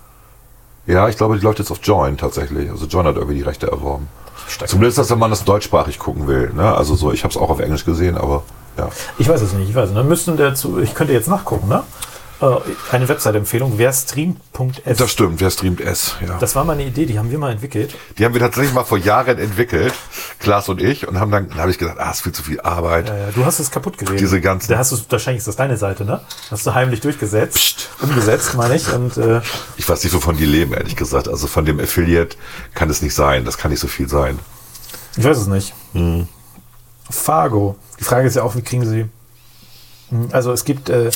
Speaker 2: Ja, ich glaube, die läuft jetzt auf Join tatsächlich. Also Join hat irgendwie die Rechte erworben.
Speaker 1: Steig-
Speaker 2: Zumindest, dass man das deutschsprachig gucken will. Ne? Also so, ich habe es auch auf Englisch gesehen, aber ja.
Speaker 1: Ich weiß es nicht, ich weiß es nicht. Müssen dazu, ich könnte jetzt nachgucken, ne? Äh, Eine Website-Empfehlung, werstream.s.
Speaker 2: Das stimmt, wer streamt es? Ja.
Speaker 1: Das war mal eine Idee, die haben wir mal entwickelt.
Speaker 2: Die haben wir tatsächlich mal vor Jahren entwickelt, Klaas und ich, und haben dann, dann habe ich gesagt, ah, ist viel zu viel Arbeit.
Speaker 1: Äh, Du hast es kaputt geredet.
Speaker 2: Diese ganzen-
Speaker 1: Da hast du, wahrscheinlich ist das deine Seite, ne? Hast du heimlich durchgesetzt. Umgesetzt, meine ich. Und äh,
Speaker 2: Ich weiß nicht, wovon die leben, ehrlich gesagt. Also von dem Affiliate kann es nicht sein. Das kann nicht so viel sein.
Speaker 1: ich weiß es nicht.
Speaker 2: Hm.
Speaker 1: Fargo. Die Frage ist ja auch, wie kriegen sie. Hm, Also es gibt äh,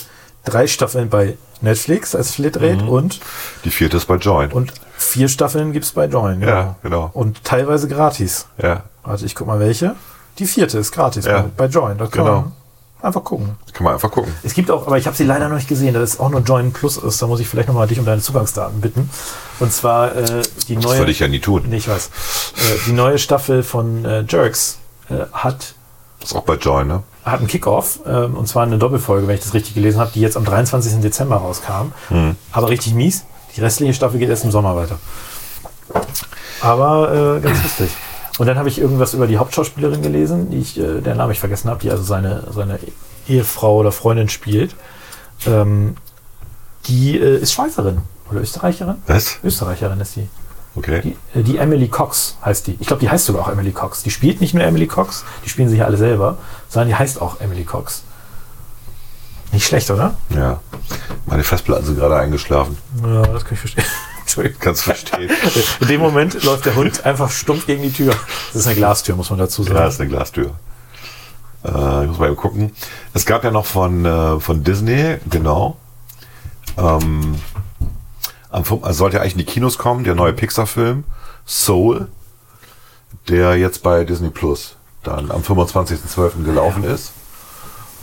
Speaker 1: drei Staffeln bei Netflix als Flitrate
Speaker 2: Mhm.
Speaker 1: und,
Speaker 2: Die vierte ist bei Join.
Speaker 1: und vier Staffeln gibt's bei Join.
Speaker 2: Ja, genau.
Speaker 1: Und teilweise gratis.
Speaker 2: ja,
Speaker 1: Warte, Also ich guck mal welche. Die vierte ist gratis
Speaker 2: Ja.
Speaker 1: bei, bei Join. Da kann
Speaker 2: Genau.
Speaker 1: man einfach gucken.
Speaker 2: kann man einfach gucken.
Speaker 1: Es gibt auch, aber ich habe sie leider noch nicht gesehen, dass es auch nur Join Plus ist. Da muss ich vielleicht nochmal dich um deine Zugangsdaten bitten. Und zwar äh, die
Speaker 2: Das
Speaker 1: neue.
Speaker 2: würde ich ja nie tun.
Speaker 1: Nee, ich weiß. Äh, die neue Staffel von äh, Jerks äh, hat,
Speaker 2: Das ist auch bei Join, ne?
Speaker 1: hat einen Kickoff. ähm, und zwar eine Doppelfolge, wenn ich das richtig gelesen habe, die jetzt am 23. Dezember rauskam. Aber richtig mies. Die restliche Staffel geht erst im Sommer weiter. Aber äh, ganz lustig. Und dann habe ich irgendwas über die Hauptschauspielerin gelesen, die ich, äh, der Name ich vergessen habe, die also seine, seine Ehefrau oder Freundin spielt. Ähm, die äh, ist Schweizerin oder Österreicherin?
Speaker 2: Was?
Speaker 1: Österreicherin ist die.
Speaker 2: Okay.
Speaker 1: Die, äh, die Emily Cox heißt die. Ich glaube, die heißt sogar auch Emily Cox. Die spielt nicht nur Emily Cox, die spielen sich ja alle selber, sondern die heißt auch Emily Cox. Nicht schlecht, oder?
Speaker 2: Ja. Meine Festplatten sind gerade eingeschlafen.
Speaker 1: Ja, das kann ich verstehen. Entschuldigung.
Speaker 2: Kannst verstehen.
Speaker 1: In dem Moment läuft der Hund einfach stumpf gegen die Tür. Das ist eine Glastür, muss man dazu sagen.
Speaker 2: Ja, ist eine Glastür. Äh, ich muss mal eben gucken. Es gab ja noch von, äh, von Disney, genau. Ähm, am, fünf- also sollte eigentlich in die Kinos kommen, der neue Pixar-Film, Soul, der jetzt bei Disney Plus dann am 25.12. gelaufen ist.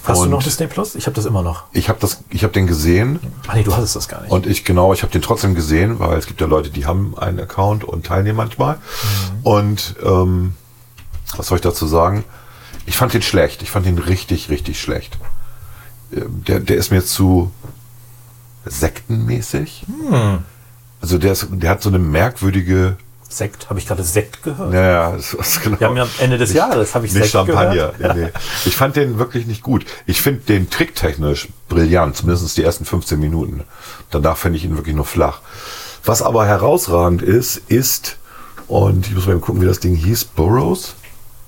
Speaker 1: Hast du
Speaker 2: Und-
Speaker 1: noch Disney Plus? Ich habe das immer noch.
Speaker 2: Ich habe das, ich habe den gesehen
Speaker 1: Ach nee, du hattest das gar nicht.
Speaker 2: und ich genau, ich habe den trotzdem gesehen, weil es gibt ja Leute, die haben einen Account und teilen den manchmal. Und ähm, was soll ich dazu sagen? Ich fand den schlecht. Ich fand den richtig, richtig schlecht. Ähm, Der, der ist mir zu sektenmäßig. Also der, ist, der hat so eine merkwürdige.
Speaker 1: Sekt, habe ich gerade Sekt gehört?
Speaker 2: Naja, das ist genau.
Speaker 1: Wir haben ja am Ende des Jahres, habe ich
Speaker 2: Nicht
Speaker 1: Sekt
Speaker 2: Champagner.
Speaker 1: gehört.
Speaker 2: Nee, nee. Ich fand den wirklich nicht gut. Ich finde den tricktechnisch brillant, zumindest die ersten 15 Minuten. Danach finde ich ihn wirklich nur flach. Was aber herausragend ist, ist, und ich muss mal eben gucken, wie das Ding hieß, Burroughs?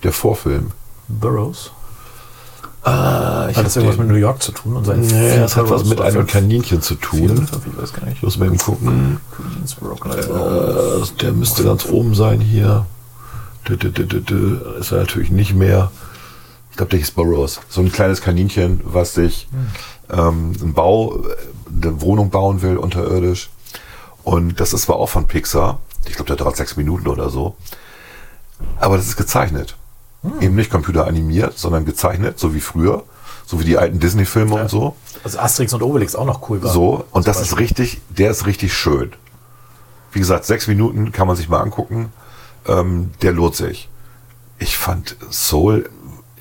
Speaker 2: Der Vorfilm.
Speaker 1: Burroughs.
Speaker 2: Ah, ich
Speaker 1: Hat das irgendwas mit New York zu tun? Und sein
Speaker 2: nee, das hat was
Speaker 1: Burroughs
Speaker 2: mit
Speaker 1: war
Speaker 2: einem
Speaker 1: fünf-
Speaker 2: Kaninchen zu
Speaker 1: vier oder
Speaker 2: tun.
Speaker 1: fünf, Ich weiß gar
Speaker 2: Ich
Speaker 1: nicht.
Speaker 2: muss mal eben
Speaker 1: Mhm.
Speaker 2: gucken.
Speaker 1: Queens, Broken Lights,
Speaker 2: Äh, der müsste ganz oben sein hier. Dü, dü, dü, dü, dü. Ist er natürlich nicht mehr. Ich glaube, der hieß Burroughs. So ein kleines Kaninchen, was sich ähm, einen Bau, äh, eine Wohnung bauen will unterirdisch. Und das ist zwar auch von Pixar. Ich glaube, der dauert sechs Minuten oder so. Aber das ist gezeichnet. Eben nicht computeranimiert, sondern gezeichnet, so wie früher. So wie die alten Disney-Filme und so.
Speaker 1: Also Asterix und Obelix auch noch cool war.
Speaker 2: So, und das ist richtig, der ist richtig schön. Wie gesagt, sechs Minuten kann man sich mal angucken. Ähm, der lohnt sich. Ich fand Soul,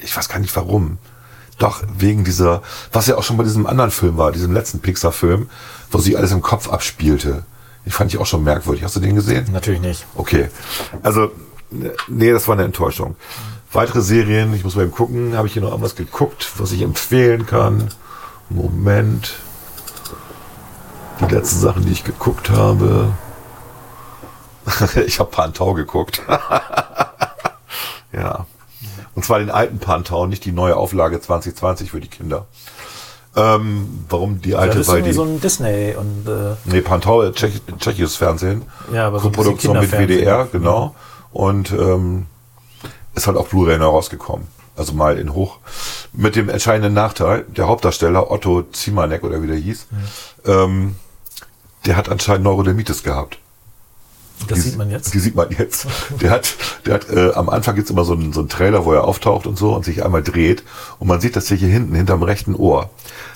Speaker 2: ich weiß gar nicht warum. Doch, wegen dieser, was ja auch schon bei diesem anderen Film war, diesem letzten Pixar-Film, wo sie alles im Kopf abspielte. Den fand ich auch schon merkwürdig. Hast du den gesehen?
Speaker 1: Natürlich nicht.
Speaker 2: Okay. Also, nee, das war eine Enttäuschung. Weitere Serien, ich muss mal eben gucken, habe ich hier noch irgendwas geguckt, was ich empfehlen kann? Moment. Die letzten Sachen, die ich geguckt habe. ich habe Pantau geguckt. ja. Und zwar den alten Pantau, nicht die neue Auflage 2020 für die Kinder. Ähm, warum die
Speaker 1: Das
Speaker 2: alte?
Speaker 1: ist
Speaker 2: weil
Speaker 1: irgendwie
Speaker 2: die,
Speaker 1: so ein Disney und äh,
Speaker 2: Nee, Pantau, äh, Tschech, tschechisches Fernsehen.
Speaker 1: Ja, aber so ein
Speaker 2: Koproduktion mit
Speaker 1: bisschen
Speaker 2: WDR,
Speaker 1: Kinderfernsehen.
Speaker 2: genau. Und ähm, ist halt auf Blu-ray neu rausgekommen. Also mal in Hoch. Mit dem entscheidenden Nachteil, der Hauptdarsteller Otto Zimanek oder wie der hieß, ähm, der hat anscheinend Neurodermitis gehabt.
Speaker 1: das
Speaker 2: Die-
Speaker 1: sieht man jetzt.
Speaker 2: Die sieht man jetzt. Der hat, der hat äh, am Anfang gibt's immer so einen, so einen Trailer, wo er auftaucht und so und sich einmal dreht. Und man sieht, dass er hier hinten, hinterm rechten Ohr,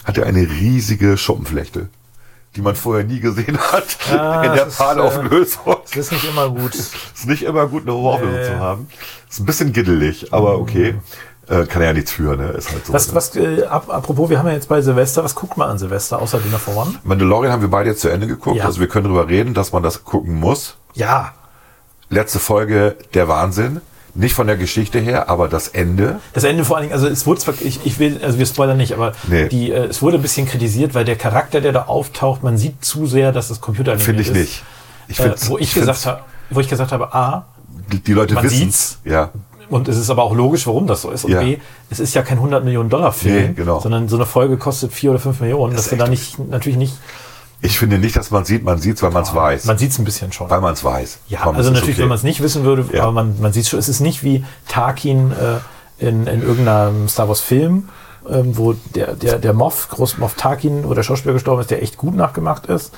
Speaker 2: hat er eine riesige Schuppenflechte, die man vorher nie gesehen hat
Speaker 1: Ah,
Speaker 2: in der
Speaker 1: das ist,
Speaker 2: Paarauflösung.
Speaker 1: Das ist nicht immer gut.
Speaker 2: ist nicht immer gut, eine Horrorfilm
Speaker 1: Nee. Mm.
Speaker 2: zu haben. Ist ein bisschen giddelig, aber okay. Äh, kann er ja nichts für, ne? Ist halt so.
Speaker 1: Was,
Speaker 2: ne?
Speaker 1: was, äh, ap apropos, wir haben ja jetzt bei Silvester, was guckt man an Silvester, außer Dinner for One?
Speaker 2: Mandalorian haben wir beide jetzt zu Ende geguckt.
Speaker 1: Ja.
Speaker 2: Also wir können darüber reden, dass man das gucken muss.
Speaker 1: Ja,
Speaker 2: Letzte Folge der Wahnsinn. Nicht von der Geschichte her, aber das Ende.
Speaker 1: Das Ende vor allen Dingen, also es wurde zwar, ich, ich will, also wir spoilern nicht, aber
Speaker 2: Nee.
Speaker 1: die, äh, es wurde ein bisschen kritisiert, weil der Charakter, der da auftaucht, man sieht zu sehr, dass das Computer
Speaker 2: Finde ich nicht. Ich
Speaker 1: Äh,
Speaker 2: find's-
Speaker 1: wo ich
Speaker 2: find's-
Speaker 1: gesagt habe, wo ich gesagt habe, A,
Speaker 2: die- die Leute
Speaker 1: man
Speaker 2: wissen
Speaker 1: sieht's.
Speaker 2: Ja.
Speaker 1: und es ist aber auch logisch, warum das so ist. Und
Speaker 2: Ja.
Speaker 1: B, es ist ja kein 100 Millionen Dollar Film,
Speaker 2: Nee, genau.
Speaker 1: sondern so eine Folge kostet 4 oder 5 Millionen, dass du da nicht, natürlich nicht,
Speaker 2: Ich finde nicht, dass man sieht, man sieht's, weil man es weiß.
Speaker 1: Ah, man sieht es ein bisschen schon.
Speaker 2: weil man es weiß.
Speaker 1: Ja,
Speaker 2: Komm,
Speaker 1: also
Speaker 2: es ist
Speaker 1: natürlich,
Speaker 2: okay.
Speaker 1: wenn man es nicht wissen würde,
Speaker 2: Ja.
Speaker 1: aber man, man sieht schon, es ist nicht wie Tarkin äh, in, in irgendeinem Star Wars Film, ähm, wo der, der, der Moff, Groß Moff Tarkin, wo der Schauspieler gestorben ist, der echt gut nachgemacht ist.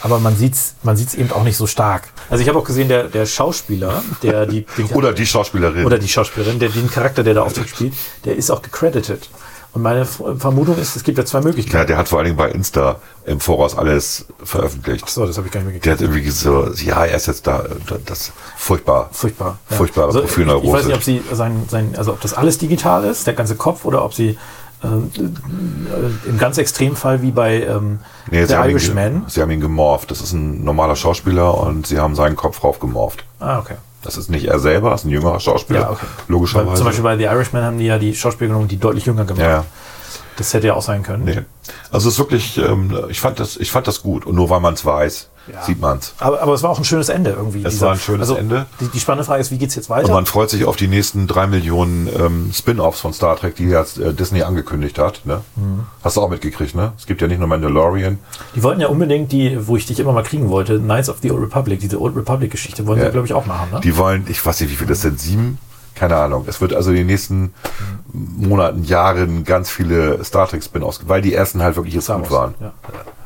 Speaker 1: Aber man sieht's, man sieht's eben auch nicht so stark. Also ich habe auch gesehen, der, der Schauspieler, der die, den,
Speaker 2: Oder die Schauspielerin.
Speaker 1: oder die Schauspielerin, der den Charakter, der da auf sich spielt, der ist auch gecredited. Und meine F- Vermutung ist, es gibt ja zwei
Speaker 2: ja,
Speaker 1: Möglichkeiten.
Speaker 2: der hat vor allen Dingen bei Insta im Voraus alles veröffentlicht.
Speaker 1: so, das habe ich gar nicht mehr gekriegt.
Speaker 2: Der hat irgendwie so, ja, er ist jetzt da. Das furchtbar.
Speaker 1: Furchtbar.
Speaker 2: Furchtbare
Speaker 1: also,
Speaker 2: Profilneurose.
Speaker 1: Ich weiß nicht, ob sie sein, sein, also ob das alles digital ist, der ganze Kopf, oder ob sie ähm, äh, im ganz Extremfall wie bei ähm,
Speaker 2: Nee, sie,
Speaker 1: The
Speaker 2: haben ihn, ge-
Speaker 1: Irishman.
Speaker 2: sie haben ihn gemorpht. Das ist ein normaler Schauspieler und sie haben seinen Kopf drauf gemorpht.
Speaker 1: Ah, okay.
Speaker 2: Das ist nicht er selber, das ist ein jüngerer Schauspieler.
Speaker 1: Ja, okay.
Speaker 2: Logischerweise.
Speaker 1: Weil, zum Beispiel bei The Irishman haben die ja die Schauspieler genommen, die deutlich jünger gemacht.
Speaker 2: ja, ja.
Speaker 1: Das hätte ja auch sein können.
Speaker 2: Nee. Also es ist wirklich, ähm, ich, fand das, ich fand das gut. Und nur weil man es weiß, sieht man es.
Speaker 1: Aber, aber es war auch ein schönes Ende irgendwie. also
Speaker 2: Es war ein schönes Ende.
Speaker 1: Die, die spannende Frage ist, wie geht's jetzt weiter?
Speaker 2: Und man freut sich auf die nächsten drei Millionen ähm, Spin-Offs von Star Trek, die jetzt äh, Disney angekündigt hat. Ne?
Speaker 1: Mhm.
Speaker 2: Hast du auch mitgekriegt, ne? Es gibt ja nicht nur Mandalorian.
Speaker 1: die wollten ja unbedingt die, wo ich dich immer mal kriegen wollte, Knights of the Old Republic, diese Old Republic-Geschichte, wollen
Speaker 2: Ja.
Speaker 1: sie, glaube ich, auch mal haben. Ne?
Speaker 2: Die wollen, ich weiß nicht, wie viel das sind, sieben? Keine Ahnung. Es wird also in den nächsten Monaten, Jahren ganz viele Star Trek Spin-Offs, weil die ersten halt wirklich jetzt
Speaker 1: Star
Speaker 2: gut
Speaker 1: Wars,
Speaker 2: waren.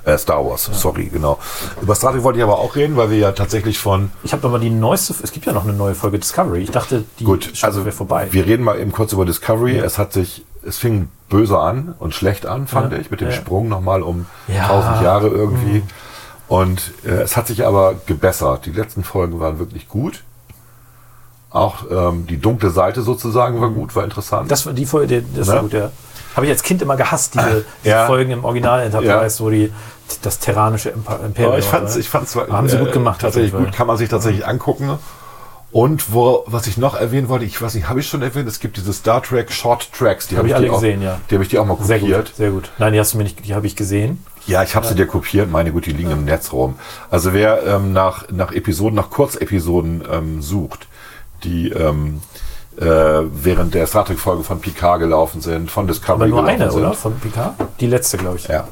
Speaker 1: ja.
Speaker 2: Äh, Star Wars, sorry, genau. Über Star Trek wollte ich aber auch reden, weil wir ja tatsächlich von
Speaker 1: Ich habe aber die neueste, es gibt ja noch eine neue Folge Discovery. Ich dachte, die
Speaker 2: Gut,
Speaker 1: Staffel
Speaker 2: also
Speaker 1: wäre vorbei.
Speaker 2: Wir reden mal eben kurz über Discovery. Es hat sich, es fing böse an und schlecht an, fand
Speaker 1: Ja,
Speaker 2: ich, mit dem
Speaker 1: ja.
Speaker 2: Sprung nochmal um
Speaker 1: Ja. Mhm.
Speaker 2: 1000 Jahre irgendwie. Und äh, es hat sich aber gebessert. Die letzten Folgen waren wirklich gut. Auch ähm, die dunkle Seite sozusagen war gut, war interessant.
Speaker 1: Mhm. das war die Folge, die, das
Speaker 2: Ne?
Speaker 1: war gut, ja. Habe ich als Kind immer gehasst, diese, diese
Speaker 2: Ja.
Speaker 1: Folgen im Original Enterprise,
Speaker 2: Ja.
Speaker 1: wo die das terranische Imper- Imperium.
Speaker 2: Aber ich fand's,
Speaker 1: oder?
Speaker 2: ich fand's zwar,
Speaker 1: ne? haben sie
Speaker 2: äh,
Speaker 1: gut gemacht,
Speaker 2: Tatsächlich
Speaker 1: auf jeden Fall.
Speaker 2: gut,
Speaker 1: Mhm.
Speaker 2: kann man sich tatsächlich angucken. Und wo, was ich noch erwähnen wollte, ich weiß nicht, habe ich schon erwähnt, es gibt diese Star Trek Short Tracks, die
Speaker 1: Hab ich
Speaker 2: die
Speaker 1: alle
Speaker 2: auch,
Speaker 1: gesehen, ja.
Speaker 2: Die habe ich dir auch mal
Speaker 1: Sehr
Speaker 2: kopiert.
Speaker 1: gut, sehr gut. Nein, die hast du mir nicht, die habe ich gesehen.
Speaker 2: Ja, ich habe sie dir kopiert. Meine Güte, die liegen im Netz rum. Also wer ähm, nach, nach Episoden, nach Kurzepisoden ähm, sucht, die ähm, äh, während der Star Trek-Folge von Picard gelaufen sind, von Discovery
Speaker 1: Aber nur
Speaker 2: gelaufen
Speaker 1: eine,
Speaker 2: sind.
Speaker 1: oder? Von Picard? Die letzte, glaube ich.
Speaker 2: also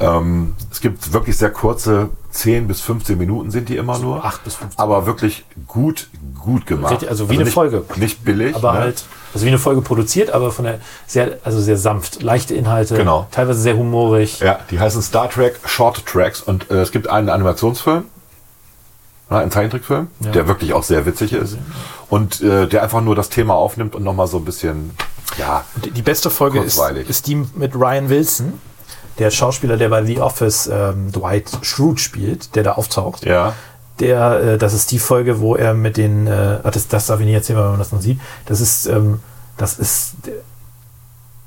Speaker 2: Ja. Ähm, es gibt wirklich sehr kurze, 10 bis 15 Minuten sind die immer nur.
Speaker 1: acht bis 15.
Speaker 2: Aber wirklich gut, gut gemacht.
Speaker 1: Richtig, also wie eine
Speaker 2: nicht,
Speaker 1: Folge.
Speaker 2: Nicht billig.
Speaker 1: Aber
Speaker 2: ne?
Speaker 1: halt, also wie eine Folge produziert, aber von der sehr, also sehr sanft, leichte Inhalte,
Speaker 2: Genau.
Speaker 1: teilweise sehr humorig.
Speaker 2: Ja, die heißen Star Trek Short Tracks und äh, es gibt einen Animationsfilm, na, einen Zeichentrickfilm,
Speaker 1: Ja.
Speaker 2: der wirklich auch sehr witzig ist und äh, der einfach nur das Thema aufnimmt und nochmal so ein bisschen, ja,
Speaker 1: Die- Die beste Folge ist,
Speaker 2: Kurzweilig.
Speaker 1: ist die mit Ryan Wilson, der Schauspieler, der bei The Office ähm, Dwight Schrute spielt, der da auftaucht.
Speaker 2: ja,
Speaker 1: Der, äh, das ist die Folge, wo er mit den, äh, ah, das, das darf ich nicht erzählen, weil man das noch sieht. Das ist, ähm, das ist äh,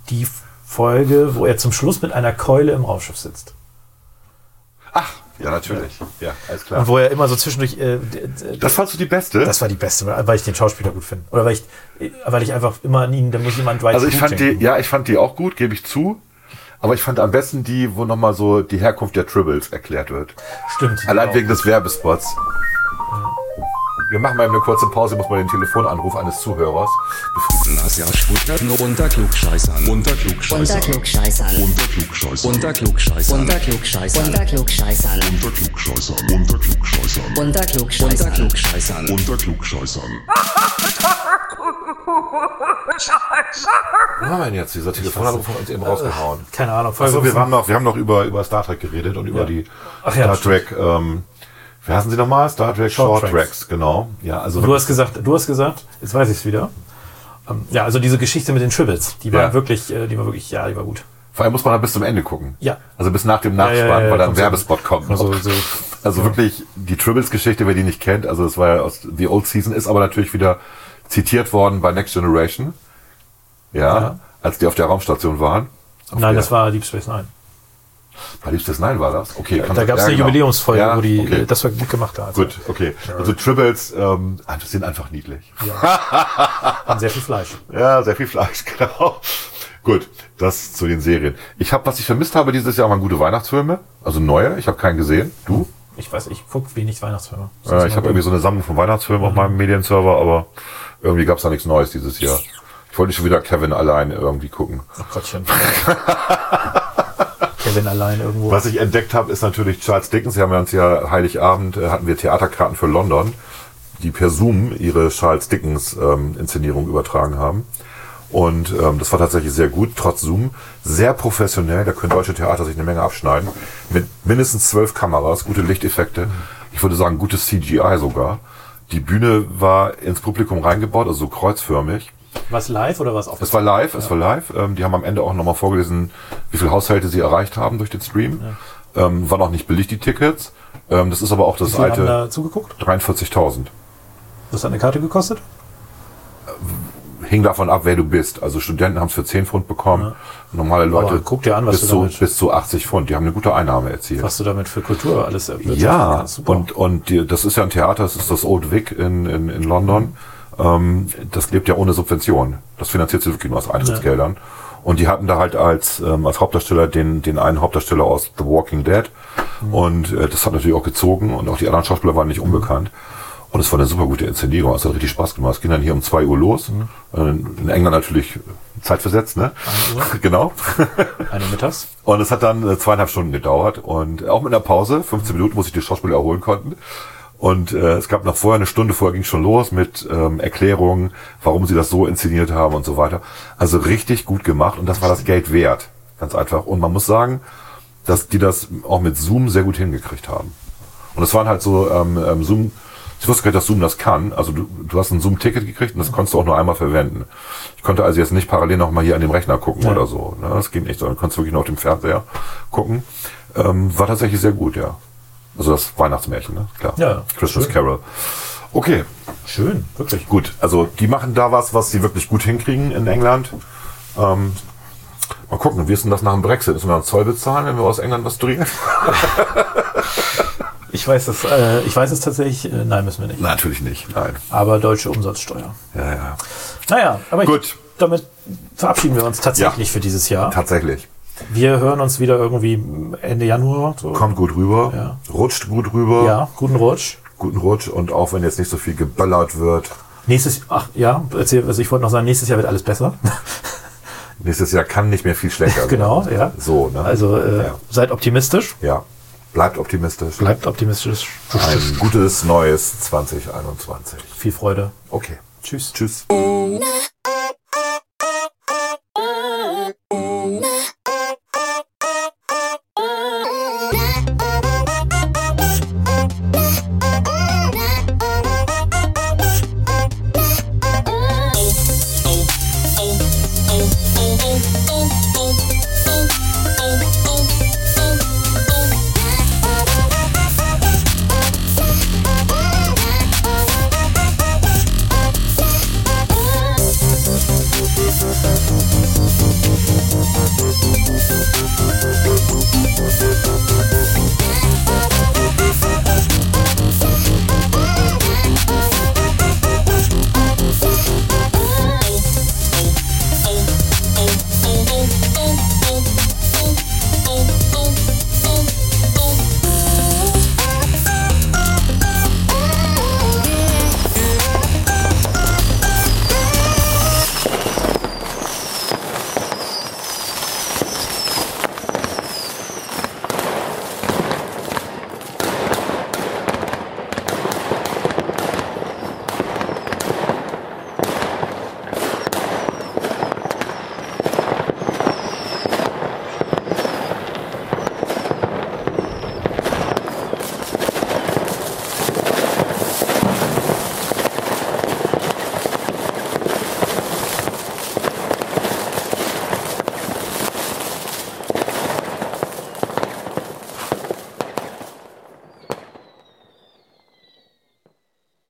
Speaker 1: die Folge, wo er zum Schluss mit einer Keule im Raumschiff sitzt.
Speaker 2: ja natürlich, ja, alles
Speaker 1: Und
Speaker 2: klar.
Speaker 1: wo er immer so zwischendurch, äh, d- d-
Speaker 2: Das fandst du die beste?
Speaker 1: das war die beste, weil ich den Schauspieler gut finde. Oder weil ich, äh, weil ich einfach immer an ihn, da muss jemand Dwight
Speaker 2: also ich
Speaker 1: Schrute
Speaker 2: fand
Speaker 1: denken.
Speaker 2: die, ja, ich fand die auch gut, gebe ich zu. Aber ich fand am besten die, wo nochmal so die Herkunft der Tribbles erklärt wird.
Speaker 1: Stimmt.
Speaker 2: Allein
Speaker 1: genau.
Speaker 2: wegen des Werbespots. Wir machen mal eben eine kurze Pause, muss mal den Telefonanruf eines Zuhörers befriedigen.
Speaker 6: Nasja Schwutten unter Klugscheißern. Unter
Speaker 8: Unter
Speaker 6: Klugscheißern.
Speaker 8: Klugscheißern. Unter
Speaker 6: Unter Klugscheißern.
Speaker 8: Klugscheißern. Unter Klugscheißern. Unter
Speaker 6: Unter
Speaker 8: Klugscheißern.
Speaker 6: Klugscheißern.
Speaker 2: Was haben wir denn jetzt? Dieser Telefonanruf von uns eben rausgehauen.
Speaker 1: Keine Ahnung. Folge
Speaker 2: Also wir,
Speaker 1: von-
Speaker 2: waren noch, wir haben noch über, über Star Trek geredet und über
Speaker 1: Ja.
Speaker 2: die
Speaker 1: Ach ja,
Speaker 2: Star Trek, ähm, wie heißen sie nochmal? Star Trek Short,
Speaker 1: Short
Speaker 2: Tracks. genau. Ja, also
Speaker 1: Du hast gesagt, du hast gesagt, jetzt weiß ich es wieder. Ähm, ja, also diese Geschichte mit den Tribbles, die war
Speaker 2: Ja.
Speaker 1: wirklich, äh, die war wirklich, ja, die war gut.
Speaker 2: vor allem muss man da bis zum Ende gucken.
Speaker 1: Ja.
Speaker 2: Also bis nach dem Nachspann,
Speaker 1: Ja, ja, ja,
Speaker 2: weil da ein
Speaker 1: kommt so-
Speaker 2: Werbespot kommt.
Speaker 1: Also, so,
Speaker 2: Also wirklich die Tribbles-Geschichte, wer die nicht kennt, also das war ja aus The Old Season, ist aber natürlich wieder zitiert worden bei Next Generation. Ja,
Speaker 1: Ja.
Speaker 2: als die auf der Raumstation waren. Auf
Speaker 1: Nein,
Speaker 2: der,
Speaker 1: das war Deep Space Nine.
Speaker 2: Bei Liebstes Nein war das? Okay, kann
Speaker 1: Da
Speaker 2: das-
Speaker 1: gab es
Speaker 2: ja,
Speaker 1: eine
Speaker 2: genau.
Speaker 1: Jubiläumsfolge,
Speaker 2: Ja,
Speaker 1: wo die
Speaker 2: okay.
Speaker 1: äh, das war gut gemacht hat.
Speaker 2: Gut, okay. Also Tribbles ähm, einfach- sind einfach niedlich.
Speaker 1: Und sehr viel Fleisch.
Speaker 2: Ja, sehr viel Fleisch, genau. Gut, das zu den Serien. Ich habe, was ich vermisst habe dieses Jahr, waren gute Weihnachtsfilme. Also neue, ich habe keinen gesehen. Du?
Speaker 1: Ich weiß, ich gucke wenig Weihnachtsfilme.
Speaker 2: Äh, ich habe irgendwie so eine Sammlung von Weihnachtsfilmen auf meinem Medienserver, aber irgendwie gab es da nichts Neues dieses Jahr. Ich wollte schon wieder Kevin allein irgendwie gucken.
Speaker 1: Oh Gottchen. Kevin allein irgendwo.
Speaker 2: Was ich entdeckt habe, ist natürlich Charles Dickens. Wir haben ja uns ja Heiligabend, äh, hatten wir Theaterkarten für London, die per Zoom ihre Charles Dickens ähm, Inszenierung übertragen haben. Und ähm, das war tatsächlich sehr gut, trotz Zoom. Sehr professionell, da können deutsche Theater sich eine Menge abschneiden. Mit mindestens zwölf Kameras, gute Lichteffekte. Ich würde sagen, gutes CGI sogar. Die Bühne war ins Publikum reingebaut, also so kreuzförmig.
Speaker 1: Was live oder was auf?
Speaker 2: Es war live, es war live. Ähm, die haben am Ende auch nochmal vorgelesen, wie viele Haushalte sie erreicht haben durch den Stream. Ähm, waren auch nicht billig, die Tickets. Ähm, das ist aber auch das
Speaker 1: Sie haben
Speaker 2: alte
Speaker 1: da zugeguckt.
Speaker 2: 43.000.
Speaker 1: Das hat eine Karte gekostet.
Speaker 2: Hing davon ab, wer du bist. Also Studenten haben es für 10 Pfund bekommen. Normale Leute
Speaker 1: Aber guck dir an, was
Speaker 2: bis,
Speaker 1: du
Speaker 2: zu,
Speaker 1: damit-
Speaker 2: bis zu 80 Pfund. Die haben eine gute Einnahme erzielt.
Speaker 1: Was du damit für Kultur alles erwirtschaften
Speaker 2: Ja,
Speaker 1: kannst. Super.
Speaker 2: und, und die, das ist ja ein Theater, das ist das Old Vic in, in, in London. Ähm, das lebt ja ohne Subvention. Das finanziert sich wirklich nur aus Eintrittsgeldern. Und die hatten da halt als, ähm, als Hauptdarsteller den, den einen Hauptdarsteller aus The Walking Dead. Und äh, das hat natürlich auch gezogen und auch die anderen Schauspieler waren nicht unbekannt. Und es war eine super gute Inszenierung. Es hat richtig Spaß gemacht. Es ging dann hier um 2 Uhr los. Äh, In England natürlich zeitversetzt, ne? genau.
Speaker 1: eine mittags.
Speaker 2: Und es hat dann äh, zweieinhalb Stunden gedauert und auch mit einer Pause, 15 Minuten, wo sich die Schauspieler erholen konnten. Und äh, es gab noch vorher eine Stunde, vorher ging schon los mit ähm, Erklärungen, warum sie das so inszeniert haben und so weiter. Also richtig gut gemacht und das war das Geld wert, ganz einfach. Und man muss sagen, dass die das auch mit Zoom sehr gut hingekriegt haben. Und es waren halt so ähm, ähm, Zoom, ich wusste gar nicht, dass Zoom das kann. Also du, du hast ein Zoom-Ticket gekriegt
Speaker 1: Mhm.
Speaker 2: und das konntest du auch nur einmal verwenden. Ich konnte also jetzt nicht parallel nochmal hier an dem Rechner gucken oder so. Ne? Das ging nicht, sondern konntest wirklich nur auf dem Fernseher gucken. Ähm, war tatsächlich sehr gut, ja. Also das Weihnachtsmärchen, ne? Klar.
Speaker 1: Ja.
Speaker 2: Christmas
Speaker 1: Schön.
Speaker 2: Carol. Okay,
Speaker 1: Schön, wirklich.
Speaker 2: gut. Also die machen da was, was sie wirklich gut hinkriegen in England. Ähm, mal gucken, wie ist denn das nach dem Brexit? Müssen wir dann Zoll bezahlen, wenn wir aus England was drehen?
Speaker 1: Ich weiß es. Äh, ich weiß es tatsächlich. Äh, nein, müssen wir nicht.
Speaker 2: Natürlich nicht, nein.
Speaker 1: Aber deutsche Umsatzsteuer.
Speaker 2: Ja, ja.
Speaker 1: Naja, aber Ich,
Speaker 2: Gut.
Speaker 1: damit verabschieden wir uns tatsächlich
Speaker 2: Ja.
Speaker 1: für dieses Jahr.
Speaker 2: Tatsächlich.
Speaker 1: Wir hören uns wieder irgendwie Ende Januar. So.
Speaker 2: Kommt gut rüber,
Speaker 1: Ja.
Speaker 2: rutscht gut rüber,
Speaker 1: Ja, guten Rutsch.
Speaker 2: guten Rutsch und auch wenn jetzt nicht so viel geböllert wird,
Speaker 1: Nächstes, ach ja, erzähl- also ich wollte noch sagen, nächstes Jahr wird alles besser.
Speaker 2: nächstes Jahr kann nicht mehr viel schlechter werden.
Speaker 1: genau, ja.
Speaker 2: So, ne?
Speaker 1: Also äh,
Speaker 2: Ja.
Speaker 1: seid optimistisch,
Speaker 2: Ja, bleibt optimistisch.
Speaker 1: bleibt optimistisch.
Speaker 2: Ein gutes neues 2021.
Speaker 1: Viel Freude.
Speaker 2: Okay. Tschüss. Tschüss.